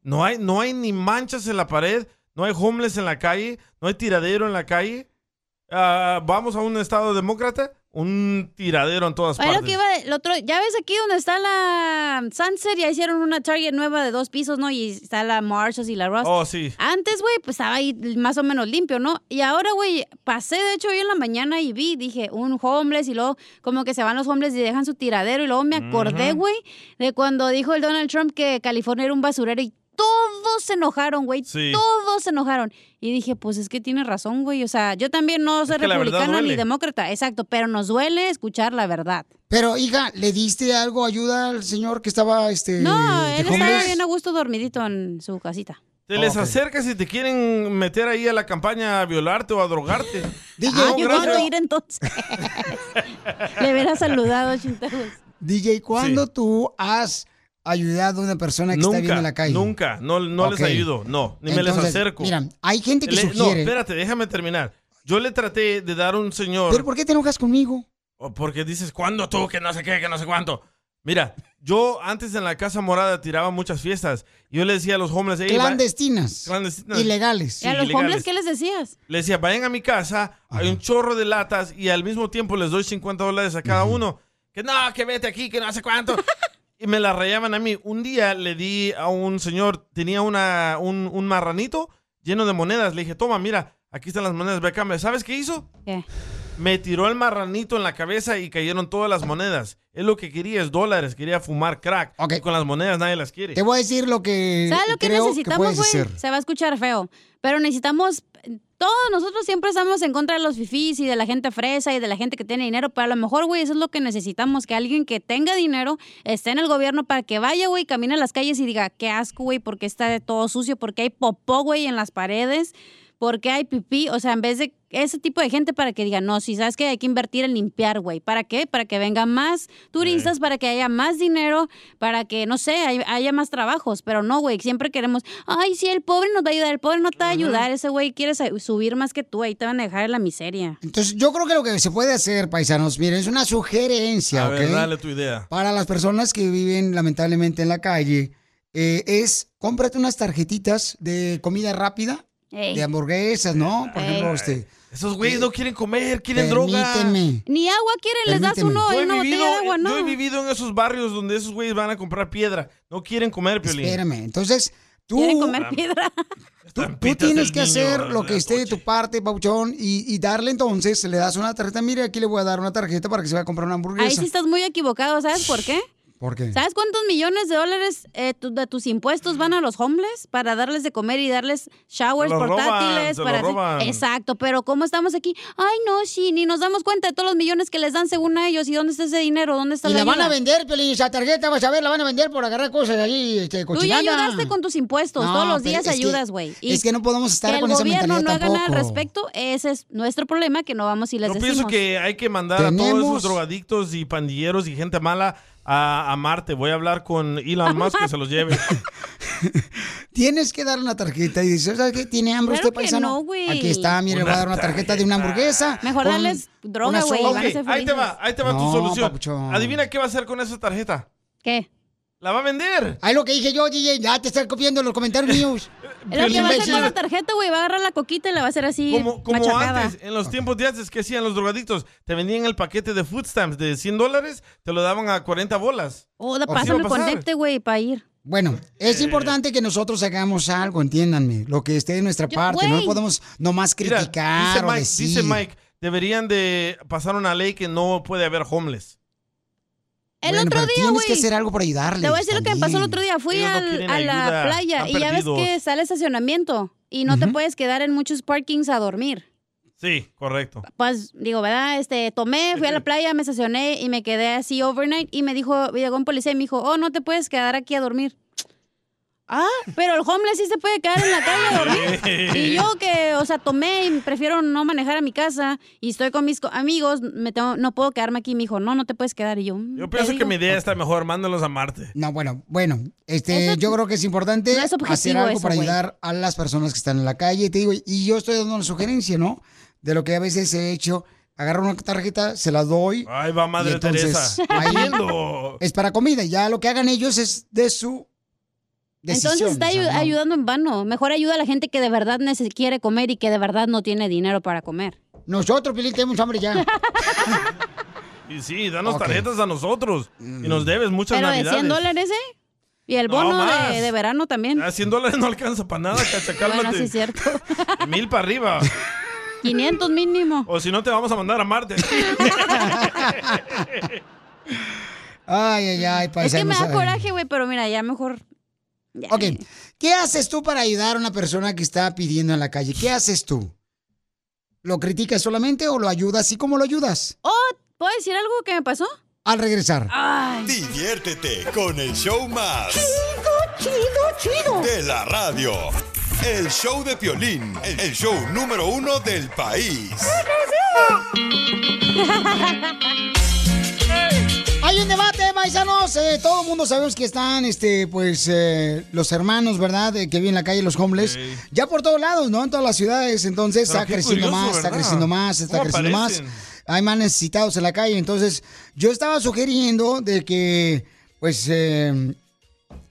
[SPEAKER 3] No hay, no hay ni manchas en la pared, no hay homeless en la calle, no hay tiradero en la calle. Ah, vamos a un estado demócrata, un tiradero en todas
[SPEAKER 4] Ahí
[SPEAKER 3] partes.
[SPEAKER 4] lo que iba el otro, ya ves aquí donde está la mm, Sunset, ya hicieron una Target nueva de dos pisos, ¿no? Y está la Marshalls y la Ross.
[SPEAKER 3] Oh, sí.
[SPEAKER 4] Antes, güey, pues estaba ahí más o menos limpio, ¿no? Y ahora, güey, pasé de hecho hoy en la mañana y vi, dije, un homeless y luego como que se van los homeless y dejan su tiradero y luego me acordé,
[SPEAKER 11] Ujú.
[SPEAKER 4] güey, de cuando dijo el Donald Trump que California era un basurero y todos se enojaron, güey,
[SPEAKER 11] Sí.
[SPEAKER 4] todos se enojaron. Y dije, pues es que tiene razón, güey, o sea, yo también no soy
[SPEAKER 2] que la verdad
[SPEAKER 4] republicana ni
[SPEAKER 2] duele.
[SPEAKER 4] demócrata, exacto, pero nos duele escuchar la verdad.
[SPEAKER 2] Pero, hija, ¿le diste algo, ayuda al señor que estaba, este...
[SPEAKER 4] No,
[SPEAKER 2] de
[SPEAKER 4] él
[SPEAKER 2] homeless?
[SPEAKER 4] estaba bien a gusto dormidito en su casita.
[SPEAKER 3] Te les
[SPEAKER 2] Ok.
[SPEAKER 3] acercas y te quieren meter ahí a la campaña a violarte o a drogarte.
[SPEAKER 2] DJ,
[SPEAKER 3] No,
[SPEAKER 4] Ah, yo
[SPEAKER 3] gracias.
[SPEAKER 4] quiero ir entonces. Le hubiera saludado, pues. chinteros.
[SPEAKER 2] DJ, ¿cuándo tú has ayudado a una persona que está
[SPEAKER 3] Nunca,
[SPEAKER 2] viendo en la calle?
[SPEAKER 3] nunca, no, no les
[SPEAKER 2] Ok.
[SPEAKER 3] ayudo, no, ni me les
[SPEAKER 2] Entonces,
[SPEAKER 3] acerco.
[SPEAKER 2] mira, hay gente que
[SPEAKER 3] Le- No,
[SPEAKER 2] sugiere-
[SPEAKER 3] espérate, déjame terminar. Yo le traté de dar un señor,
[SPEAKER 2] ¿Pero por qué te enojas conmigo?
[SPEAKER 3] o porque dices, ¿cuándo tú? Que no sé qué, que no sé cuánto. Mira, yo antes en la Casa Morada tiraba muchas fiestas. Yo le decía a los hombres... "Ey, va-"
[SPEAKER 2] Clandestinas.
[SPEAKER 3] Clandestinas.
[SPEAKER 2] Ilegales.
[SPEAKER 4] ¿Y a los
[SPEAKER 3] Sí, ilegales.
[SPEAKER 4] hombres qué les decías?
[SPEAKER 3] Le decía, vayan a mi casa, hay un chorro de latas y al mismo tiempo les doy 50 dólares a cada uno. Que no, que vete aquí, que no sé cuánto. y me la rayaban a mí. Un día le di a un señor, tenía una, un, un marranito lleno de monedas. Le dije, toma, mira, aquí están las monedas, ve a cambio". ¿Sabes qué hizo?
[SPEAKER 4] ¿Qué?
[SPEAKER 3] Me tiró el marranito en la cabeza y cayeron todas las monedas. Él lo que quería es dólares, quería fumar crack. Y con las monedas nadie las quiere.
[SPEAKER 2] Te voy a decir lo que.
[SPEAKER 4] ¿Sabes lo que
[SPEAKER 2] creo
[SPEAKER 4] necesitamos,
[SPEAKER 2] puedes
[SPEAKER 4] güey?
[SPEAKER 2] hacer.
[SPEAKER 4] Se va a escuchar feo. Pero necesitamos. Todos nosotros siempre estamos en contra de los fifís y de la gente fresa y de la gente que tiene dinero. Pero a lo mejor, güey, eso es lo que necesitamos: que alguien que tenga dinero esté en el gobierno para que vaya, güey, camine a las calles y diga, qué asco, güey, porque está todo sucio, porque hay popó, güey, en las paredes, porque hay pipí. O sea, en vez de ese tipo de gente para que diga, no, si sabes que hay que invertir en limpiar, güey. ¿Para qué? Para que vengan más turistas, para que haya más dinero, para que, no sé, hay- haya más trabajos. Pero no, güey, siempre queremos, ay, sí, el pobre nos va a ayudar, el pobre no te va a ayudar, ese güey quiere sa- subir más que tú, ahí te van a dejar en la miseria.
[SPEAKER 2] Entonces, yo creo que lo que se puede hacer, paisanos, miren, es una sugerencia,
[SPEAKER 3] A
[SPEAKER 2] ¿ok?
[SPEAKER 3] ver, dale tu idea.
[SPEAKER 2] Para las personas que viven lamentablemente en la calle, eh, es cómprate unas tarjetitas de comida rápida,
[SPEAKER 4] Ey.
[SPEAKER 2] de hamburguesas, ¿no? Por ejemplo,
[SPEAKER 4] Eh,
[SPEAKER 3] Ay,
[SPEAKER 2] este.
[SPEAKER 3] Esos güeyes no quieren comer, quieren droga.
[SPEAKER 2] Permíteme.
[SPEAKER 4] Ni agua quieren, les das
[SPEAKER 3] Permíteme.
[SPEAKER 4] uno,
[SPEAKER 3] Yo he,
[SPEAKER 4] una botella
[SPEAKER 3] vivido,
[SPEAKER 4] de agua,
[SPEAKER 3] yo he
[SPEAKER 4] no.
[SPEAKER 3] vivido en esos barrios donde esos güeyes van a comprar piedra. No quieren comer, Piolín.
[SPEAKER 2] Espérame, entonces tú...
[SPEAKER 4] piedra.
[SPEAKER 2] Tú,
[SPEAKER 3] Estampitas
[SPEAKER 2] tienes
[SPEAKER 3] del
[SPEAKER 2] que
[SPEAKER 3] niño,
[SPEAKER 2] hacer
[SPEAKER 3] de
[SPEAKER 2] lo que esté de tu parte, Pauchón, y, y darle entonces, le das una tarjeta, mire, aquí le voy a dar una tarjeta para que se vaya a comprar una hamburguesa.
[SPEAKER 4] Ahí sí estás muy equivocado, ¿sabes por qué?
[SPEAKER 2] ¿Por qué?
[SPEAKER 4] ¿Sabes cuántos millones de dólares eh, tu- de tus impuestos van a los homeless para darles de comer y darles showers
[SPEAKER 7] Se los roban,
[SPEAKER 4] portátiles?
[SPEAKER 7] se
[SPEAKER 4] para
[SPEAKER 7] los roban.
[SPEAKER 4] Exacto, pero ¿cómo estamos aquí? Ay, no, sí, ni nos damos cuenta de todos los millones que les dan según a ellos. ¿Y dónde está ese dinero? ¿Dónde está
[SPEAKER 2] Y la van
[SPEAKER 4] ayuda?
[SPEAKER 2] a vender, Piolín, esa tarjeta, vas a ver, la van a vender por agarrar cosas allí, este,
[SPEAKER 4] Tú ya
[SPEAKER 2] cochinada.
[SPEAKER 4] ayudaste con tus impuestos,
[SPEAKER 2] No,
[SPEAKER 4] todos los
[SPEAKER 2] pero
[SPEAKER 4] días
[SPEAKER 2] es que-
[SPEAKER 4] ayudas, güey. Y
[SPEAKER 2] es que no podemos estar
[SPEAKER 4] que
[SPEAKER 2] con esa
[SPEAKER 4] El gobierno no
[SPEAKER 2] mentalidad
[SPEAKER 4] haga nada al
[SPEAKER 2] tampoco.
[SPEAKER 4] respecto, ese es nuestro problema que no vamos y les
[SPEAKER 3] Yo
[SPEAKER 4] decimos.
[SPEAKER 3] pienso que hay que mandar a todos
[SPEAKER 4] Tenemos-
[SPEAKER 3] esos drogadictos y pandilleros y gente mala a, a Marte. Voy a hablar con Elon Musk que se los lleve.
[SPEAKER 2] Tienes que dar una tarjeta y dices, ¿sabes qué? ¿Tiene hambre
[SPEAKER 4] Claro
[SPEAKER 2] usted,
[SPEAKER 4] que
[SPEAKER 2] paisano?
[SPEAKER 4] no, güey.
[SPEAKER 2] Aquí está, mire, le voy a dar una tarjeta de una hamburguesa.
[SPEAKER 4] Mejor
[SPEAKER 2] con
[SPEAKER 4] darles droga,
[SPEAKER 2] una
[SPEAKER 4] güey,
[SPEAKER 2] soda.
[SPEAKER 4] van a ser
[SPEAKER 3] Ok, ahí te va, ahí te va
[SPEAKER 2] No,
[SPEAKER 3] tu solución.
[SPEAKER 2] papuchón.
[SPEAKER 3] Adivina qué va a hacer con esa tarjeta.
[SPEAKER 4] ¿Qué?
[SPEAKER 3] La va a vender.
[SPEAKER 2] Ahí lo que dije yo, DJ, ya te están copiando los comentarios míos.
[SPEAKER 4] Lo que va a hacer
[SPEAKER 3] Imbécil.
[SPEAKER 4] con la tarjeta, güey, va a agarrar la coquita y la va a hacer así
[SPEAKER 3] Como, como
[SPEAKER 4] machacada.
[SPEAKER 3] antes, en los tiempos de antes, que hacían los drogadictos? Te vendían el paquete de food stamps de 100 dólares, te lo daban a 40 bolas.
[SPEAKER 4] O da-
[SPEAKER 3] Así
[SPEAKER 4] pásame
[SPEAKER 3] va
[SPEAKER 4] el
[SPEAKER 3] a pasar.
[SPEAKER 4] contacte, güey, para ir.
[SPEAKER 2] Bueno,
[SPEAKER 4] Eh.
[SPEAKER 2] es importante que nosotros hagamos algo, entiéndanme, lo que esté de nuestra parte, no
[SPEAKER 3] güey.
[SPEAKER 2] podemos nomás
[SPEAKER 3] Mira,
[SPEAKER 2] criticar
[SPEAKER 3] dice,
[SPEAKER 2] o
[SPEAKER 3] Mike,
[SPEAKER 2] decir.
[SPEAKER 3] dice Mike, deberían de pasar una ley que no puede haber homeless.
[SPEAKER 4] El
[SPEAKER 2] Bueno,
[SPEAKER 4] otro
[SPEAKER 2] pero
[SPEAKER 4] día,
[SPEAKER 2] tienes
[SPEAKER 4] güey.
[SPEAKER 2] que hacer algo por ayudarles
[SPEAKER 4] Te voy a decir lo que me pasó el
[SPEAKER 2] también.
[SPEAKER 4] otro día. Fui
[SPEAKER 3] Ellos no
[SPEAKER 4] al-
[SPEAKER 3] quieren
[SPEAKER 4] a la
[SPEAKER 3] ayuda,
[SPEAKER 4] playa y
[SPEAKER 3] están
[SPEAKER 4] ya ves que
[SPEAKER 3] perdidos.
[SPEAKER 4] sale estacionamiento y no te puedes quedar en muchos parkings a dormir.
[SPEAKER 3] Sí, correcto.
[SPEAKER 4] Pues digo, ¿verdad? Este, tomé, fui a la playa, me estacioné y me quedé así overnight y me dijo, llegó un policía y me dijo, oh, no te puedes quedar aquí a dormir. Ah, pero el homeless sí se puede quedar en la calle a dormir. Y yo que, o sea, tomé y prefiero no manejar a mi casa y estoy con mis co- amigos, me tengo, no puedo quedarme aquí. Me dijo, no, no te puedes quedar. Y yo, "Mm,
[SPEAKER 3] Yo
[SPEAKER 4] ¿te
[SPEAKER 3] pienso que
[SPEAKER 4] digo?".
[SPEAKER 3] mi idea está mejor, mándalos a Marte.
[SPEAKER 2] No, bueno, bueno, este, yo creo que es importante
[SPEAKER 4] no es objetivo
[SPEAKER 2] hacer algo
[SPEAKER 4] eso,
[SPEAKER 2] para
[SPEAKER 4] güey.
[SPEAKER 2] ayudar a las personas que están en la calle. Te digo, y yo estoy dando una sugerencia, ¿no? De lo que a veces he hecho. Agarro una tarjeta, se la doy.
[SPEAKER 3] Ahí va Madre
[SPEAKER 2] y entonces,
[SPEAKER 3] Teresa.
[SPEAKER 2] ahí
[SPEAKER 3] Entiendo.
[SPEAKER 2] es para comida. Ya lo que hagan ellos es de su decisión.
[SPEAKER 4] Entonces está
[SPEAKER 2] o sea,
[SPEAKER 4] ayu-
[SPEAKER 2] no.
[SPEAKER 4] ayudando en vano. Mejor ayuda a la gente que de verdad neces- quiere comer y que de verdad no tiene dinero para comer.
[SPEAKER 2] Nosotros, Pilín, tenemos hambre ya.
[SPEAKER 3] Y sí, danos
[SPEAKER 2] Ok. Mm.
[SPEAKER 3] tarjetas a nosotros. Y nos debes muchas
[SPEAKER 4] Pero de
[SPEAKER 3] navidades.
[SPEAKER 4] 100 dólares, ¿eh? Y el
[SPEAKER 3] No,
[SPEAKER 4] bono
[SPEAKER 3] más.
[SPEAKER 4] de, de verano también.
[SPEAKER 3] A 100 Ah, dólares no alcanza para nada, cacha,
[SPEAKER 4] Bueno,
[SPEAKER 3] cálmate.
[SPEAKER 4] sí es cierto.
[SPEAKER 3] De mil para arriba.
[SPEAKER 4] 500 mínimo.
[SPEAKER 3] O si no, te vamos a mandar a Marte.
[SPEAKER 2] Ay, ay, ay,
[SPEAKER 4] es que me
[SPEAKER 2] paisanos,
[SPEAKER 4] da
[SPEAKER 2] ay.
[SPEAKER 4] coraje, güey, pero mira, ya mejor. ya.
[SPEAKER 2] Ok, ¿qué haces tú para ayudar a una persona que está pidiendo en la calle? ¿Qué haces tú? ¿Lo criticas solamente o lo ayudas? ¿Y cómo lo ayudas?
[SPEAKER 4] Oh, ¿puedo decir algo que me pasó?
[SPEAKER 2] Al regresar.
[SPEAKER 5] Diviértete con el show más.
[SPEAKER 7] Chido, chido, chido.
[SPEAKER 5] De la radio. El show de Piolín. El show número uno del país.
[SPEAKER 2] Hay un debate, paisanos. eh, todo el mundo sabemos que están, este, pues, eh, los hermanos, ¿verdad? Eh, que viven en la calle, los homeless. Ya por todos lados, ¿no? En todas las ciudades. Entonces
[SPEAKER 7] Pero
[SPEAKER 2] está
[SPEAKER 7] qué
[SPEAKER 2] creciendo
[SPEAKER 7] curioso,
[SPEAKER 2] más, está
[SPEAKER 7] ¿verdad?
[SPEAKER 2] creciendo más, está
[SPEAKER 7] ¿Cómo
[SPEAKER 2] creciendo más.
[SPEAKER 7] aparecen?
[SPEAKER 2] Hay más necesitados en la calle. Entonces, yo estaba sugiriendo de que, pues, eh,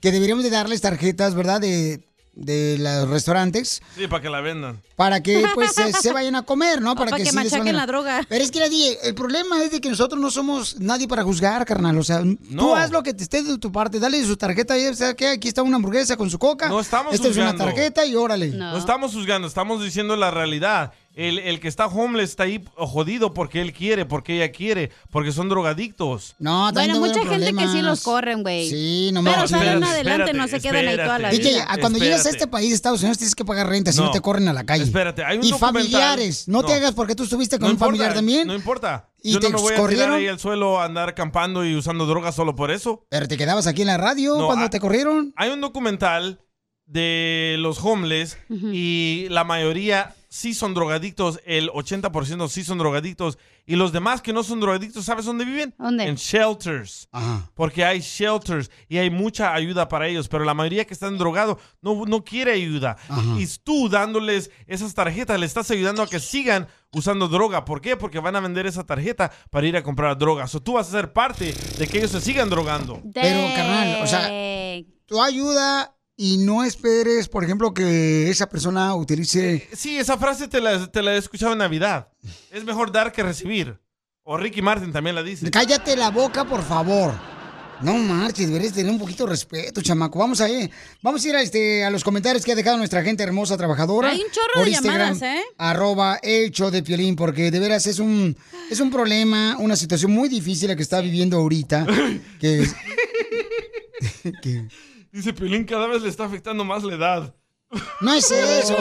[SPEAKER 2] que deberíamos de darles tarjetas, ¿verdad? De de los restaurantes
[SPEAKER 3] Sí, para que la vendan.
[SPEAKER 2] para que pues se, se vayan a comer, ¿no? Para
[SPEAKER 4] para que
[SPEAKER 2] sí les
[SPEAKER 4] machaquen
[SPEAKER 2] manden-
[SPEAKER 4] la droga.
[SPEAKER 2] Pero es que la DJ, el problema es de que nosotros no somos nadie para juzgar, carnal. O sea, tú
[SPEAKER 4] No.
[SPEAKER 2] haz lo que te esté de tu parte, dale su tarjeta y o sea, que aquí está una hamburguesa con su coca.
[SPEAKER 3] No estamos
[SPEAKER 2] Esta es
[SPEAKER 3] juzgando.
[SPEAKER 2] una tarjeta y órale. Pues,
[SPEAKER 3] No. estamos juzgando, estamos diciendo la realidad. El, el que está homeless está ahí jodido porque él quiere, porque ella quiere, porque son drogadictos.
[SPEAKER 2] No,
[SPEAKER 4] Bueno, mucha gente que sí los corren, güey.
[SPEAKER 2] Sí,
[SPEAKER 3] no
[SPEAKER 4] Pero
[SPEAKER 3] manches.
[SPEAKER 4] salen
[SPEAKER 3] Espérate,
[SPEAKER 4] adelante, no se
[SPEAKER 3] espérate,
[SPEAKER 4] quedan ahí toda la
[SPEAKER 2] DJ,
[SPEAKER 4] vida.
[SPEAKER 2] a cuando llegas a
[SPEAKER 3] Espérate.
[SPEAKER 2] este país, Estados Unidos, tienes que pagar renta, si no
[SPEAKER 3] No.
[SPEAKER 2] te corren a la calle.
[SPEAKER 3] Espérate, hay un
[SPEAKER 2] Y
[SPEAKER 3] documental-
[SPEAKER 2] familiares, no, te
[SPEAKER 3] No.
[SPEAKER 2] hagas porque tú estuviste con
[SPEAKER 3] No
[SPEAKER 2] un
[SPEAKER 3] importa,
[SPEAKER 2] familiar también.
[SPEAKER 3] No importa.
[SPEAKER 2] ¿Y
[SPEAKER 3] Yo
[SPEAKER 2] te
[SPEAKER 3] no me voy a
[SPEAKER 2] corrieron?
[SPEAKER 3] tirar ahí al suelo a andar campando y usando drogas solo por eso.
[SPEAKER 2] Pero te quedabas aquí en la radio
[SPEAKER 3] No,
[SPEAKER 2] cuando
[SPEAKER 3] ah-
[SPEAKER 2] te corrieron.
[SPEAKER 3] Hay un documental de los homeless y la mayoría sí son drogadictos, el 80% sí son drogadictos y los demás que no son drogadictos, ¿sabes dónde viven?
[SPEAKER 4] ¿Dónde?
[SPEAKER 3] En shelters. Porque hay shelters y hay mucha ayuda para ellos, pero la mayoría que están drogados no, no quiere ayuda. Y tú dándoles esas tarjetas, le estás ayudando a que sigan usando droga. ¿Por qué? Porque van a vender esa tarjeta para ir a comprar drogas. O tú vas a ser parte de que ellos se sigan drogando.
[SPEAKER 2] Pero, carnal, o
[SPEAKER 4] Eh,
[SPEAKER 2] sea, tu ayuda y no esperes, por ejemplo, que esa persona utilice.
[SPEAKER 3] Sí, esa frase te la, te la he escuchado en Navidad. Es mejor dar que recibir. O Ricky Martin también la dice.
[SPEAKER 2] Cállate la boca, por favor. No marches, deberías tener un poquito de respeto, chamaco. Vamos a ir, vamos a ir a, este, a los comentarios que ha dejado nuestra gente hermosa trabajadora.
[SPEAKER 4] Hay un chorro
[SPEAKER 2] por
[SPEAKER 4] de
[SPEAKER 2] Instagram,
[SPEAKER 4] llamadas, ¿eh?
[SPEAKER 2] Arroba el show de Piolín, porque de veras es un, es un problema, una situación muy difícil la que está viviendo ahorita. Que es-
[SPEAKER 3] Dice Piolín, cada vez le está afectando más la edad.
[SPEAKER 2] No es eso.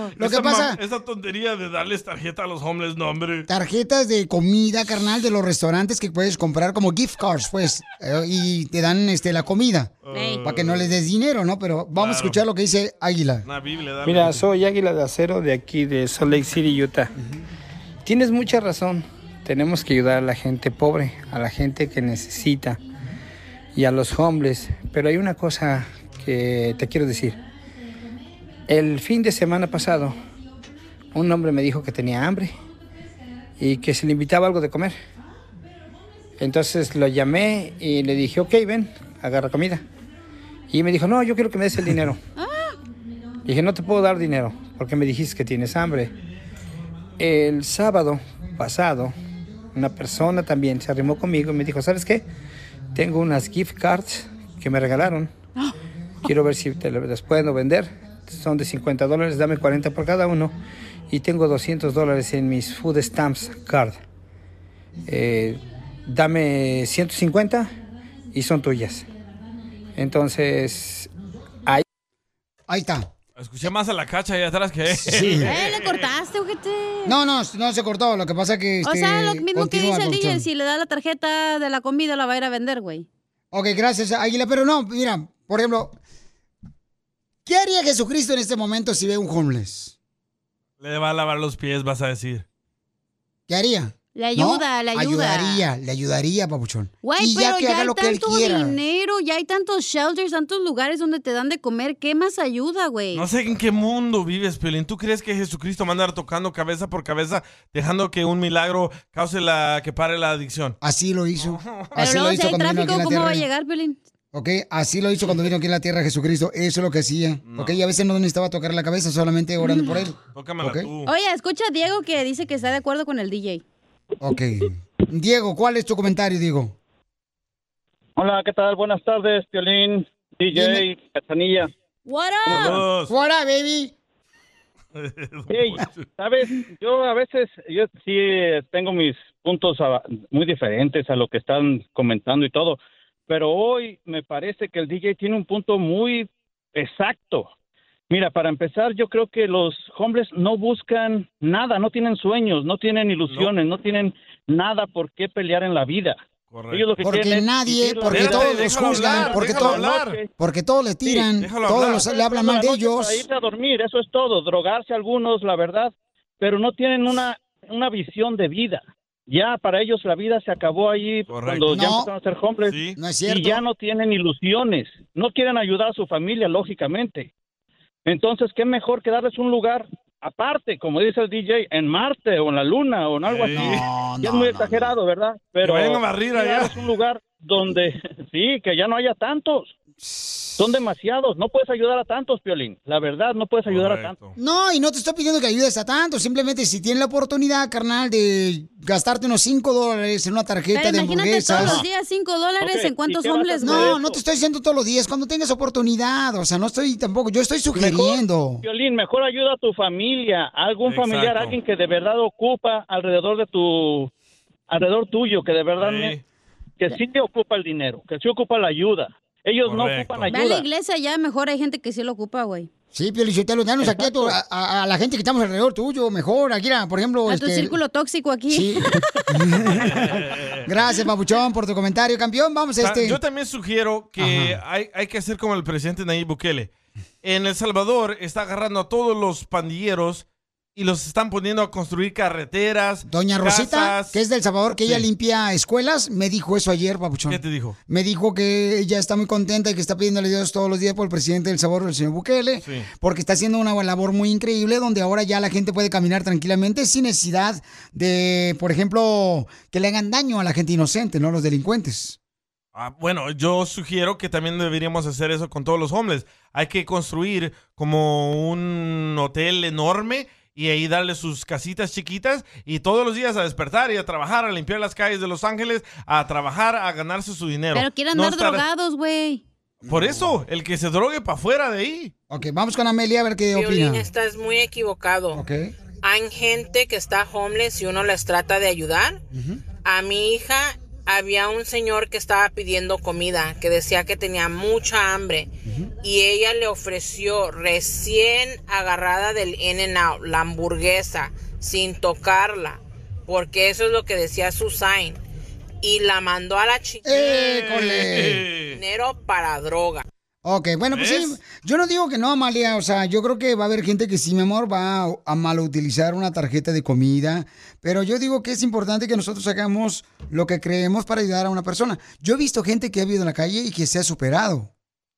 [SPEAKER 3] Oh.
[SPEAKER 2] Lo que
[SPEAKER 3] Esa ma-
[SPEAKER 2] pasa,
[SPEAKER 3] Esa tontería de darles tarjeta a los hombres, no, hombre.
[SPEAKER 2] tarjetas de comida, carnal, de los restaurantes que puedes comprar como gift cards, pues, eh, y te dan este la comida
[SPEAKER 3] Ey.
[SPEAKER 2] para que no les des dinero, ¿no? Pero vamos a escuchar lo que dice Águila.
[SPEAKER 3] Una Biblia, dale.
[SPEAKER 11] Mira, soy Águila de Acero de aquí, de Salt Lake City, Utah. Tienes mucha razón. Tenemos que ayudar a la gente pobre, a la gente que necesita y a los hombres. Pero hay una cosa que te quiero decir. El fin de semana pasado, un hombre me dijo que tenía hambre y que se le invitaba algo de comer. Entonces lo llamé y le dije, ok, ven, agarra comida. Y me dijo, no, yo quiero que me des el dinero. Le Dije, no te puedo dar dinero porque me dijiste que tienes hambre. El sábado pasado, una persona también se arrimó conmigo y me dijo, ¿sabes qué? Tengo unas gift cards que me regalaron.
[SPEAKER 2] Ah,
[SPEAKER 11] Quiero ver si te las puedo vender. Son de 50 dólares, dame 40 por cada uno. Y tengo 200 dólares en mis food stamps card. Eh, dame 150 y son tuyas. Entonces, ahí...
[SPEAKER 2] Ahí está.
[SPEAKER 3] Escuché más a la cacha ahí atrás que
[SPEAKER 11] Sí.
[SPEAKER 4] Eh, le cortaste, ojete.
[SPEAKER 2] No, no, no se cortó, lo que pasa que...
[SPEAKER 4] o
[SPEAKER 2] este,
[SPEAKER 4] sea, lo mismo que
[SPEAKER 2] continúa,
[SPEAKER 4] dice el DJ,
[SPEAKER 2] producción.
[SPEAKER 4] si le da la tarjeta de la comida, la va a ir a vender, güey.
[SPEAKER 2] Ok, gracias, Águila, pero no, mira, por ejemplo, ¿qué haría Jesucristo en este momento si ve un homeless?
[SPEAKER 3] Le va a lavar los pies, vas a decir.
[SPEAKER 2] ¿Qué haría?
[SPEAKER 4] Le
[SPEAKER 2] ¿No?
[SPEAKER 4] ayuda, le ayuda.
[SPEAKER 2] Ayudaría, le ayudaría, papuchón.
[SPEAKER 4] Güey,
[SPEAKER 2] y ya
[SPEAKER 4] pero
[SPEAKER 2] que
[SPEAKER 4] ya,
[SPEAKER 2] haga
[SPEAKER 4] hay
[SPEAKER 2] lo que él
[SPEAKER 4] tanto
[SPEAKER 2] quiera.
[SPEAKER 4] dinero, ya hay tantos shelters, tantos lugares donde te dan de comer. ¿Qué más ayuda, güey?
[SPEAKER 3] No sé en qué mundo vives, Piolín. ¿Tú crees que Jesucristo va a andar tocando cabeza por cabeza, dejando que un milagro cause la que pare la adicción?
[SPEAKER 2] Así lo hizo.
[SPEAKER 4] Pero
[SPEAKER 2] Así
[SPEAKER 4] luego
[SPEAKER 2] lo
[SPEAKER 4] si
[SPEAKER 2] hizo
[SPEAKER 4] hay
[SPEAKER 2] cuando vino aquí
[SPEAKER 4] tráfico,
[SPEAKER 2] a la
[SPEAKER 4] ¿cómo va a
[SPEAKER 2] tierra.
[SPEAKER 4] llegar, Pelín?
[SPEAKER 2] Ok, así lo hizo cuando vino aquí a la tierra Jesucristo. Eso es lo que hacía. Ok, y a veces no necesitaba tocar la cabeza, solamente orando por él.
[SPEAKER 3] Tócamela
[SPEAKER 2] Ok.
[SPEAKER 3] tú.
[SPEAKER 4] Oye, escucha a Diego que dice que está de acuerdo con el DJ.
[SPEAKER 2] Ok. Diego, ¿cuál es tu comentario, Diego?
[SPEAKER 14] Hola, ¿qué tal? Buenas tardes, Piolín, DJ, Cachanilla.
[SPEAKER 4] What
[SPEAKER 14] Saludos.
[SPEAKER 2] Fuera, baby.
[SPEAKER 14] Hey, sabes, yo a veces, yo sí eh, tengo mis puntos a- muy diferentes a lo que están comentando y todo, pero hoy me parece que el DJ tiene un punto muy exacto. Mira, para empezar, yo creo que los hombres no buscan nada, no tienen sueños, no tienen ilusiones, no, tienen nada por qué pelear en la vida. Ellos lo que
[SPEAKER 2] Porque
[SPEAKER 14] quieren es
[SPEAKER 2] nadie,
[SPEAKER 14] vivir la
[SPEAKER 2] porque
[SPEAKER 14] vida.
[SPEAKER 2] todos los juzgan, porque, todos, porque todos le tiran, todos los- le hablan mal de
[SPEAKER 14] Noche
[SPEAKER 2] ellos.
[SPEAKER 14] Para irse a dormir, eso es todo. Drogarse algunos, la verdad, pero no tienen una, una visión de vida. Ya para ellos la vida se acabó ahí cuando ya
[SPEAKER 2] No.
[SPEAKER 14] empezaron a ser hombres.
[SPEAKER 2] No es cierto.
[SPEAKER 14] Y ya no tienen ilusiones. No quieren ayudar a su familia, lógicamente. Entonces, qué mejor que darles un lugar aparte, como dice el DJ, en Marte o en la Luna o en algo así.
[SPEAKER 2] No,
[SPEAKER 14] es muy exagerado, ¿verdad? Pero
[SPEAKER 3] vayan a barrir allá.
[SPEAKER 14] es un lugar donde sí, que ya no haya tantos. Son demasiados, no puedes ayudar a tantos, Piolín. La verdad, no puedes ayudar a tantos.
[SPEAKER 2] No, y no te estoy pidiendo que ayudes a tanto. Simplemente si tienes la oportunidad, carnal, de gastarte unos 5 dólares en una tarjeta
[SPEAKER 4] Pero
[SPEAKER 2] de
[SPEAKER 4] imagínate
[SPEAKER 2] hamburguesas.
[SPEAKER 4] todos los días 5 dólares en cuántos hombres,
[SPEAKER 2] No, no te estoy diciendo todos los días. Cuando tengas oportunidad. O sea, no estoy tampoco. Yo estoy sugiriendo.
[SPEAKER 14] Piolín, mejor ayuda a tu familia, a algún
[SPEAKER 2] Exacto.
[SPEAKER 14] familiar, alguien que de verdad ocupa alrededor de tu, alrededor tuyo, que de verdad, que sí te ocupa el dinero, que sí ocupa la ayuda. Ellos no ocupan
[SPEAKER 4] Ve a la
[SPEAKER 14] ayuda.
[SPEAKER 4] iglesia ya, mejor hay gente que sí lo ocupa, güey.
[SPEAKER 2] Sí, Pio Lichotelo, danos aquí a, tu- a- a- a la gente que estamos alrededor tuyo, mejor. Aquí, a, por ejemplo.
[SPEAKER 4] A tu
[SPEAKER 2] este,
[SPEAKER 4] círculo tóxico aquí.
[SPEAKER 2] Sí. Gracias, Papuchón, por tu comentario, campeón. Vamos,
[SPEAKER 3] Ta-
[SPEAKER 2] este.
[SPEAKER 3] Yo también sugiero que hay, hay que hacer como el presidente Nayib Bukele. En El Salvador está agarrando a todos los pandilleros y los están poniendo a construir carreteras.
[SPEAKER 2] Doña Rosita,
[SPEAKER 3] casas.
[SPEAKER 2] que es del Salvador, que ella
[SPEAKER 3] Sí.
[SPEAKER 2] limpia escuelas, me dijo eso ayer, Papuchón.
[SPEAKER 3] ¿Qué te dijo?
[SPEAKER 2] Me dijo que ella está muy contenta y que está pidiéndole Dios todos los días por el presidente del Salvador, el señor Bukele,
[SPEAKER 3] Sí.
[SPEAKER 2] porque está haciendo una labor muy increíble donde ahora ya la gente puede caminar tranquilamente sin necesidad de, por ejemplo, que le hagan daño a la gente inocente, no a los delincuentes.
[SPEAKER 3] Ah, bueno, yo sugiero que también deberíamos hacer eso con todos los hombres. Hay que construir como un hotel enorme y ahí darle sus casitas chiquitas y todos los días a despertar y a trabajar, a limpiar las calles de Los Ángeles, a trabajar, a ganarse su dinero.
[SPEAKER 4] Pero quieren
[SPEAKER 3] No
[SPEAKER 4] andar
[SPEAKER 3] estar-
[SPEAKER 4] drogados, güey.
[SPEAKER 3] Por eso, el que se drogue para afuera de ahí.
[SPEAKER 2] Ok, vamos con Amelia a ver qué
[SPEAKER 8] Violín,
[SPEAKER 2] opina.
[SPEAKER 8] estás muy equivocado.
[SPEAKER 2] Ok.
[SPEAKER 8] Hay gente que está homeless y uno les trata de ayudar. A mi hija había un señor que estaba pidiendo comida, que decía que tenía mucha hambre y ella le ofreció recién agarrada del In-N-Out la hamburguesa sin tocarla, porque eso es lo que decía Susan y la mandó a la chica.
[SPEAKER 2] cole!
[SPEAKER 8] Dinero para droga.
[SPEAKER 2] Ok, bueno, pues sí, yo no digo que no, Amalia, o sea, yo creo que va a haber gente que sí, mi amor, va a, a malutilizar una tarjeta de comida, pero yo digo que es importante que nosotros hagamos lo que creemos para ayudar a una persona. Yo he visto gente que ha vivido en la calle y que se ha superado.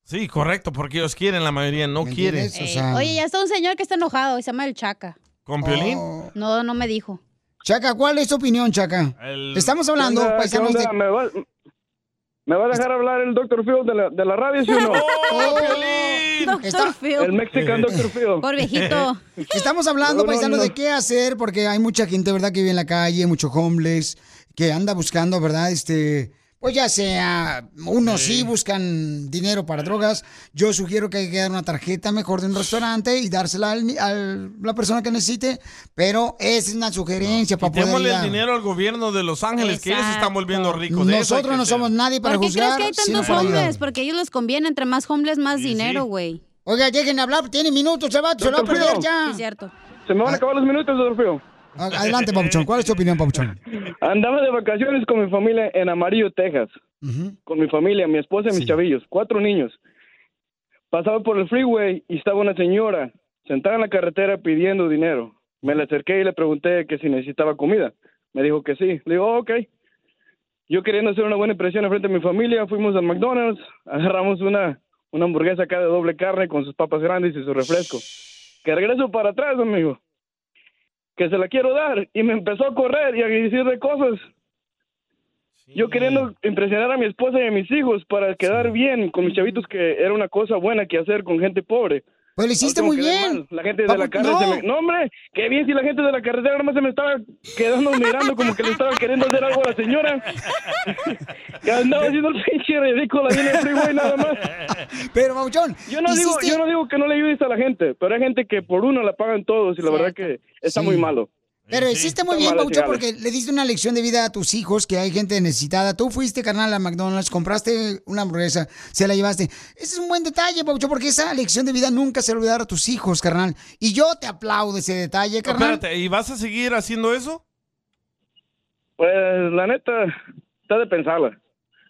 [SPEAKER 3] Sí, correcto, porque ellos quieren, la mayoría no quieren.
[SPEAKER 2] entiendes? O sea-
[SPEAKER 4] Oye, ya está un señor que está enojado y se llama el Chaca.
[SPEAKER 3] ¿Con Piolín?
[SPEAKER 4] No, no me dijo.
[SPEAKER 2] Oh. Chaca, ¿cuál es tu opinión, Chaca?
[SPEAKER 3] El-
[SPEAKER 2] Estamos hablando,
[SPEAKER 19] ¿Qué onda?
[SPEAKER 2] paisanos,
[SPEAKER 19] ¿Qué
[SPEAKER 2] de...
[SPEAKER 19] onda? ¿Me, va, me va a dejar hablar el Dr. Phil de la, de la radio, sí o no?
[SPEAKER 2] Doctor Oh, Phil.
[SPEAKER 19] El Mexican Dr. Phil.
[SPEAKER 2] Estamos hablando,
[SPEAKER 19] No, no,
[SPEAKER 2] paisanos,
[SPEAKER 19] no.
[SPEAKER 2] de qué hacer, porque hay mucha gente, ¿verdad?, que vive en la calle, mucho homeless, que anda buscando, ¿verdad?, este... Pues ya sea, unos sí. buscan dinero para drogas. Yo sugiero que hay que dar una tarjeta mejor de un restaurante y dársela al- al- a la persona que necesite. Pero esa es una sugerencia para poder
[SPEAKER 3] Démosle el
[SPEAKER 2] ayudar.
[SPEAKER 3] dinero al gobierno de Los Ángeles, que ellos se están volviendo ricos. de eso hay
[SPEAKER 2] Nosotros
[SPEAKER 3] que
[SPEAKER 2] no
[SPEAKER 3] hacer.
[SPEAKER 2] somos nadie para
[SPEAKER 4] ¿Por qué
[SPEAKER 2] juzgar.
[SPEAKER 4] crees que
[SPEAKER 2] si
[SPEAKER 4] hay
[SPEAKER 2] nos
[SPEAKER 4] tantos
[SPEAKER 2] ayudan.
[SPEAKER 4] hombres? Porque a ellos les conviene, entre más hombres, más dinero, güey.
[SPEAKER 2] Oiga, dejen hablar, tiene minutos, chaval,
[SPEAKER 4] se
[SPEAKER 2] se lo va a perder ya.
[SPEAKER 4] Es cierto.
[SPEAKER 19] Se me van a acabar los minutos, Dr. Phil.
[SPEAKER 2] Ah. Adelante, Papuchón. ¿Cuál es tu opinión, Papuchón?
[SPEAKER 19] Andaba de vacaciones con mi familia en Amarillo, Texas. Con mi familia, mi esposa y mis chavillos, cuatro niños. Pasaba por el freeway y estaba una señora sentada en la carretera pidiendo dinero. Me le acerqué y le pregunté que si necesitaba comida. Me dijo que sí. Le digo, "Oh, ok. Yo queriendo hacer una buena impresión enfrente de mi familia, fuimos al McDonald's, agarramos una, una hamburguesa acá de doble carne con sus papas grandes y su refresco. Que regreso para atrás, amigo que se la quiero dar. Y me empezó a correr y a decirle cosas. Yo queriendo impresionar a mi esposa y a mis hijos para quedar bien con mis chavitos, que era una cosa buena que hacer con gente pobre.
[SPEAKER 2] Pues lo
[SPEAKER 19] hiciste muy bien. La gente de la carretera se me... No, hombre, qué bien si la gente de la carretera nomás se me estaba quedando mirando como que le estaba queriendo hacer algo a la señora. que andaba haciendo el pinche ridículo ahí en el freeway nada más.
[SPEAKER 2] Pero, Mauchón,
[SPEAKER 19] yo no, digo, yo no digo que no le ayudes a la gente, pero hay gente que por uno la pagan todos y la verdad que está muy malo.
[SPEAKER 2] Pero hiciste muy
[SPEAKER 19] Está
[SPEAKER 2] bien,
[SPEAKER 19] mal,
[SPEAKER 2] Papuchón,
[SPEAKER 19] Cigales.
[SPEAKER 2] porque le diste una lección de vida a tus hijos, que hay gente necesitada. Tú fuiste, carnal, a McDonald's, compraste una hamburguesa, se la llevaste. Ese es un buen detalle, Papuchón, porque esa lección de vida nunca se la olvidar a tus hijos, carnal. Y yo te aplaudo ese detalle, carnal.
[SPEAKER 3] Espérate, ¿y vas a seguir haciendo eso?
[SPEAKER 19] Pues la neta, está de pensarla.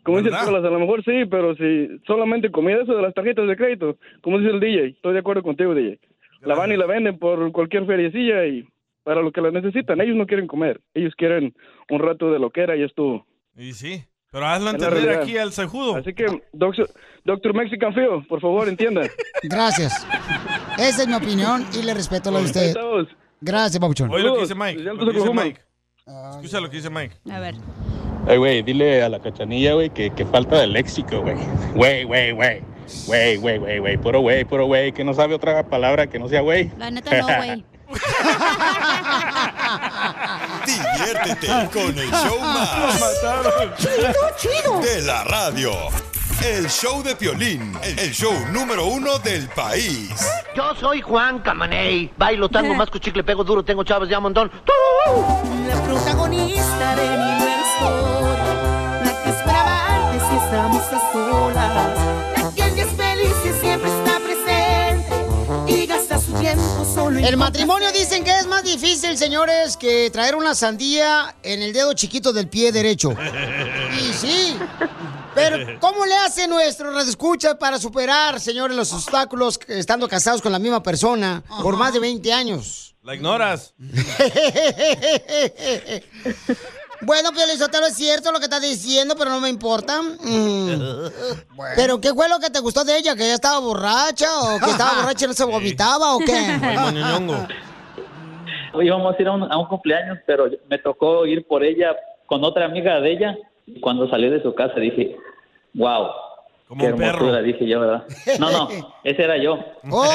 [SPEAKER 19] Como dice
[SPEAKER 3] ¿Verdad?
[SPEAKER 19] Nicolás, a lo mejor sí, pero si solamente comida eso de las tarjetas de crédito, como dice el DJ, estoy de acuerdo contigo, DJ. La van y la venden por cualquier feriecilla y para lo que la necesitan. Ellos no quieren comer, ellos quieren un rato de lo que era y estuvo.
[SPEAKER 3] Y sí, pero hazlo
[SPEAKER 19] Es la
[SPEAKER 3] entender
[SPEAKER 19] realidad.
[SPEAKER 3] aquí al sejudo.
[SPEAKER 19] Así que, doctor, doctor Mexican Feo, por favor, entienda.
[SPEAKER 2] Gracias. Esa es mi opinión y le respeto la de
[SPEAKER 19] Ahí
[SPEAKER 2] usted.
[SPEAKER 19] estamos.
[SPEAKER 2] Gracias, Papuchón.
[SPEAKER 3] Oye lo que dice Mike.
[SPEAKER 19] Saludos,
[SPEAKER 3] Lo que dice
[SPEAKER 19] Oklahoma.
[SPEAKER 3] Mike. Escucha lo que dice Mike.
[SPEAKER 4] A ver.
[SPEAKER 25] Ay, güey, dile a la cachanilla, güey, que, que falta de léxico, güey. Güey, güey, güey. Güey, güey, güey, güey, puro güey, puro güey, que no sabe otra palabra que no sea güey.
[SPEAKER 4] La neta no, güey.
[SPEAKER 5] Diviértete con el show más. De la radio. El show de Piolín, el show número uno del país.
[SPEAKER 15] Yo soy Juan Camaney. Bailo
[SPEAKER 2] Eh.
[SPEAKER 15] tango, más chicle, pego duro, tengo chavas ya montón.
[SPEAKER 7] La protagonista de mi historia, la que esperaba antes si estamos a solas, la que ella es feliz y siempre está presente y gasta su tiempo solo en
[SPEAKER 2] El matrimonio dicen que es más difícil, señores, que traer una sandía en el dedo chiquito del pie derecho. Y sí. Pero, ¿cómo le hace nuestro radioescucha para superar, señores, los obstáculos eh, estando casados con la misma persona por más de 20 años?
[SPEAKER 3] La ignoras.
[SPEAKER 2] bueno, Piolizotelo, es cierto lo que estás diciendo, pero no me importa. Mm. ¿Pero qué fue lo que te gustó de ella? ¿Que ella estaba borracha? ¿O que estaba borracha y no se vomitaba? ¿O qué?
[SPEAKER 16] Íbamos a ir a un, a un cumpleaños, pero me tocó ir por ella con otra amiga de ella. Y cuando salí de su casa dije, wow, qué
[SPEAKER 3] un perro.
[SPEAKER 16] hermosura, dije yo, ¿verdad? No, no, ese era yo.
[SPEAKER 2] Oh,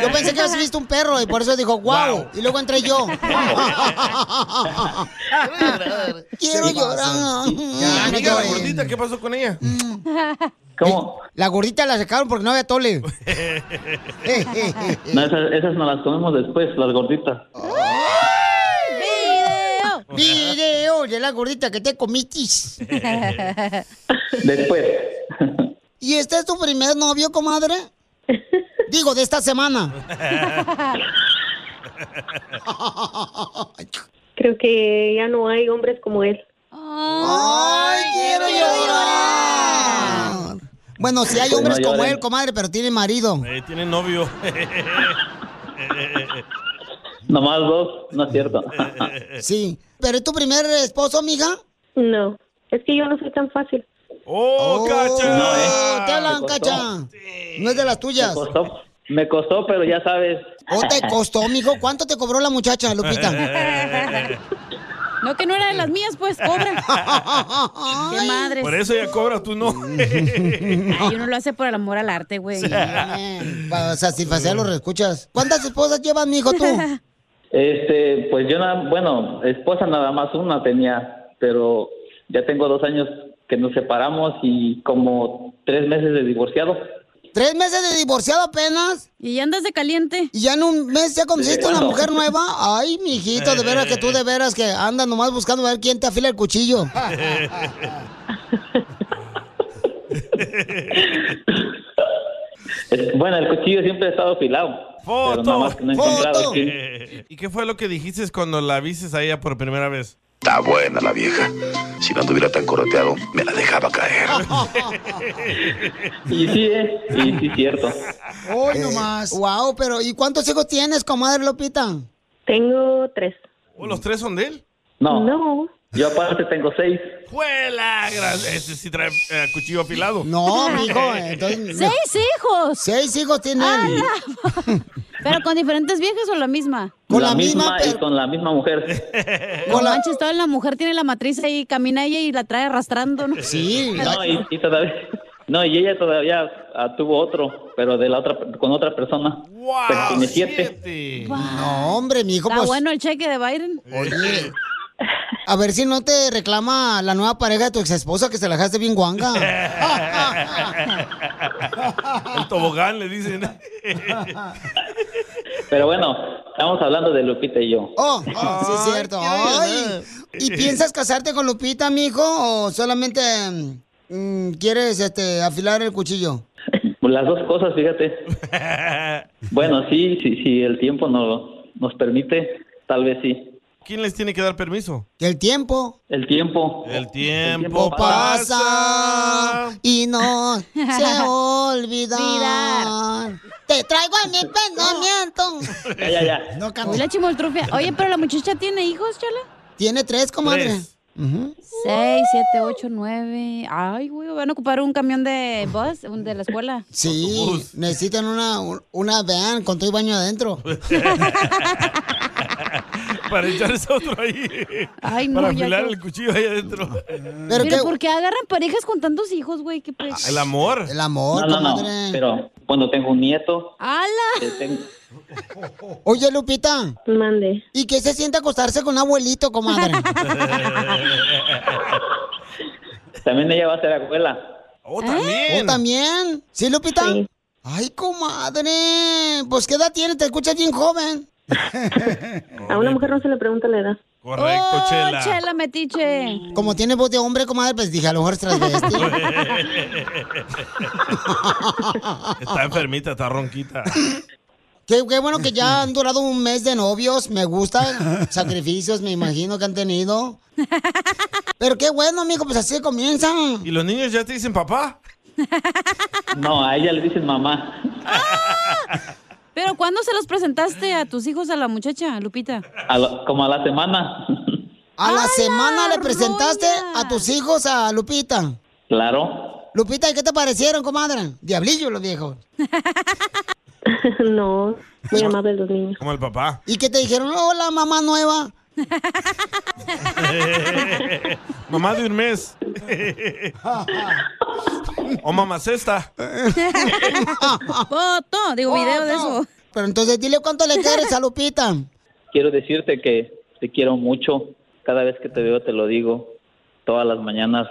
[SPEAKER 2] yo pensé que habías visto un perro y por eso dijo, wow. Y luego entré yo. ah, Quiero llorar.
[SPEAKER 3] La
[SPEAKER 2] no
[SPEAKER 3] amiga, la
[SPEAKER 2] llores.
[SPEAKER 3] gordita, ¿qué pasó con ella?
[SPEAKER 4] Mm.
[SPEAKER 16] ¿Cómo?
[SPEAKER 2] La gordita la sacaron porque no había tole.
[SPEAKER 16] No, esas, esas nos las comemos después, las gorditas.
[SPEAKER 2] ¡Video! ¡Video de la gordita que te comitis!
[SPEAKER 16] Después.
[SPEAKER 2] ¿Y este es tu primer novio, comadre? Digo, de esta semana.
[SPEAKER 23] Creo que ya no hay hombres como él.
[SPEAKER 2] ¡Ay, quiero llorar! Bueno, si hay
[SPEAKER 3] Pues no
[SPEAKER 2] hombres como
[SPEAKER 3] lloren.
[SPEAKER 2] él, comadre, pero tiene marido.
[SPEAKER 3] Eh, tiene novio.
[SPEAKER 16] Nomás dos, no es cierto.
[SPEAKER 2] Sí. ¿Pero es tu primer eh, esposo, amiga?
[SPEAKER 23] No, es que yo no soy tan fácil.
[SPEAKER 3] ¡Oh, cacha!
[SPEAKER 16] No, eh.
[SPEAKER 2] te hablan,
[SPEAKER 16] Te costó.
[SPEAKER 2] cacha. No es de las tuyas.
[SPEAKER 16] Me costó, me costó, pero ya sabes.
[SPEAKER 2] ¿O te costó, mijo? ¿Cuánto te cobró la muchacha, Lupita?
[SPEAKER 4] No, que no era de las mías, pues, cobra. ¡Qué madres!
[SPEAKER 3] Por eso ya cobra, tú no.
[SPEAKER 4] Ay, uno lo hace por el amor al arte, güey.
[SPEAKER 2] Para satisfacer los escuchas. ¿Cuántas esposas llevas, mijo, tú?
[SPEAKER 4] Ah,
[SPEAKER 16] Este, pues yo, na- bueno, esposa nada más una tenía, pero ya tengo dos años que nos separamos y como tres meses de divorciado.
[SPEAKER 2] ¿Tres meses de divorciado apenas?
[SPEAKER 4] Y ya andas de caliente.
[SPEAKER 2] ¿Y ya en un mes ya conseguiste una
[SPEAKER 16] Bueno.
[SPEAKER 2] mujer nueva? Ay, mijito, de veras que tú de veras que andas nomás buscando a ver quién te afila el cuchillo.
[SPEAKER 16] Es- Bueno, el cuchillo siempre ha estado afilado. Pero nada más que no he encontrado quién-
[SPEAKER 3] Eh, ¿Y qué fue lo que dijiste cuando la viste a ella por primera vez?
[SPEAKER 18] Está buena la vieja. Si no anduviera tan correteado, me la dejaba caer.
[SPEAKER 16] Y sí, eh, y sí, cierto.
[SPEAKER 2] Hoy nomás. Wow, Eh, pero ¿y cuántos hijos tienes, comadre Lupita?
[SPEAKER 23] Tengo tres.
[SPEAKER 3] ¿O los tres son de él?
[SPEAKER 16] No. Yo aparte tengo seis.
[SPEAKER 3] ¡Juela! gran- Este sí trae eh, cuchillo afilado.
[SPEAKER 2] No, mijo, entonces...
[SPEAKER 4] ¡Seis hijos! Ah,
[SPEAKER 2] ¡Seis hijos tiene él!
[SPEAKER 4] ¿Pero con diferentes viejas o la misma?
[SPEAKER 16] Con la, misma, y con la misma mujer.
[SPEAKER 4] No manches, toda la mujer tiene la matriz ahí, camina ella y la trae arrastrando, ¿no?
[SPEAKER 2] Sí.
[SPEAKER 16] No, y, y todavía... No, y ella todavía ah, tuvo otro, pero de la otra, con otra persona. Tiene siete.
[SPEAKER 2] No, hombre, mijo,
[SPEAKER 4] Está
[SPEAKER 2] pues...
[SPEAKER 4] bueno el cheque de Biden.
[SPEAKER 2] Oye. A ver si no te reclama la nueva pareja de tu ex esposa que se la dejaste bien guanga.
[SPEAKER 3] El tobogán le dicen.
[SPEAKER 16] Pero bueno, estamos hablando de Lupita y yo.
[SPEAKER 2] Oh, sí es cierto. Ay. ¿Y piensas casarte con Lupita, mijo? ¿O solamente mm, quieres este, afilar el cuchillo?
[SPEAKER 24] Pues
[SPEAKER 16] Las dos cosas, fíjate. Bueno, sí, sí, sí, el tiempo no, nos permite, tal vez sí.
[SPEAKER 3] ¿Quién les tiene que dar permiso?
[SPEAKER 2] El tiempo
[SPEAKER 16] El tiempo.
[SPEAKER 3] El tiempo,
[SPEAKER 2] pasa y no se olvida. Te traigo a mi pensamiento.
[SPEAKER 16] Ya, ya, ya.
[SPEAKER 2] No
[SPEAKER 4] canta. La chimoltrufia. Oye, pero la muchacha tiene hijos, chala.
[SPEAKER 2] Tiene tres, comadre.
[SPEAKER 4] Tres. Seis, siete, ocho, nueve. Ay, güey, van a ocupar un camión de bus, un de la escuela.
[SPEAKER 2] Sí, necesitan una, una van con todo el baño adentro.
[SPEAKER 3] para echar ese otro ahí.
[SPEAKER 4] Ay, no,
[SPEAKER 3] Para
[SPEAKER 4] ya
[SPEAKER 3] afilar
[SPEAKER 4] que-
[SPEAKER 3] el cuchillo ahí adentro.
[SPEAKER 4] Pero, ¿por qué agarran parejas con tantos hijos, güey? ¿Qué pe-
[SPEAKER 3] El amor.
[SPEAKER 2] El amor,
[SPEAKER 24] no, no,
[SPEAKER 2] comadre.
[SPEAKER 24] no. Pero cuando tengo un nieto,
[SPEAKER 4] ¡Hala!
[SPEAKER 24] eh, tengo-
[SPEAKER 2] Oye, Lupita.
[SPEAKER 23] Mande.
[SPEAKER 2] ¿Y qué se siente acostarse con un abuelito, comadre?
[SPEAKER 24] también ella va a ser abuela.
[SPEAKER 3] ¿O
[SPEAKER 23] ¿Eh?
[SPEAKER 2] también? ¿O Oh, también? ¿Sí, Lupita? Ay, comadre. Pues, ¿qué edad tienes? Te escuchas bien joven.
[SPEAKER 23] A una mujer no se le pregunta la edad.
[SPEAKER 3] Correcto,
[SPEAKER 16] Ah.
[SPEAKER 4] ¡Oh, chela metiche!
[SPEAKER 2] Como tiene voz de hombre, comadre, pues dije, a lo mejor es transvesti.
[SPEAKER 3] Está enfermita, está ronquita.
[SPEAKER 2] Qué, qué bueno que ya han durado un mes de novios, me gusta. Sacrificios, me imagino que han tenido. Pero qué bueno, amigo, pues así comienzan.
[SPEAKER 3] ¿Y los niños ya te dicen papá?
[SPEAKER 24] No, a ella le dicen mamá.
[SPEAKER 4] ¿Pero cuándo se los presentaste a tus hijos a la muchacha, Lupita?
[SPEAKER 24] A la- como a la semana,
[SPEAKER 2] A la semana Ah, le presentaste a tus hijos a Lupita.
[SPEAKER 24] claro.
[SPEAKER 2] Lupita, ¿y qué te parecieron, comadre? Diablillo los viejos.
[SPEAKER 23] no, muy amables los niños.
[SPEAKER 3] Como el papá.
[SPEAKER 2] ¿Y qué te dijeron? Hola, mamá nueva.
[SPEAKER 3] Mamá de un mes. o mamá cesta.
[SPEAKER 4] Foto, digo, video de eso.
[SPEAKER 2] Pero entonces dile cuánto le quieres a Lupita.
[SPEAKER 24] Quiero decirte que te quiero mucho. Cada vez que te veo te lo digo. Todas las mañanas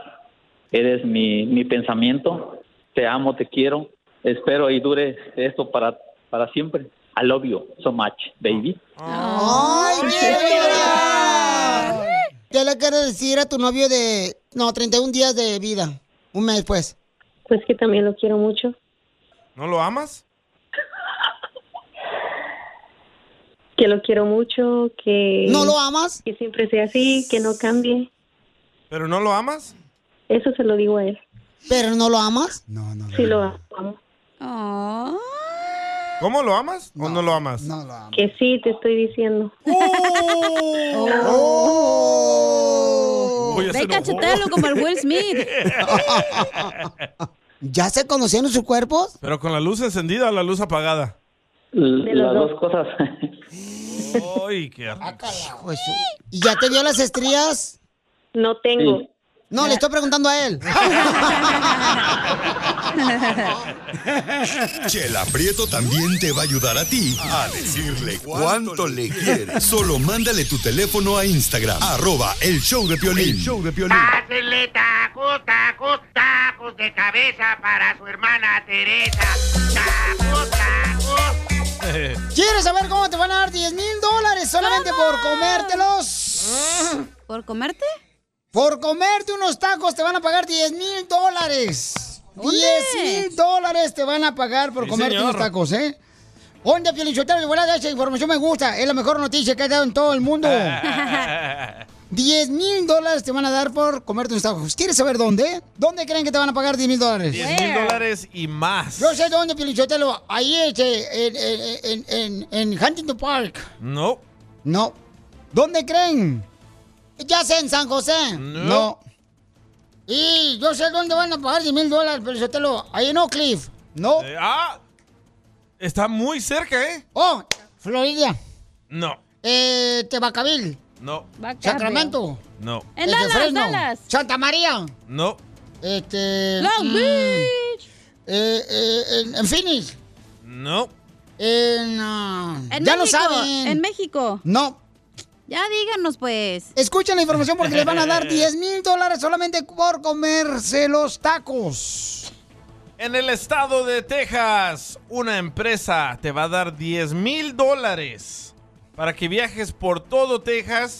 [SPEAKER 24] eres mi, mi pensamiento. Te amo, te quiero. Espero y dure esto para, para siempre. I love you so much, baby.
[SPEAKER 2] ¡Ay, quiero llorar! ¿Qué le quieres decir a tu novio de... No, 31 días de vida. Un mes, pues.
[SPEAKER 23] Pues que también lo quiero mucho.
[SPEAKER 3] ¿No lo amas?
[SPEAKER 23] Que lo quiero mucho, que...
[SPEAKER 3] ¿No lo
[SPEAKER 2] amas?
[SPEAKER 23] Que siempre sea así, que no cambie.
[SPEAKER 3] ¿Pero no lo amas?
[SPEAKER 23] Eso se lo digo a él.
[SPEAKER 2] ¿Pero no lo amas?
[SPEAKER 23] Sí lo amo.
[SPEAKER 3] Oh. ¿Cómo lo amas o no lo amas?
[SPEAKER 2] No lo amo.
[SPEAKER 23] Que sí, te estoy diciendo.
[SPEAKER 2] Oh.
[SPEAKER 4] Ve cachetalo como el Will Smith.
[SPEAKER 2] ¿Ya se conocían sus cuerpos?
[SPEAKER 3] ¿Pero con la luz encendida o la luz apagada?
[SPEAKER 24] las dos cosas.
[SPEAKER 3] Ay,
[SPEAKER 2] Ah,
[SPEAKER 3] qué rico.
[SPEAKER 2] Hijo de su- ¿Y ya te dio las estrías?
[SPEAKER 23] No tengo.
[SPEAKER 3] Sí.
[SPEAKER 2] No, le estoy preguntando a él.
[SPEAKER 5] Chela Prieto también te va a ayudar a ti a decirle cuánto le quieres. Solo mándale tu teléfono a Instagram, arroba el show de Piolín.
[SPEAKER 7] Pásenle tacos, tacos, tacos de cabeza para su hermana Teresa. Tacos, tacos.
[SPEAKER 2] ¿Quieres saber cómo te van a dar 10 mil dólares solamente por comértelos?
[SPEAKER 4] ¿Por comerte?
[SPEAKER 2] Por comerte unos tacos te van a pagar 10 mil dólares. 10 mil dólares te van a pagar por
[SPEAKER 7] Sí,
[SPEAKER 2] comerte
[SPEAKER 7] señor.
[SPEAKER 2] unos tacos, ¿eh? Onda, Pielichotero, de volada, esa información me gusta. Es la mejor noticia que ha dado en todo el mundo. 10 mil dólares te van a dar por comerte unos tacos. ¿Quieres saber dónde? ¿Dónde creen que te van a pagar 10 mil dólares?
[SPEAKER 3] 10 mil dólares y más.
[SPEAKER 2] Yo sé dónde, Pilichotelo. Ahí este, en, en, en, en- en Huntington Park.
[SPEAKER 3] No.
[SPEAKER 2] No. ¿Dónde creen? Ya sé, en San José.
[SPEAKER 3] No.
[SPEAKER 2] Y yo sé dónde van a pagar 10 mil dólares, Pilichotelo. Ahí en Oak Cliff. No.
[SPEAKER 3] Eh, ah, está muy cerca, ¿eh?
[SPEAKER 2] Oh, Florida.
[SPEAKER 3] No,
[SPEAKER 2] Eh, Tebacabil.
[SPEAKER 3] no,
[SPEAKER 2] Sacramento.
[SPEAKER 3] no,
[SPEAKER 4] En
[SPEAKER 2] este,
[SPEAKER 4] Dallas,
[SPEAKER 2] Fresno,
[SPEAKER 4] Dallas.
[SPEAKER 2] Santa María.
[SPEAKER 3] no,
[SPEAKER 2] Este.
[SPEAKER 4] Long
[SPEAKER 2] mm,
[SPEAKER 4] Beach.
[SPEAKER 2] eh, eh, en, en Phoenix.
[SPEAKER 3] no.
[SPEAKER 2] En. ah,
[SPEAKER 4] En
[SPEAKER 2] ya lo
[SPEAKER 4] México,
[SPEAKER 2] saben.
[SPEAKER 4] En México.
[SPEAKER 2] No.
[SPEAKER 4] Ya díganos, pues.
[SPEAKER 2] Escuchen la información porque les van a dar 10 mil dólares solamente por comerse los tacos.
[SPEAKER 3] En el estado de Texas, una empresa te va a dar 10 mil dólares para que viajes por todo Texas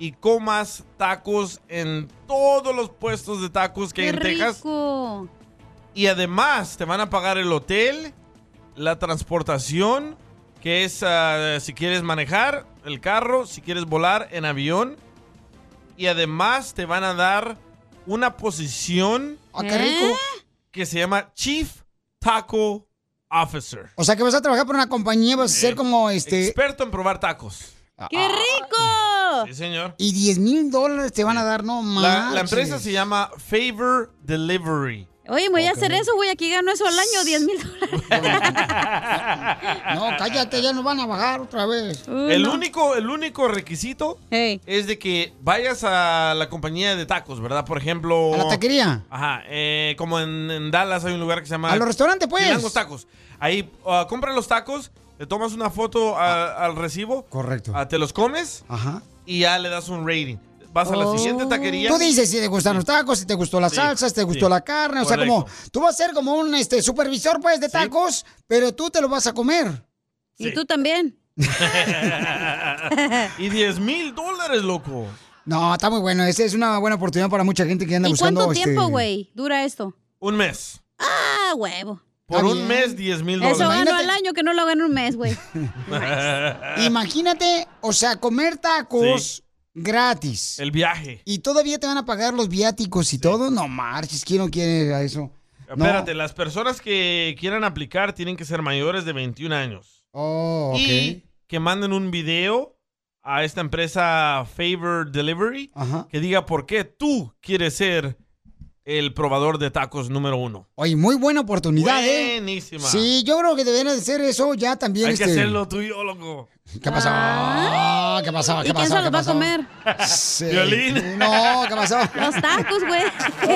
[SPEAKER 3] y comas tacos en todos los puestos de tacos que hay
[SPEAKER 4] ¡Qué
[SPEAKER 3] en Texas.
[SPEAKER 4] rico!
[SPEAKER 3] Y además te van a pagar el hotel, la transportación, que es ah, si quieres manejar el carro, si quieres volar en avión. Y además te van a dar una posición
[SPEAKER 2] Ah, qué rico!
[SPEAKER 3] que se llama Chief Taco Officer.
[SPEAKER 2] O sea que vas a trabajar por una compañía, vas a
[SPEAKER 3] Eh,
[SPEAKER 2] ser como este. Ah,
[SPEAKER 3] Experto en probar tacos.
[SPEAKER 4] ¡Qué rico!
[SPEAKER 3] Sí, señor.
[SPEAKER 2] Y 10 mil dólares te van a dar, no
[SPEAKER 3] La,
[SPEAKER 2] más.
[SPEAKER 3] la empresa se llama Favor Delivery.
[SPEAKER 4] Oye, me voy a hacer eso, güey. Aquí gano eso al año, 10 mil dólares.
[SPEAKER 2] No, cállate, ya nos van a bajar otra vez.
[SPEAKER 3] El único, el único requisito es de que vayas a la compañía de tacos, ¿verdad? Por ejemplo.
[SPEAKER 2] ¿A la taquería?
[SPEAKER 3] Ajá. eh, como en, en Dallas hay un lugar que se llama.
[SPEAKER 2] A los restaurantes, pues.
[SPEAKER 3] Chilangos Tacos. Ahí ah, compra los tacos, le tomas una foto a- al recibo.
[SPEAKER 2] Ah. Correcto.
[SPEAKER 3] ah, te los comes.
[SPEAKER 2] Ajá.
[SPEAKER 3] Y ya le das un rating. Vas a la siguiente taquería.
[SPEAKER 2] Oh. Tú dices si te gustan los tacos, si te gustó las
[SPEAKER 3] Sí,
[SPEAKER 2] salsas, si te gustó
[SPEAKER 3] sí.
[SPEAKER 2] la carne. O sea,
[SPEAKER 3] Correcto.
[SPEAKER 2] como tú vas a ser como un este, supervisor pues de tacos, pero tú te lo vas a comer.
[SPEAKER 3] Sí.
[SPEAKER 4] Y tú también.
[SPEAKER 3] y 10 mil dólares, loco.
[SPEAKER 2] No, está muy bueno. Esa es una buena oportunidad para mucha gente que anda
[SPEAKER 4] ¿Y
[SPEAKER 2] buscando.
[SPEAKER 4] cuánto tiempo,
[SPEAKER 2] este,
[SPEAKER 4] güey, dura esto?
[SPEAKER 3] Un mes.
[SPEAKER 4] Ah, huevo.
[SPEAKER 3] Por
[SPEAKER 2] Está
[SPEAKER 3] un
[SPEAKER 2] bien.
[SPEAKER 3] mes, 10 mil
[SPEAKER 4] Eso gano
[SPEAKER 3] dólares.
[SPEAKER 4] al año que no lo gano en un mes, güey.
[SPEAKER 2] Imagínate, o sea, comer tacos
[SPEAKER 3] Ah. Sí.
[SPEAKER 2] gratis.
[SPEAKER 3] El viaje.
[SPEAKER 2] Y todavía te van a pagar los viáticos y todo. No marches, ¿quién no quiere a eso? No.
[SPEAKER 3] Espérate, las personas que quieran aplicar tienen que ser mayores de 21 años.
[SPEAKER 2] Oh, ok.
[SPEAKER 3] Y que manden un video a esta empresa Favor Delivery que diga por qué tú quieres ser el probador de tacos número uno.
[SPEAKER 2] Oye, muy buena oportunidad, ¿eh?
[SPEAKER 3] Buenísima.
[SPEAKER 2] Sí, yo creo que deberían de hacer eso ya también.
[SPEAKER 3] Hay
[SPEAKER 2] este...
[SPEAKER 3] que hacerlo tú y yo, loco.
[SPEAKER 2] ¿Qué pasó? ¿Qué pasó?
[SPEAKER 4] Ah. ¿Y
[SPEAKER 2] ¿Qué
[SPEAKER 4] quién
[SPEAKER 2] pasó? ¿Qué
[SPEAKER 4] se los va a
[SPEAKER 2] pasó?
[SPEAKER 4] comer?
[SPEAKER 2] Sí.
[SPEAKER 5] Violín.
[SPEAKER 2] No, ¿qué pasó?
[SPEAKER 4] Los tacos, güey.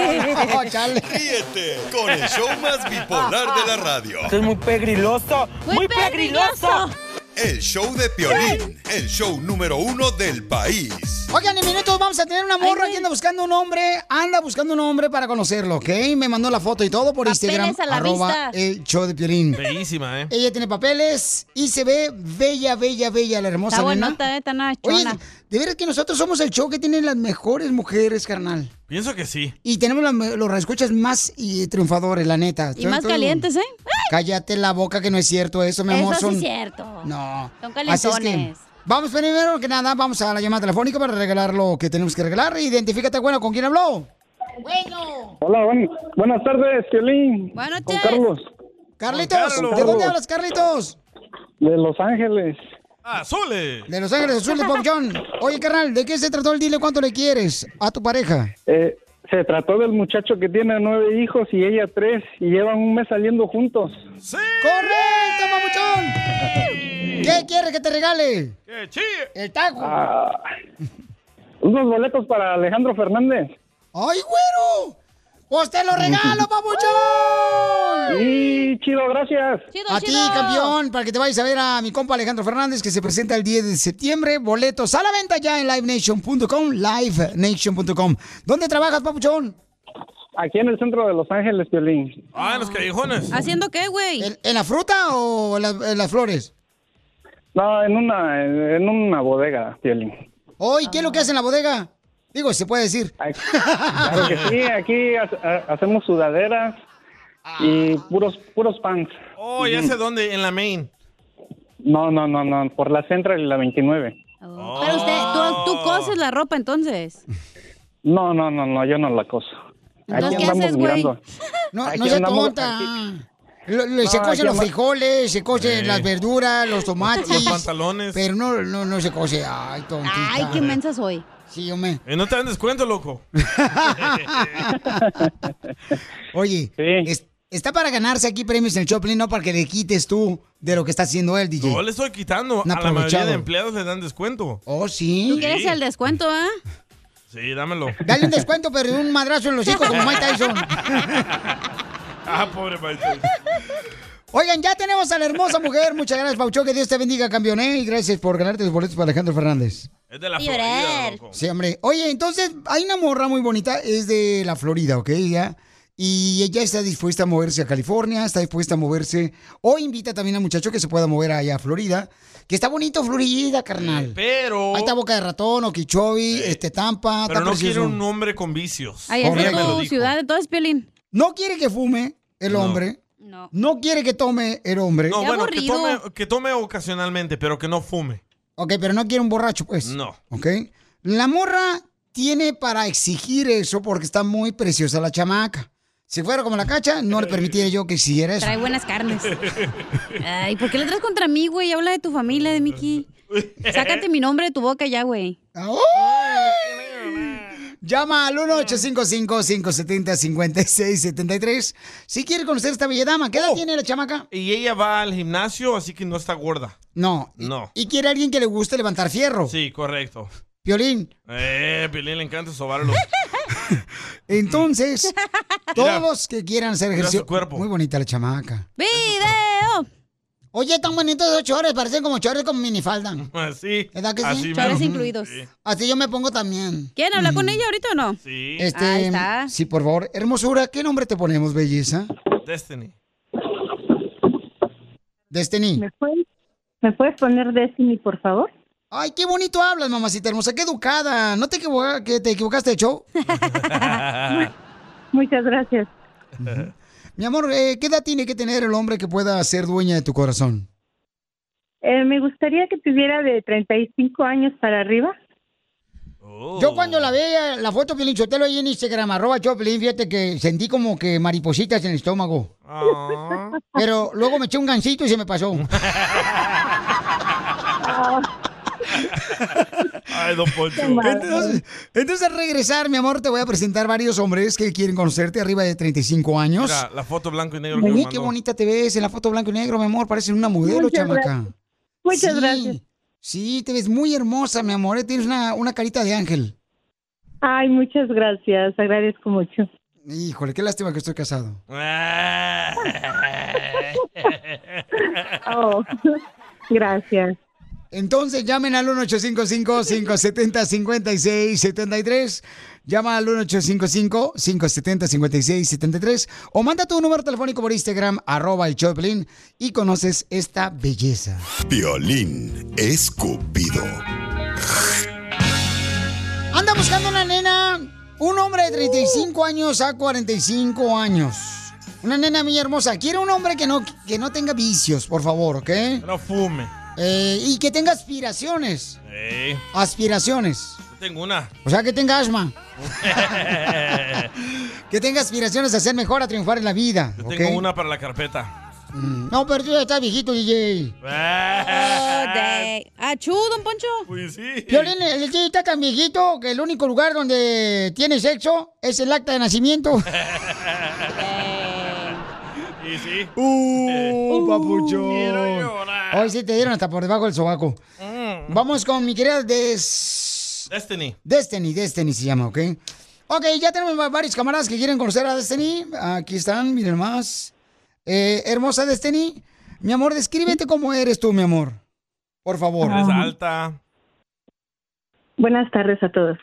[SPEAKER 2] Oh, chale.
[SPEAKER 5] Ríete con el show más bipolar de la radio.
[SPEAKER 7] Esto es muy
[SPEAKER 5] pegriloso,
[SPEAKER 7] Muy muy pegriloso.
[SPEAKER 5] El show de Piolín, el show número uno del país.
[SPEAKER 2] Oigan, en minutos vamos a tener una morra que anda buscando un hombre. Anda buscando un hombre para conocerlo, ¿ok? Me mandó la foto y todo por Instagram.
[SPEAKER 4] a la
[SPEAKER 2] arroba
[SPEAKER 4] vista.
[SPEAKER 2] el show de Piolín.
[SPEAKER 3] Bellísima, ¿eh?
[SPEAKER 2] Ella tiene papeles y se ve bella, bella, bella, la hermosa
[SPEAKER 4] Está
[SPEAKER 2] nena.
[SPEAKER 4] bonita, eh, está
[SPEAKER 2] Oye,
[SPEAKER 4] nachona.
[SPEAKER 2] de veras que nosotros somos el show que tienen las mejores mujeres, carnal.
[SPEAKER 3] Pienso que sí.
[SPEAKER 2] Y tenemos las me- los escuchas más y triunfadores, la neta.
[SPEAKER 4] Y más calientes, ¿eh?
[SPEAKER 2] Cállate la boca que no es cierto eso, mi amor.
[SPEAKER 4] Eso
[SPEAKER 2] son-
[SPEAKER 4] sí es cierto.
[SPEAKER 2] No.
[SPEAKER 4] Son
[SPEAKER 2] Así es que,
[SPEAKER 4] calentones.
[SPEAKER 2] Vamos primero que nada, vamos a la llamada telefónica para regalar lo que tenemos que regalar. Identifícate, bueno, ¿con quién habló?
[SPEAKER 19] Hola, buen- buenas tardes, Piolín.
[SPEAKER 4] Buenas
[SPEAKER 19] Con Carlos,
[SPEAKER 2] Carlitos,
[SPEAKER 19] Carlos.
[SPEAKER 2] ¿de dónde hablas, Carlitos?
[SPEAKER 19] de Los Ángeles.
[SPEAKER 3] ¡Azules!
[SPEAKER 2] De Los Ángeles Azules, John. Oye, carnal, ¿de qué se trató el dile cuánto le quieres a tu pareja?
[SPEAKER 19] Eh, se trató del muchacho que tiene nueve hijos y ella tres, y llevan un mes saliendo juntos.
[SPEAKER 2] ¡Correcto, mamuchón! ¿Qué quieres que te regale?
[SPEAKER 3] ¡Qué chi!
[SPEAKER 2] El taco.
[SPEAKER 19] Ah, unos boletos para Alejandro Fernández.
[SPEAKER 2] ¡Ay, güero! ¡Pues te lo regalo, papuchón!
[SPEAKER 19] Y chido, gracias.
[SPEAKER 2] a ti, campeón, para que te vayas a ver a mi compa Alejandro Fernández, que se presenta el 10 de septiembre. Boletos a la venta ya en livenation.com, livenation.com. ¿Dónde trabajas, papuchón?
[SPEAKER 19] Aquí en el centro de Los Ángeles, Piolín.
[SPEAKER 3] Ah, en los callejones.
[SPEAKER 4] ¿Haciendo qué, güey?
[SPEAKER 2] ¿En, en la fruta o en la- en las flores?
[SPEAKER 19] No, en una, en una bodega, Piolín.
[SPEAKER 2] Hoy, ¿qué es lo que hace en la bodega? Digo, se puede decir.
[SPEAKER 19] Claro que sí, aquí ha- ha- hacemos sudaderas y puros, puros pants.
[SPEAKER 3] Oh, ya sé dónde, en la main.
[SPEAKER 19] No, no, no, no, por la Central y la 29.
[SPEAKER 4] Pero usted, tú, tú coses la ropa entonces.
[SPEAKER 19] No, no, no, no, yo no la acoso. Aquí
[SPEAKER 4] Entonces, ¿qué
[SPEAKER 19] andamos
[SPEAKER 4] haces, güey?
[SPEAKER 19] mirando.
[SPEAKER 2] No,
[SPEAKER 19] Aquí
[SPEAKER 2] no se
[SPEAKER 19] andamos-
[SPEAKER 2] tonta. Lo- lo-
[SPEAKER 19] No,
[SPEAKER 2] se
[SPEAKER 19] aquí
[SPEAKER 2] cocen los
[SPEAKER 19] andamos-
[SPEAKER 2] frijoles, se cocen
[SPEAKER 19] Sí.
[SPEAKER 2] las verduras, los tomates.
[SPEAKER 3] Los pantalones.
[SPEAKER 2] Pero no, no, no se cose. Ay, tontita.
[SPEAKER 4] Ay, qué mensa soy.
[SPEAKER 2] Sí, hombre.
[SPEAKER 3] Eh, no te dan descuento, loco.
[SPEAKER 2] Oye, es- está para ganarse aquí premios en el Choplin, no para que le quites tú de lo que está haciendo él, DJ.
[SPEAKER 3] No le estoy quitando.
[SPEAKER 2] Un
[SPEAKER 3] A la mayoría
[SPEAKER 2] aprovechado.
[SPEAKER 3] de empleados le dan descuento.
[SPEAKER 2] Oh, sí.
[SPEAKER 4] ¿Tú quieres el descuento, ah?
[SPEAKER 3] Sí, dámelo.
[SPEAKER 2] Dale un descuento, pero un madrazo en los hijos como Mike Tyson.
[SPEAKER 3] Ah, pobre Maite.
[SPEAKER 2] Oigan, ya tenemos a la hermosa mujer. Muchas gracias, Paucho. Que Dios te bendiga, campeón. ¿eh? Y gracias por ganarte los boletos para Alejandro Fernández.
[SPEAKER 3] Es de la
[SPEAKER 4] Llorar.
[SPEAKER 3] Florida, loco.
[SPEAKER 2] Sí, hombre. Oye, entonces, hay una morra muy bonita. Es de la Florida, ¿ok? Ya. Y ella está dispuesta a moverse a California, está dispuesta a moverse. O invita también a muchacho que se pueda mover allá a Florida. Que está bonito Florida, carnal.
[SPEAKER 3] Pero, Eh,
[SPEAKER 2] Ahí está Boca de Ratón, Okeechobee, este Tampa,
[SPEAKER 3] pero
[SPEAKER 2] está
[SPEAKER 3] no quiere
[SPEAKER 2] precioso.
[SPEAKER 3] un hombre con vicios.
[SPEAKER 4] Ahí es de
[SPEAKER 3] Ella me lo
[SPEAKER 4] tu
[SPEAKER 3] dijo.
[SPEAKER 4] ciudad, entonces, Piolín.
[SPEAKER 2] No quiere que fume el hombre.
[SPEAKER 4] No.
[SPEAKER 2] No quiere que tome el hombre.
[SPEAKER 3] No, bueno, que tome, que tome ocasionalmente, pero que no fume.
[SPEAKER 2] Ok, pero no quiere un borracho, pues.
[SPEAKER 3] No.
[SPEAKER 2] Ok. La morra tiene para exigir eso porque está muy preciosa la chamaca. Si fuera como la cacha, no le permitiría yo que exigiera eso.
[SPEAKER 4] Trae buenas carnes. Ay, ¿por qué le traes contra mí, güey? Habla de tu familia, de
[SPEAKER 2] Ah, oh.
[SPEAKER 4] Miki. Sácate mi nombre de tu boca ya, güey.
[SPEAKER 2] Llama al 1-855-570-5673 si quiere conocer esta bella dama. ¿Qué edad
[SPEAKER 3] Oh.
[SPEAKER 2] tiene la chamaca?
[SPEAKER 3] Y ella va al gimnasio, así que no está gorda.
[SPEAKER 2] No.
[SPEAKER 3] No.
[SPEAKER 2] Y quiere alguien que le guste levantar fierro.
[SPEAKER 3] Sí, correcto.
[SPEAKER 2] Violín.
[SPEAKER 3] Eh, Pilín le encanta sobarlo.
[SPEAKER 2] Entonces, todos
[SPEAKER 3] Mira,
[SPEAKER 2] los que quieran hacer
[SPEAKER 3] mira su
[SPEAKER 2] ejercicio.
[SPEAKER 3] cuerpo.
[SPEAKER 2] Muy bonita la chamaca.
[SPEAKER 4] ¡Video!
[SPEAKER 2] Oye, tan bonitos esos chores, parecen como chores con minifalda.
[SPEAKER 3] Así.
[SPEAKER 2] ¿Verdad que sí?
[SPEAKER 3] así
[SPEAKER 2] Chores
[SPEAKER 3] mero.
[SPEAKER 2] incluidos.
[SPEAKER 3] Sí.
[SPEAKER 2] Así yo me pongo también.
[SPEAKER 4] ¿Quieren hablar con ella ahorita o no?
[SPEAKER 3] Sí.
[SPEAKER 2] Este,
[SPEAKER 4] Ahí está.
[SPEAKER 2] Sí, por favor. Hermosura, ¿qué nombre te ponemos, belleza?
[SPEAKER 3] Destiny.
[SPEAKER 2] Destiny.
[SPEAKER 17] ¿Me puedes, ¿Me puedes poner Destiny, por favor?
[SPEAKER 2] Ay, qué bonito hablas, mamacita hermosa, qué educada. ¿No te, equivoca- que te equivocaste de show?
[SPEAKER 17] Muchas gracias.
[SPEAKER 2] Mi amor, eh, ¿qué edad tiene que tener el hombre que pueda ser dueña de tu corazón?
[SPEAKER 17] Eh, me gustaría que tuviera de 35 años para arriba.
[SPEAKER 2] Yo cuando la veía, la foto Piolín Sotelo ahí en Instagram, arroba Choplin, fíjate que sentí como que maripositas en el estómago. Pero luego me eché un gancito y se me pasó. Ah,
[SPEAKER 3] Ay, don Poncho.
[SPEAKER 2] Entonces, entonces, al regresar, mi amor, te voy a presentar varios hombres que quieren conocerte arriba de 35 años.
[SPEAKER 3] Mira, la foto blanco y negro que me
[SPEAKER 2] Oye,
[SPEAKER 3] mandó.
[SPEAKER 2] qué bonita te ves en la foto blanco y negro, mi amor. Pareces una modelo,
[SPEAKER 3] Muchas
[SPEAKER 2] chamaca.
[SPEAKER 3] gracias.
[SPEAKER 2] Muchas gracias. Sí, te ves muy hermosa, mi amor. eh, Tienes una, una carita de ángel.
[SPEAKER 17] Ay, muchas gracias. Agradezco mucho.
[SPEAKER 2] Híjole, qué lástima que estoy casado.
[SPEAKER 17] gracias.
[SPEAKER 2] Entonces llamen al 1-855-570-5673. Llama al 1-855-570-5673. O manda tu número telefónico por Instagram, arroba el Choplin, y conoces esta belleza.
[SPEAKER 5] Violín escupido.
[SPEAKER 2] Anda buscando una nena, un hombre de 35 años a 45 años. Una nena muy hermosa. Quiere un hombre que no, que no tenga vicios, por favor, ¿ok?
[SPEAKER 3] No fume.
[SPEAKER 2] Eh, y que tenga aspiraciones.
[SPEAKER 3] Ey,
[SPEAKER 2] Aspiraciones.
[SPEAKER 3] yo tengo una.
[SPEAKER 2] O sea, que tenga asma. Que tenga aspiraciones a ser mejor, a triunfar en la vida.
[SPEAKER 3] yo
[SPEAKER 2] ¿ok?
[SPEAKER 3] tengo una para la carpeta.
[SPEAKER 2] Mm, No, pero tú ya estás viejito, DJ.
[SPEAKER 3] Eh.
[SPEAKER 4] ¡Achú, don Poncho!
[SPEAKER 3] Pues sí.
[SPEAKER 2] Violín, el DJ está tan viejito que el único lugar donde tiene sexo es el acta de nacimiento.
[SPEAKER 3] Y sí.
[SPEAKER 2] ¡Uh,
[SPEAKER 3] Quiero
[SPEAKER 2] papuchón!
[SPEAKER 3] llorar.
[SPEAKER 2] Hoy sí te dieron hasta por debajo del sobaco.
[SPEAKER 3] Mm.
[SPEAKER 2] Vamos con mi querida Des...
[SPEAKER 3] Destiny.
[SPEAKER 2] Destiny, Destiny este se llama, ¿ok? Ok, ya tenemos va- varios camaradas que quieren conocer a Destiny. Aquí están, miren más. Eh, hermosa Destiny, mi amor, descríbete cómo eres tú, mi amor. Por favor.
[SPEAKER 3] Eres alta.
[SPEAKER 17] Ah. Buenas tardes a todos.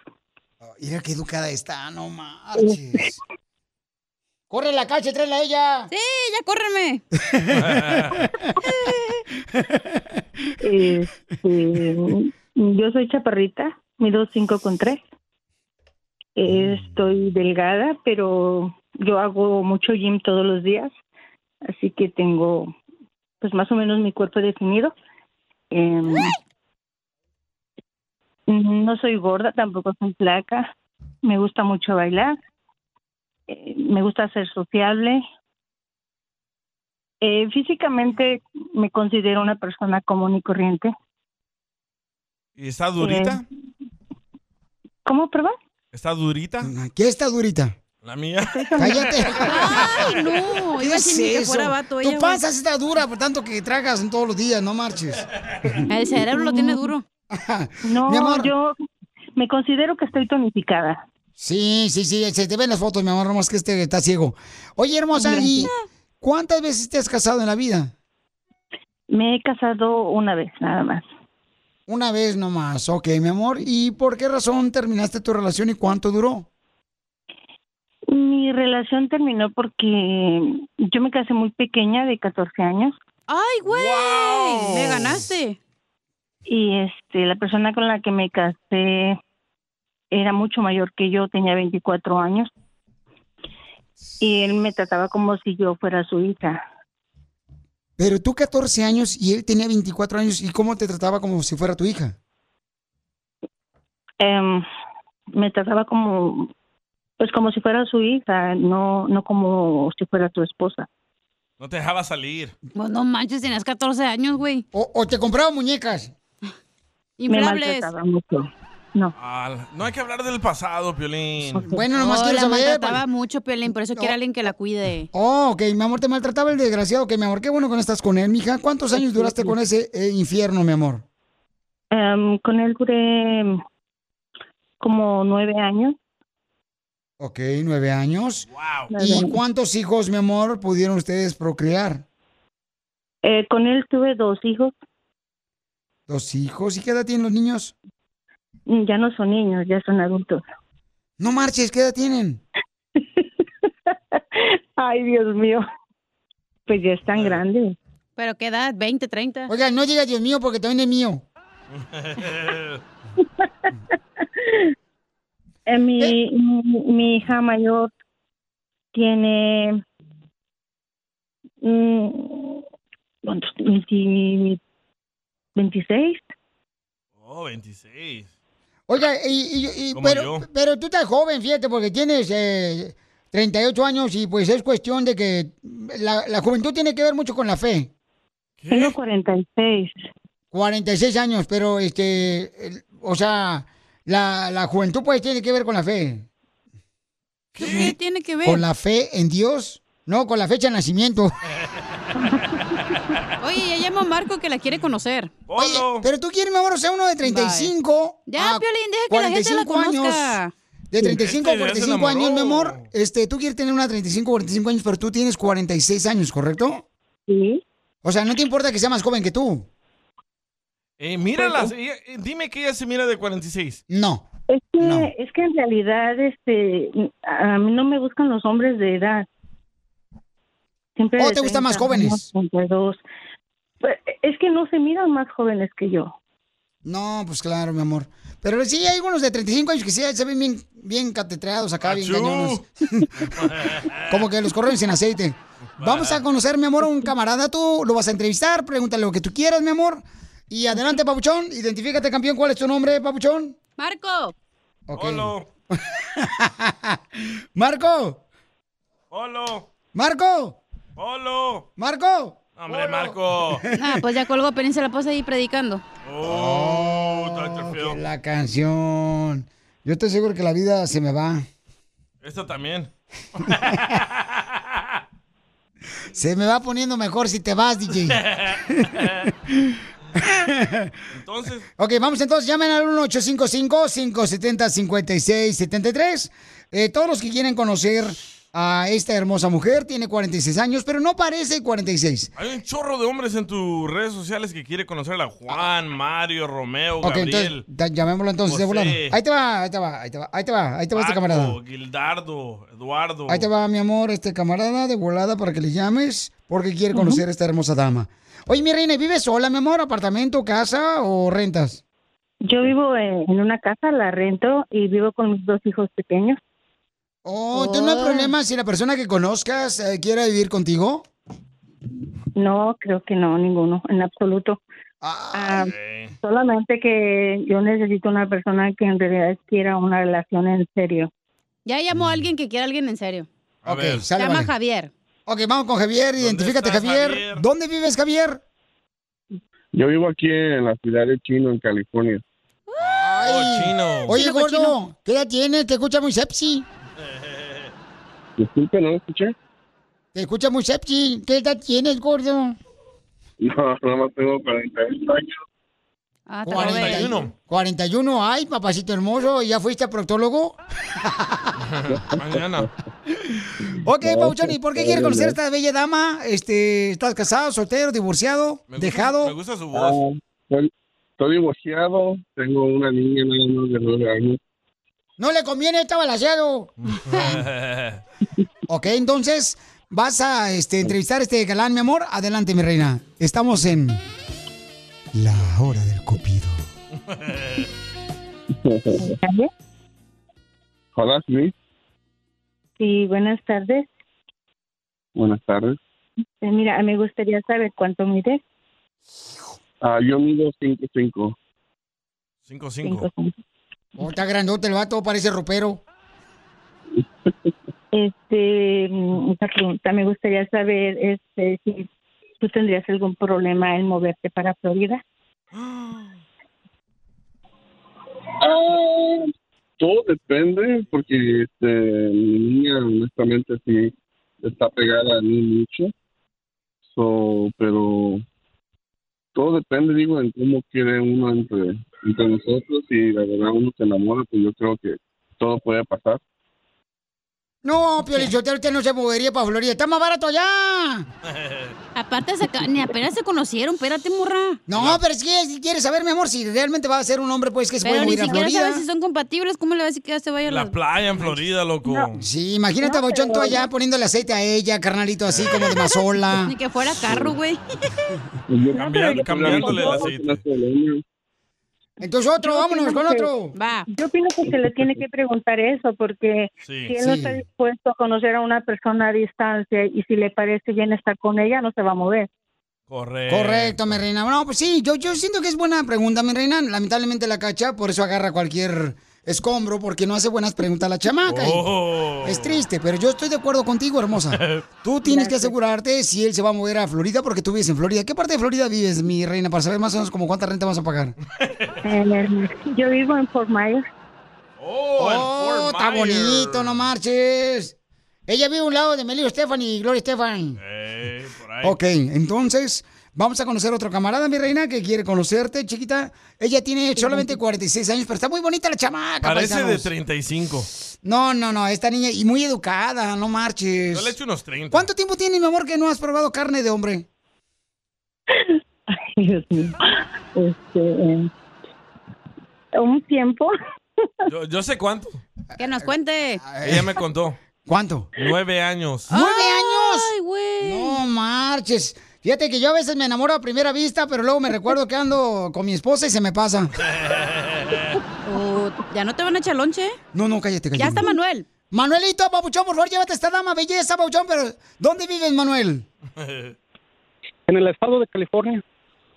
[SPEAKER 2] Mira qué educada está, no marches. ¡Corre la calle, tráela a ella!
[SPEAKER 4] ¡Sí, ya córreme!
[SPEAKER 17] Este, yo soy chaparrita, mido 5 con 3. Estoy delgada, pero yo hago mucho gym todos los días, así que tengo pues más o menos mi cuerpo definido. Em, no soy gorda, tampoco soy flaca. Me gusta mucho bailar. Eh, me gusta ser sociable. Eh, físicamente me considero una persona común y corriente.
[SPEAKER 3] ¿Y está durita?
[SPEAKER 17] ¿Cómo, perdón?
[SPEAKER 3] ¿Está durita?
[SPEAKER 2] Pues, ¿Qué está durita?
[SPEAKER 3] La mía.
[SPEAKER 2] ¡Cállate!
[SPEAKER 4] ¡Ay, no! Iba a decir ni que fuera vato
[SPEAKER 2] Tu
[SPEAKER 4] ella,
[SPEAKER 2] panza sí está dura, por tanto que tragas todos los días, no marches.
[SPEAKER 4] El cerebro lo tiene duro.
[SPEAKER 17] No,
[SPEAKER 2] Mi amor.
[SPEAKER 17] yo me considero que estoy tonificada.
[SPEAKER 2] Sí, sí, sí, se te ven las fotos, mi amor, nomás que este está ciego. Oye, hermosa, ¿y cuántas veces te has casado en la vida?
[SPEAKER 17] Me he casado una vez, nada más.
[SPEAKER 2] Una vez nomás, ok, mi amor. ¿Y por qué razón terminaste tu relación y cuánto duró?
[SPEAKER 17] Mi relación terminó porque yo me casé muy pequeña, de 14 años.
[SPEAKER 4] ¡Ay, güey! ¡Me ganaste!
[SPEAKER 17] Y este, la persona con la que me casé era mucho mayor que yo, tenía 24 años. Y él me trataba como si yo fuera su hija.
[SPEAKER 2] Pero tú 14 años y él tenía 24 años, ¿y cómo te trataba como si fuera tu hija?
[SPEAKER 17] Em, me trataba como, pues como si fuera su hija, no, no como si fuera tu esposa.
[SPEAKER 3] No te dejaba salir.
[SPEAKER 4] Pues no manches, tenías 14 años, güey.
[SPEAKER 2] O, te compraba muñecas.
[SPEAKER 17] Me
[SPEAKER 4] Inflables.
[SPEAKER 17] maltrataba mucho. No.
[SPEAKER 3] Ah, no hay que hablar del pasado, Piolín.
[SPEAKER 2] Bueno, nomás quiero
[SPEAKER 4] la
[SPEAKER 2] saber,
[SPEAKER 4] maltrataba
[SPEAKER 2] pues.
[SPEAKER 4] mucho, Piolín, por eso quiere alguien que la cuide.
[SPEAKER 2] Oh, ok, mi amor, te maltrataba el desgraciado. Ok, mi amor, qué bueno que no estás con él, mija. ¿Cuántos años duraste con ese eh, infierno, mi amor?
[SPEAKER 17] Em, con él duré em, como nueve años.
[SPEAKER 2] Ok, nueve años.
[SPEAKER 17] Nueve
[SPEAKER 2] ¿Y
[SPEAKER 17] años.
[SPEAKER 2] cuántos hijos, mi amor, pudieron ustedes procrear?
[SPEAKER 17] Eh, con él tuve dos hijos.
[SPEAKER 2] ¿Dos hijos? ¿Y qué edad tienen los niños?
[SPEAKER 17] Mm, Ya no son niños, ya son adultos.
[SPEAKER 2] No marches, ¿qué edad tienen?
[SPEAKER 17] Ay, Dios mío. Pues ya
[SPEAKER 2] Ah.
[SPEAKER 17] están grandes.
[SPEAKER 4] ¿Pero qué edad? ¿20, 30?
[SPEAKER 2] Oiga, no diga Dios mío porque también es mío.
[SPEAKER 17] Eh, mi, mi, mi hija mayor tiene mm, ¿cuántos? 20 26.
[SPEAKER 3] Oh, 26.
[SPEAKER 2] Oiga, y, y- y-
[SPEAKER 3] Como
[SPEAKER 2] pero,
[SPEAKER 3] yo.
[SPEAKER 2] pero tú estás joven, fíjate, porque tienes eh, 38 años y pues es cuestión de que la, la juventud tiene que ver mucho con la fe.
[SPEAKER 17] Tengo 46.
[SPEAKER 2] 46 años, pero este, el- o sea, la, la juventud pues tiene que ver con la fe.
[SPEAKER 4] ¿Qué tiene que ver?
[SPEAKER 2] Con la fe en Dios, no con la fecha de nacimiento.
[SPEAKER 4] Oye, ya llamo a Marco que la quiere conocer.
[SPEAKER 2] Oye, pero tú quieres, mi amor, o sea, uno de 35.
[SPEAKER 4] Ya,
[SPEAKER 2] a
[SPEAKER 4] Piolín, deja que la gente la
[SPEAKER 2] 45
[SPEAKER 4] conozca.
[SPEAKER 2] De 35 a
[SPEAKER 4] Este ya se
[SPEAKER 2] 45 años, mi
[SPEAKER 4] enamoró.
[SPEAKER 2] amor. Este, tú quieres tener una de 35 o 45 años, pero tú tienes 46 años, ¿correcto?
[SPEAKER 17] Sí.
[SPEAKER 2] O sea, no te importa que sea más joven que tú.
[SPEAKER 3] Eh, mírala, ella- eh, dime que ella se mira de 46.
[SPEAKER 2] No.
[SPEAKER 17] Es que, es que en realidad este a mí no me buscan los hombres de edad. Siempre
[SPEAKER 2] ¿O
[SPEAKER 17] de
[SPEAKER 2] Oh, te gustan más
[SPEAKER 17] 30,
[SPEAKER 2] jóvenes?
[SPEAKER 17] 32. Pues, Es que no se miran más jóvenes que yo.
[SPEAKER 2] No, pues claro, mi amor. Pero sí hay algunos de 35 años que sí se ven bien, bien catetreados acá, bien
[SPEAKER 7] Achú.
[SPEAKER 2] cañones. Como que los corren sin aceite. Vamos a conocer, mi amor, a un camarada. Tú lo vas a entrevistar, pregúntale lo que tú quieras, mi amor. Y adelante, Papuchón. Identifícate, campeón. ¿Cuál es tu nombre, Papuchón?
[SPEAKER 4] Marco.
[SPEAKER 2] Ok. Marco.
[SPEAKER 3] Polo,
[SPEAKER 2] Marco.
[SPEAKER 3] Polo.
[SPEAKER 2] Marco.
[SPEAKER 3] Hombre, Marco.
[SPEAKER 4] Ah, pues ya colgó, Pelín se la pasa ahí predicando.
[SPEAKER 3] Oh, Dr. Phil.
[SPEAKER 2] La canción. Yo estoy seguro que la vida se me va.
[SPEAKER 3] Esta también.
[SPEAKER 2] Se me va poniendo mejor si te vas, DJ.
[SPEAKER 3] Entonces.
[SPEAKER 2] Ok, vamos entonces, llamen al 1-855-570-5673. Eh, todos los que quieren conocer a esta hermosa mujer, tiene 46 años, pero no parece 46.
[SPEAKER 3] Hay un chorro de hombres en tus redes sociales que quiere conocerla. Juan, Mario, Romeo,
[SPEAKER 2] Ok, entonces,
[SPEAKER 3] Gabriel,
[SPEAKER 2] da- llamémoslo entonces de
[SPEAKER 3] José. Ah,
[SPEAKER 2] volada. Ahí te va, ahí te va, ahí te va, ahí te va, ahí te va este
[SPEAKER 3] Paco,
[SPEAKER 2] camarada.
[SPEAKER 3] Gildardo, Eduardo.
[SPEAKER 2] Ahí te va, mi amor, este camarada de volada para que le llames, porque quiere conocer a esta hermosa dama. Oye, mi reina, ¿vives sola, mi amor? ¿Apartamento, casa o rentas?
[SPEAKER 17] Yo vivo en en una casa, la rento y vivo con mis dos hijos pequeños.
[SPEAKER 2] Oh, entonces no hay problema si la persona que conozcas eh, quiera vivir contigo.
[SPEAKER 17] No, creo que no, ninguno, en absoluto. Ah, Solamente que yo necesito una persona que en realidad quiera una relación en serio.
[SPEAKER 4] Ya llamó a alguien que quiera a alguien en serio.
[SPEAKER 2] Mm. Ok,
[SPEAKER 4] Se
[SPEAKER 2] sale,
[SPEAKER 4] llama
[SPEAKER 2] vale.
[SPEAKER 4] Javier.
[SPEAKER 2] Ok, vamos Oh, con Javier, identifícate
[SPEAKER 4] estás,
[SPEAKER 2] Javier.
[SPEAKER 4] Javier?
[SPEAKER 2] ¿Dónde vives Javier?
[SPEAKER 25] Yo vivo aquí en la ciudad de Chino, en California.
[SPEAKER 2] Ay.
[SPEAKER 3] chino.
[SPEAKER 2] Oye,
[SPEAKER 25] Chino
[SPEAKER 2] gordo,
[SPEAKER 25] cochino.
[SPEAKER 2] ¿qué edad tienes? Te escucha muy sepsi.
[SPEAKER 25] Disculpe, ¿no lo escuché?
[SPEAKER 2] Te escucha muy sepsi. ¿Qué edad tienes, gordo?
[SPEAKER 25] No, nada más tengo 48 años.
[SPEAKER 4] Ah,
[SPEAKER 2] 41. 41, ay, papacito hermoso, ¿ya fuiste a proctólogo?
[SPEAKER 3] Mañana.
[SPEAKER 2] Ok,
[SPEAKER 3] No,
[SPEAKER 2] Pauchón, ¿y por qué
[SPEAKER 3] no,
[SPEAKER 2] quieres
[SPEAKER 3] no,
[SPEAKER 2] conocer a
[SPEAKER 3] no.
[SPEAKER 2] esta bella dama? Este, ¿Estás casado, soltero, divorciado, dejado?
[SPEAKER 3] Me gusta su
[SPEAKER 25] Ah, estoy, estoy divorciado, tengo una niña nada más de 9 años.
[SPEAKER 2] No le conviene, está balanceado. ok, entonces, vas a este, entrevistar a este galán, mi amor. Adelante, mi reina. Estamos en... La hora del cupido.
[SPEAKER 25] Hola, sí.
[SPEAKER 17] Sí, buenas tardes.
[SPEAKER 25] Buenas tardes.
[SPEAKER 17] Eh, Mira, me gustaría saber cuánto mide.
[SPEAKER 25] Ah, yo mido 5'5".
[SPEAKER 3] 5-5.
[SPEAKER 2] Oh, está grandote el vato, parece ropero.
[SPEAKER 17] Este, mm, otra pregunta, me gustaría saber este, si tú tendrías algún problema en moverte para Florida.
[SPEAKER 25] Todo depende, porque este, mi niña, honestamente, sí está pegada a mí mucho. So, pero todo depende, digo, en cómo quiere uno entre, entre nosotros. Y la verdad, uno se enamora, pues yo creo que todo puede pasar.
[SPEAKER 2] No, Piolichotero, usted no se movería para Florida. Está más barato allá.
[SPEAKER 4] Aparte, se aca- ni apenas se conocieron, espérate, morra.
[SPEAKER 2] No, pero es que si quieres saber, mi amor, si realmente va a ser un hombre, pues que se
[SPEAKER 4] Pero
[SPEAKER 2] puede
[SPEAKER 4] ni
[SPEAKER 2] mover a
[SPEAKER 4] siquiera sabes
[SPEAKER 2] Florida.
[SPEAKER 4] si son compatibles, ¿cómo le vas a decir que ya se vaya a
[SPEAKER 3] La
[SPEAKER 4] la...
[SPEAKER 3] playa en Florida, loco.
[SPEAKER 2] Sí, imagínate a Bochón tú allá poniéndole aceite a ella, carnalito, así como de mazola.
[SPEAKER 4] Ni que fuera carro, güey.
[SPEAKER 3] Cambiando, cambiándole el aceite.
[SPEAKER 2] Entonces otro,
[SPEAKER 17] Yo
[SPEAKER 2] vámonos
[SPEAKER 17] opino
[SPEAKER 2] con
[SPEAKER 17] que-
[SPEAKER 2] otro.
[SPEAKER 4] Va.
[SPEAKER 17] Yo pienso que se le tiene que preguntar eso, porque
[SPEAKER 3] Sí.
[SPEAKER 17] si él no
[SPEAKER 3] Sí.
[SPEAKER 17] está dispuesto a conocer a una persona a distancia y si le parece bien estar con ella, no se va a mover.
[SPEAKER 3] Correcto.
[SPEAKER 2] Correcto, mi reina. No, pues sí, yo, yo siento que es buena pregunta, mi reina. Lamentablemente la cacha, por eso agarra cualquier escombro, porque no hace buenas preguntas la chamaca. y Es triste, pero yo estoy de acuerdo contigo, hermosa. Tú tienes que asegurarte si él se va a mover a Florida, porque tú vives en Florida. ¿Qué parte de Florida vives, mi reina, para saber más o menos como cuánta renta vas a pagar?
[SPEAKER 17] Eh, yo vivo en Fort Myers.
[SPEAKER 2] Oh, está bonito, no marches. Ella vive a un lado de Melio Estefan y Gloria Estefan. Ok, entonces vamos a conocer otro camarada, mi reina, que quiere conocerte, chiquita. Ella tiene solamente 46 años, pero está muy bonita la chamaca.
[SPEAKER 3] Parece de
[SPEAKER 2] paisanos.
[SPEAKER 3] 35.
[SPEAKER 2] No, no, no, esta niña y muy educada, no marches.
[SPEAKER 3] Yo le echo unos 30.
[SPEAKER 2] ¿Cuánto tiempo tiene, mi amor, que no has probado carne de hombre?
[SPEAKER 17] Dios mío. Este, eh, un tiempo.
[SPEAKER 3] Yo, yo sé cuánto.
[SPEAKER 4] Que nos cuente.
[SPEAKER 3] Ella me contó.
[SPEAKER 2] Eh. ¿Cuánto?
[SPEAKER 3] Nueve años.
[SPEAKER 2] ¡Nueve años! ¡Ay, güey! No marches. Fíjate que yo a veces me enamoro a primera vista, pero luego me recuerdo que ando con mi esposa y se me pasa.
[SPEAKER 4] ¿Ya no te van a echar lonche?
[SPEAKER 2] No, no, cállate, cállate.
[SPEAKER 4] Ya está Manuel.
[SPEAKER 2] Manuelito, papuchón, por favor, llévate a esta dama, belleza, papuchón, pero ¿dónde vives, Manuel?
[SPEAKER 19] En el estado de California.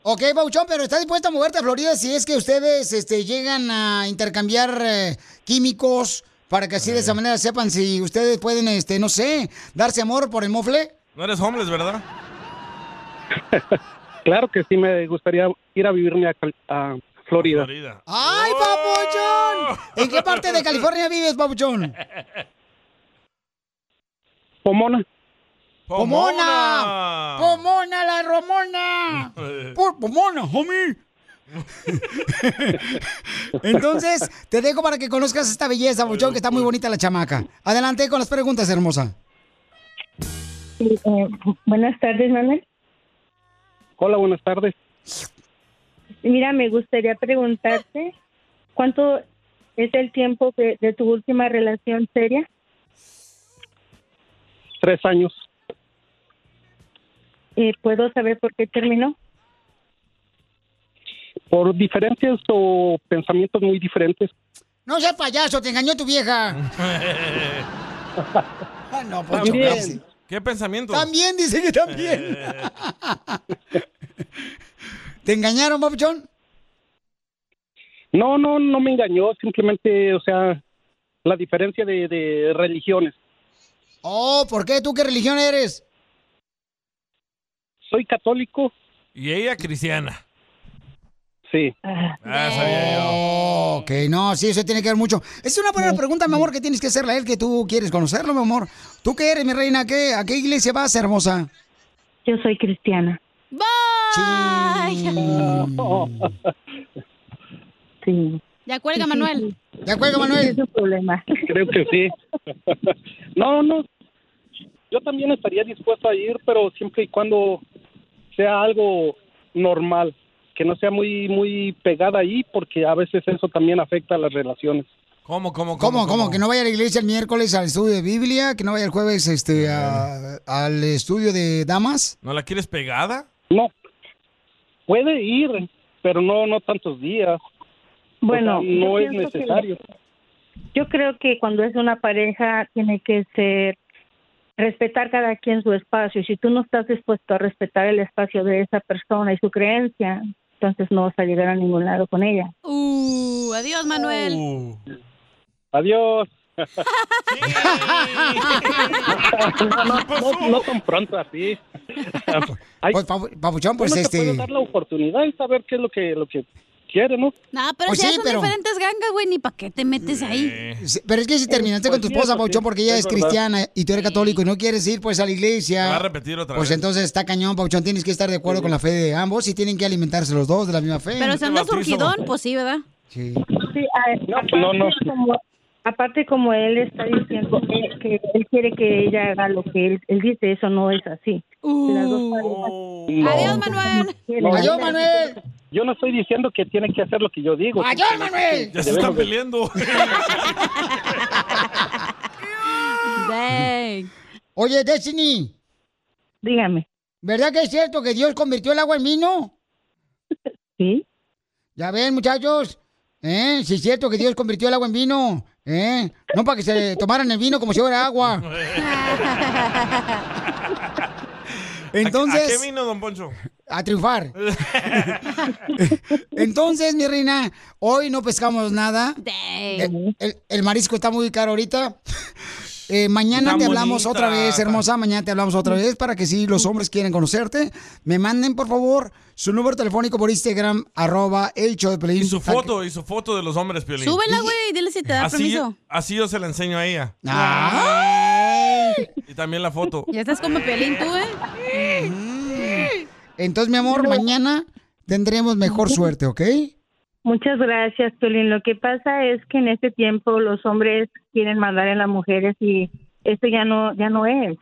[SPEAKER 2] Ok, Pauchón, pero ¿estás dispuesta a moverte a Florida si es que ustedes este, llegan a intercambiar eh, químicos para que así de esa manera sepan si ustedes pueden, este, no sé, darse amor por el mofle?
[SPEAKER 3] No eres homeless, ¿verdad?
[SPEAKER 19] Claro que sí me gustaría ir a vivirme a, Cal- a Florida.
[SPEAKER 2] ¡Ay, Papuchón! ¿En qué parte de California vives, Papuchón?
[SPEAKER 19] Pomona.
[SPEAKER 2] ¡Pomona! ¡Pomona la Romona! ¡Por Pomona, homie! Entonces, te dejo para que conozcas esta belleza, Papuchón, que está muy bonita la chamaca. Adelante con las preguntas, hermosa.
[SPEAKER 17] Sí, eh, buenas tardes, Manuel.
[SPEAKER 19] Hola, buenas tardes.
[SPEAKER 17] Mira, me gustaría preguntarte cuánto es el tiempo que- de tu última relación seria.
[SPEAKER 19] Tres años.
[SPEAKER 17] Eh, ¿Puedo saber por qué terminó?
[SPEAKER 19] Por diferencias o pensamientos muy diferentes.
[SPEAKER 2] No seas payaso, te engañó tu vieja. Ah, no, Poncho,
[SPEAKER 3] También.
[SPEAKER 2] gracias.
[SPEAKER 3] ¿Qué pensamiento?
[SPEAKER 2] También, dice que también. ¿Te engañaron, Papuchón?
[SPEAKER 19] No, no, no me engañó. Simplemente, o sea, la diferencia de, de religiones.
[SPEAKER 2] Oh, ¿por qué? ¿Tú qué religión eres?
[SPEAKER 19] Soy católico.
[SPEAKER 3] Y ella cristiana.
[SPEAKER 19] Sí.
[SPEAKER 3] Ah, sabía yo.
[SPEAKER 2] Oh, ok, no, sí, eso tiene que ver mucho. Es una buena pregunta, mi amor, que tienes que hacerle a él, que tú quieres conocerlo, mi amor. ¿Tú qué eres, mi reina? ¿Qué, ¿A qué iglesia vas, hermosa?
[SPEAKER 17] Yo soy cristiana. Sí.
[SPEAKER 4] Ya cuelga, Manuel.
[SPEAKER 2] Ya
[SPEAKER 17] cuelga, Manuel. Es un problema.
[SPEAKER 19] Creo que sí. No, no. Yo también estaría dispuesto a ir, pero siempre y cuando sea algo normal, que no sea muy muy pegada ahí, porque a veces eso también afecta a las relaciones.
[SPEAKER 3] ¿Cómo, cómo,
[SPEAKER 2] ¿Cómo, cómo? Que no vaya a la iglesia el miércoles al estudio de Biblia, que no vaya el jueves este, a- al estudio de damas.
[SPEAKER 3] ¿No la quieres pegada?
[SPEAKER 19] No. Puede ir, pero no no tantos días. O
[SPEAKER 17] Bueno,
[SPEAKER 19] sea, no
[SPEAKER 17] yo
[SPEAKER 19] es
[SPEAKER 17] pienso que-
[SPEAKER 19] necesario.
[SPEAKER 17] Yo creo que cuando es una pareja tiene que ser respetar cada quien su espacio. Y si tú no estás dispuesto a respetar el espacio de esa persona y su creencia, entonces no vas a llegar a ningún lado con ella.
[SPEAKER 4] Uh, adiós, Manuel.
[SPEAKER 2] Uh.
[SPEAKER 19] Adiós. no, no, no, no tan pronto así. Ay,
[SPEAKER 2] Papuchón, pues
[SPEAKER 19] uno te
[SPEAKER 2] este.
[SPEAKER 19] puede dar la oportunidad y saber qué es lo que lo que
[SPEAKER 14] quiere, ¿no?
[SPEAKER 4] No, pero
[SPEAKER 2] Pues
[SPEAKER 4] si ya
[SPEAKER 2] sí,
[SPEAKER 4] son
[SPEAKER 2] pero-
[SPEAKER 4] diferentes gangas, güey, ni para qué te metes ahí.
[SPEAKER 2] Sí, Pero es que si terminaste con tu
[SPEAKER 4] Pues sí,
[SPEAKER 2] esposa,
[SPEAKER 4] eso sí,
[SPEAKER 2] Pauchón, porque ella
[SPEAKER 4] es
[SPEAKER 2] es
[SPEAKER 4] verdad.
[SPEAKER 2] cristiana y tú eres católico y no quieres ir pues a la iglesia.
[SPEAKER 3] Me va a repetir otra
[SPEAKER 2] Pues
[SPEAKER 3] vez.
[SPEAKER 2] entonces está cañón, Pauchón. Tienes que estar de acuerdo con la fe de ambos y tienen que alimentarse los dos de la misma fe.
[SPEAKER 4] Pero se anda surgidón, pues sí, ¿verdad?
[SPEAKER 2] Sí.
[SPEAKER 23] Sí, a- aparte,
[SPEAKER 2] no, no.
[SPEAKER 23] Como, aparte como él está diciendo eh, que él quiere que ella haga lo que él, él dice, eso no es así. Las dos parejas-
[SPEAKER 4] Adiós, Uh. Manuel.
[SPEAKER 23] Adiós,
[SPEAKER 2] Manuel.
[SPEAKER 14] Yo no estoy diciendo que tienen que hacer lo que yo digo.
[SPEAKER 2] Adiós,
[SPEAKER 14] sino que
[SPEAKER 2] Manuel.
[SPEAKER 3] Ya se están
[SPEAKER 14] debemos de-
[SPEAKER 3] peleando.
[SPEAKER 2] Oye, Destiny.
[SPEAKER 23] Dígame.
[SPEAKER 2] ¿Verdad que es cierto que Dios convirtió el agua en vino?
[SPEAKER 23] Sí.
[SPEAKER 2] Ya ven, muchachos. ¿Eh? Sí es cierto que Dios convirtió el agua en vino. ¿Eh? No para que se tomaran el vino como si fuera agua. Entonces...
[SPEAKER 3] ¿A qué vino, don Poncho?
[SPEAKER 2] a triunfar. Entonces, mi reina, hoy no pescamos nada. El, el- el marisco está muy caro ahorita. Eh, mañana
[SPEAKER 1] Está
[SPEAKER 2] te hablamos
[SPEAKER 1] bonita,
[SPEAKER 2] otra vez,
[SPEAKER 1] está-
[SPEAKER 2] hermosa. Mañana te hablamos otra vez para que si los hombres quieren conocerte, me manden por favor su número telefónico por Instagram, arroba el show de Pelín.
[SPEAKER 3] Y su foto, y su foto de los hombres, Piolín.
[SPEAKER 4] Súbela, güey, dile si te da
[SPEAKER 3] Así yo,
[SPEAKER 4] permiso.
[SPEAKER 3] así yo se la enseño a ella.
[SPEAKER 2] Ah.
[SPEAKER 3] Y también la foto.
[SPEAKER 4] Ya estás como pelín tú, ¿eh?
[SPEAKER 2] Entonces, mi amor, mañana tendremos mejor suerte, ¿ok?
[SPEAKER 23] Muchas gracias, Piolín. Lo que pasa es que en este tiempo los hombres quieren mandar a las mujeres y esto ya no ya no es.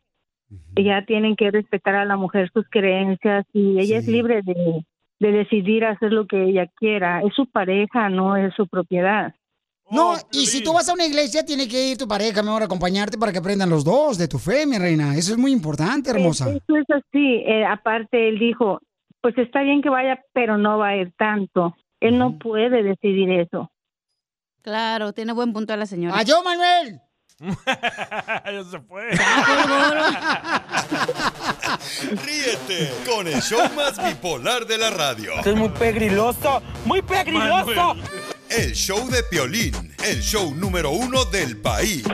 [SPEAKER 23] Ya tienen que respetar a la mujer sus creencias y ella es libre de, de decidir hacer lo que ella quiera. Es su pareja, no es su propiedad.
[SPEAKER 3] Oh,
[SPEAKER 2] No, y si tú vas a una iglesia, tiene que ir tu pareja, mi amor, a acompañarte para que aprendan los dos de tu fe, mi reina. Eso es muy importante, hermosa.
[SPEAKER 23] Eso es así. Eh, aparte, él dijo, pues está bien que vaya, pero no va a ir tanto. Él no puede decidir eso.
[SPEAKER 4] Claro, tiene buen punto la señora.
[SPEAKER 2] ¡Adiós, Manuel!
[SPEAKER 3] ya se fue.
[SPEAKER 4] Ah,
[SPEAKER 5] Ríete con el show más bipolar de la radio.
[SPEAKER 7] Esto es muy
[SPEAKER 5] pegriloso, muy
[SPEAKER 7] pegriloso. Manuel.
[SPEAKER 5] El show de Piolín, el show número uno del país.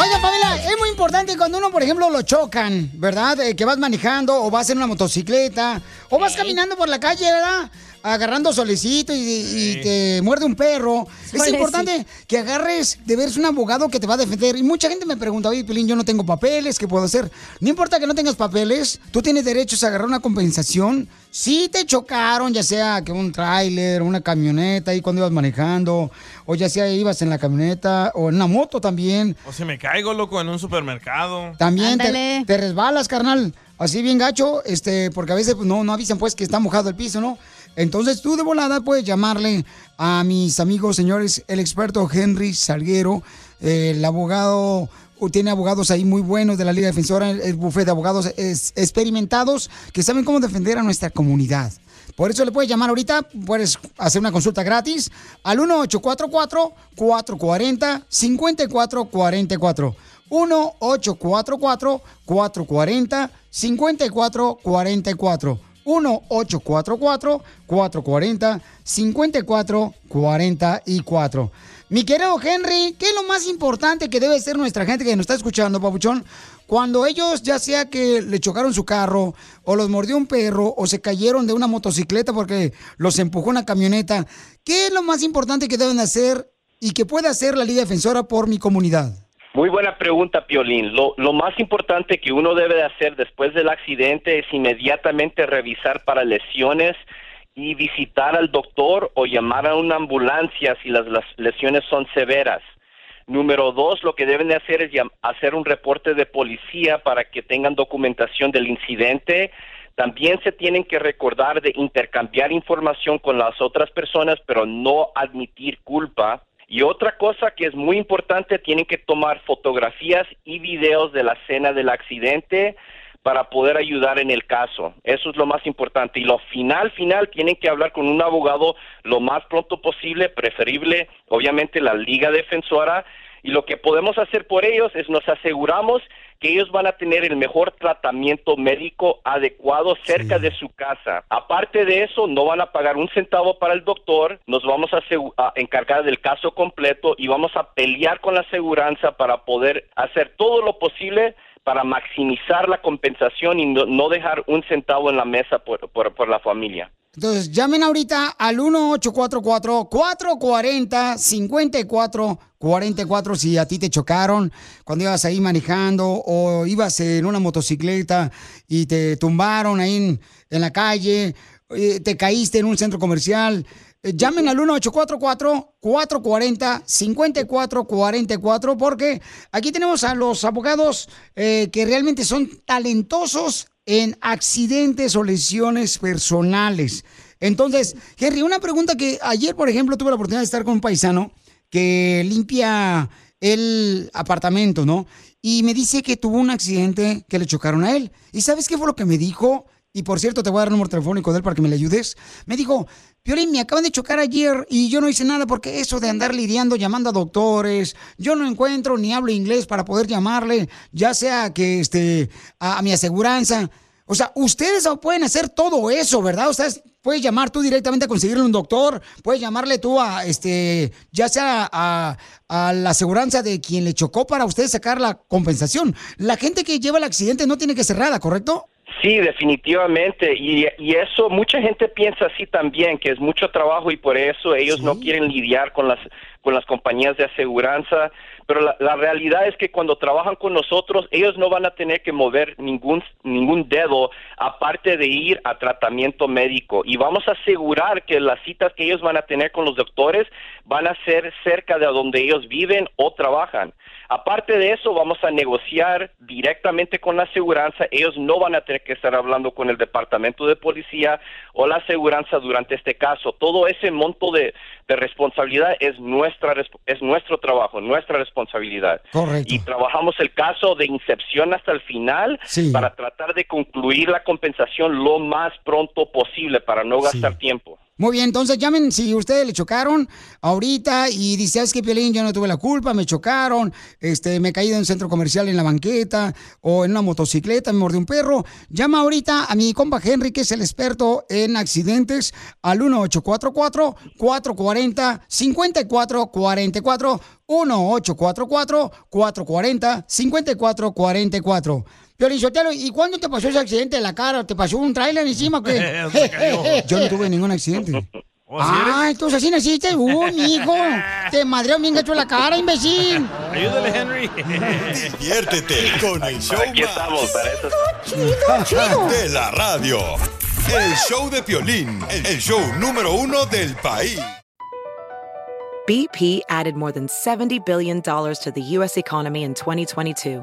[SPEAKER 2] Oigan, Pamela, es muy importante cuando uno, por ejemplo, lo chocan, ¿verdad? Eh, que vas manejando o vas en una motocicleta o vas caminando por la calle, ¿verdad? Agarrando solecito y, y te muerde un perro. Es
[SPEAKER 1] Solecito.
[SPEAKER 2] importante que agarres de verse un abogado que te va a defender. Y mucha gente me pregunta, oye, Pelín, yo no tengo papeles, ¿qué puedo hacer? No importa que no tengas papeles, tú tienes derechos a agarrar una compensación. Si te chocaron, ya sea que un tráiler, una camioneta, y cuando ibas manejando, o ya sea ibas en la camioneta o en una moto también.
[SPEAKER 3] O si me caigo, loco, en un supermercado.
[SPEAKER 2] También te, te resbalas, carnal. Así bien gacho, este, porque a veces pues, no, no avisan pues que está mojado el piso, ¿no? Entonces tú de volada puedes llamarle a mis amigos, señores, el experto Henry Salguero, eh, el abogado, o tiene abogados ahí muy buenos de la Liga Defensora, el, el bufete de abogados es- experimentados que saben cómo defender a nuestra comunidad. Por eso le puedes llamar ahorita, puedes hacer una consulta gratis al 1844-440-5444. 1-844-440-5444. 1-844-440-5444. Mi querido Henry, ¿qué es lo más importante que debe ser nuestra gente que nos está escuchando, papuchón? Cuando ellos, ya sea que le chocaron su carro, o los mordió un perro, o se cayeron de una motocicleta porque los empujó una camioneta, ¿qué es lo más importante que deben hacer y que puede hacer la Liga Defensora por mi comunidad?
[SPEAKER 20] Muy buena pregunta, Piolín. Lo, lo más importante que uno debe de hacer después del accidente es inmediatamente revisar para lesiones y visitar al doctor o llamar a una ambulancia si las, las lesiones son severas. Número dos, lo que deben de hacer es llam- hacer un reporte de policía para que tengan documentación del incidente. También se tienen que recordar de intercambiar información con las otras personas, pero no admitir culpa. Y otra cosa que es muy importante, tienen que tomar fotografías y videos de la escena del accidente para poder ayudar en el caso. Eso es lo más importante. Y lo final, final, tienen que hablar con un abogado lo más pronto posible, preferible, obviamente, la Liga Defensora. Y lo que podemos hacer por ellos es nos aseguramos que ellos van a tener el mejor tratamiento médico adecuado cerca de su casa. Aparte de eso, no van a pagar un centavo para el doctor, nos vamos a, asegu- a encargar del caso completo y vamos a pelear con la aseguranza para poder hacer todo lo posible para maximizar la compensación y no, no dejar un centavo en la mesa por, por- por la familia.
[SPEAKER 2] Entonces, llamen ahorita al 1844-440-5444 si a ti te chocaron cuando ibas ahí manejando o ibas en una motocicleta y te tumbaron ahí en, en la calle, eh, te caíste en un centro comercial. Eh, Llamen al 1844-440-5444 porque aquí tenemos a los abogados eh, que realmente son talentosos en accidentes o lesiones personales. Entonces, Henry, una pregunta que ayer, por ejemplo, tuve la oportunidad de estar con un paisano que limpia el apartamento, ¿no? Y me dice que tuvo un accidente que le chocaron a él. ¿Y sabes qué fue lo que me dijo? Y por cierto, te voy a dar el número telefónico de él para que me le ayudes. Me dijo, Piolín, me acaban de chocar ayer y yo no hice nada porque eso de andar lidiando, llamando a doctores, yo no encuentro ni hablo inglés para poder llamarle, ya sea que este, a, a mi aseguranza. O sea, ustedes pueden hacer todo eso, ¿verdad? Ustedes puedes llamar tú directamente a conseguirle un doctor, puedes llamarle tú a, este, ya sea a, a la aseguranza de quien le chocó para ustedes sacar la compensación. La gente que lleva el accidente no tiene que cerrada, ¿correcto?
[SPEAKER 20] Sí, definitivamente. Y, y eso, mucha gente piensa así también, que es mucho trabajo y por eso ellos no quieren lidiar con las, con las compañías de aseguranza. Pero la, la realidad es que cuando trabajan con nosotros, ellos no van a tener que mover ningún, ningún dedo aparte de ir a tratamiento médico. Y vamos a asegurar que las citas que ellos van a tener con los doctores van a ser cerca de donde ellos viven o trabajan. Aparte de eso, vamos a negociar directamente con la aseguranza. Ellos no van a tener que estar hablando con el departamento de policía o la aseguranza durante este caso. Todo ese monto de, de responsabilidad es, nuestra, resp- es nuestro trabajo, nuestra responsabilidad.
[SPEAKER 2] Correcto.
[SPEAKER 20] Y trabajamos el caso de incepción hasta el final
[SPEAKER 2] Sí.
[SPEAKER 20] para tratar de concluir la compensación lo más pronto posible para no gastar tiempo.
[SPEAKER 2] Muy bien, entonces llamen si ustedes le chocaron ahorita y dice, es que Piolín, yo no tuve la culpa, me chocaron, este, me caí de un centro comercial en la banqueta o en una motocicleta, me mordió un perro. Llama ahorita a mi compa Henry, que es el experto en accidentes, al 1844-440-5444, 1844-440-5444. Piolín Sotelo, ¿y cuándo te pasó ese accidente en la cara? ¿Te pasó un tráiler encima o qué?
[SPEAKER 7] Se cayó.
[SPEAKER 2] Yo no tuve ningún accidente.
[SPEAKER 8] ¿Oh,
[SPEAKER 2] Ah, entonces así naciste. Uh, hijo. Te madreó bien gacho la cara, imbécil.
[SPEAKER 3] Ayúdale, Henry.
[SPEAKER 5] Diviértete con el show
[SPEAKER 20] Aquí estamos, para eso.
[SPEAKER 7] chido.
[SPEAKER 5] de la radio. El show de Piolín, el el show número uno del país.
[SPEAKER 26] BP added more than $70 billion to the U.S. economy in 2022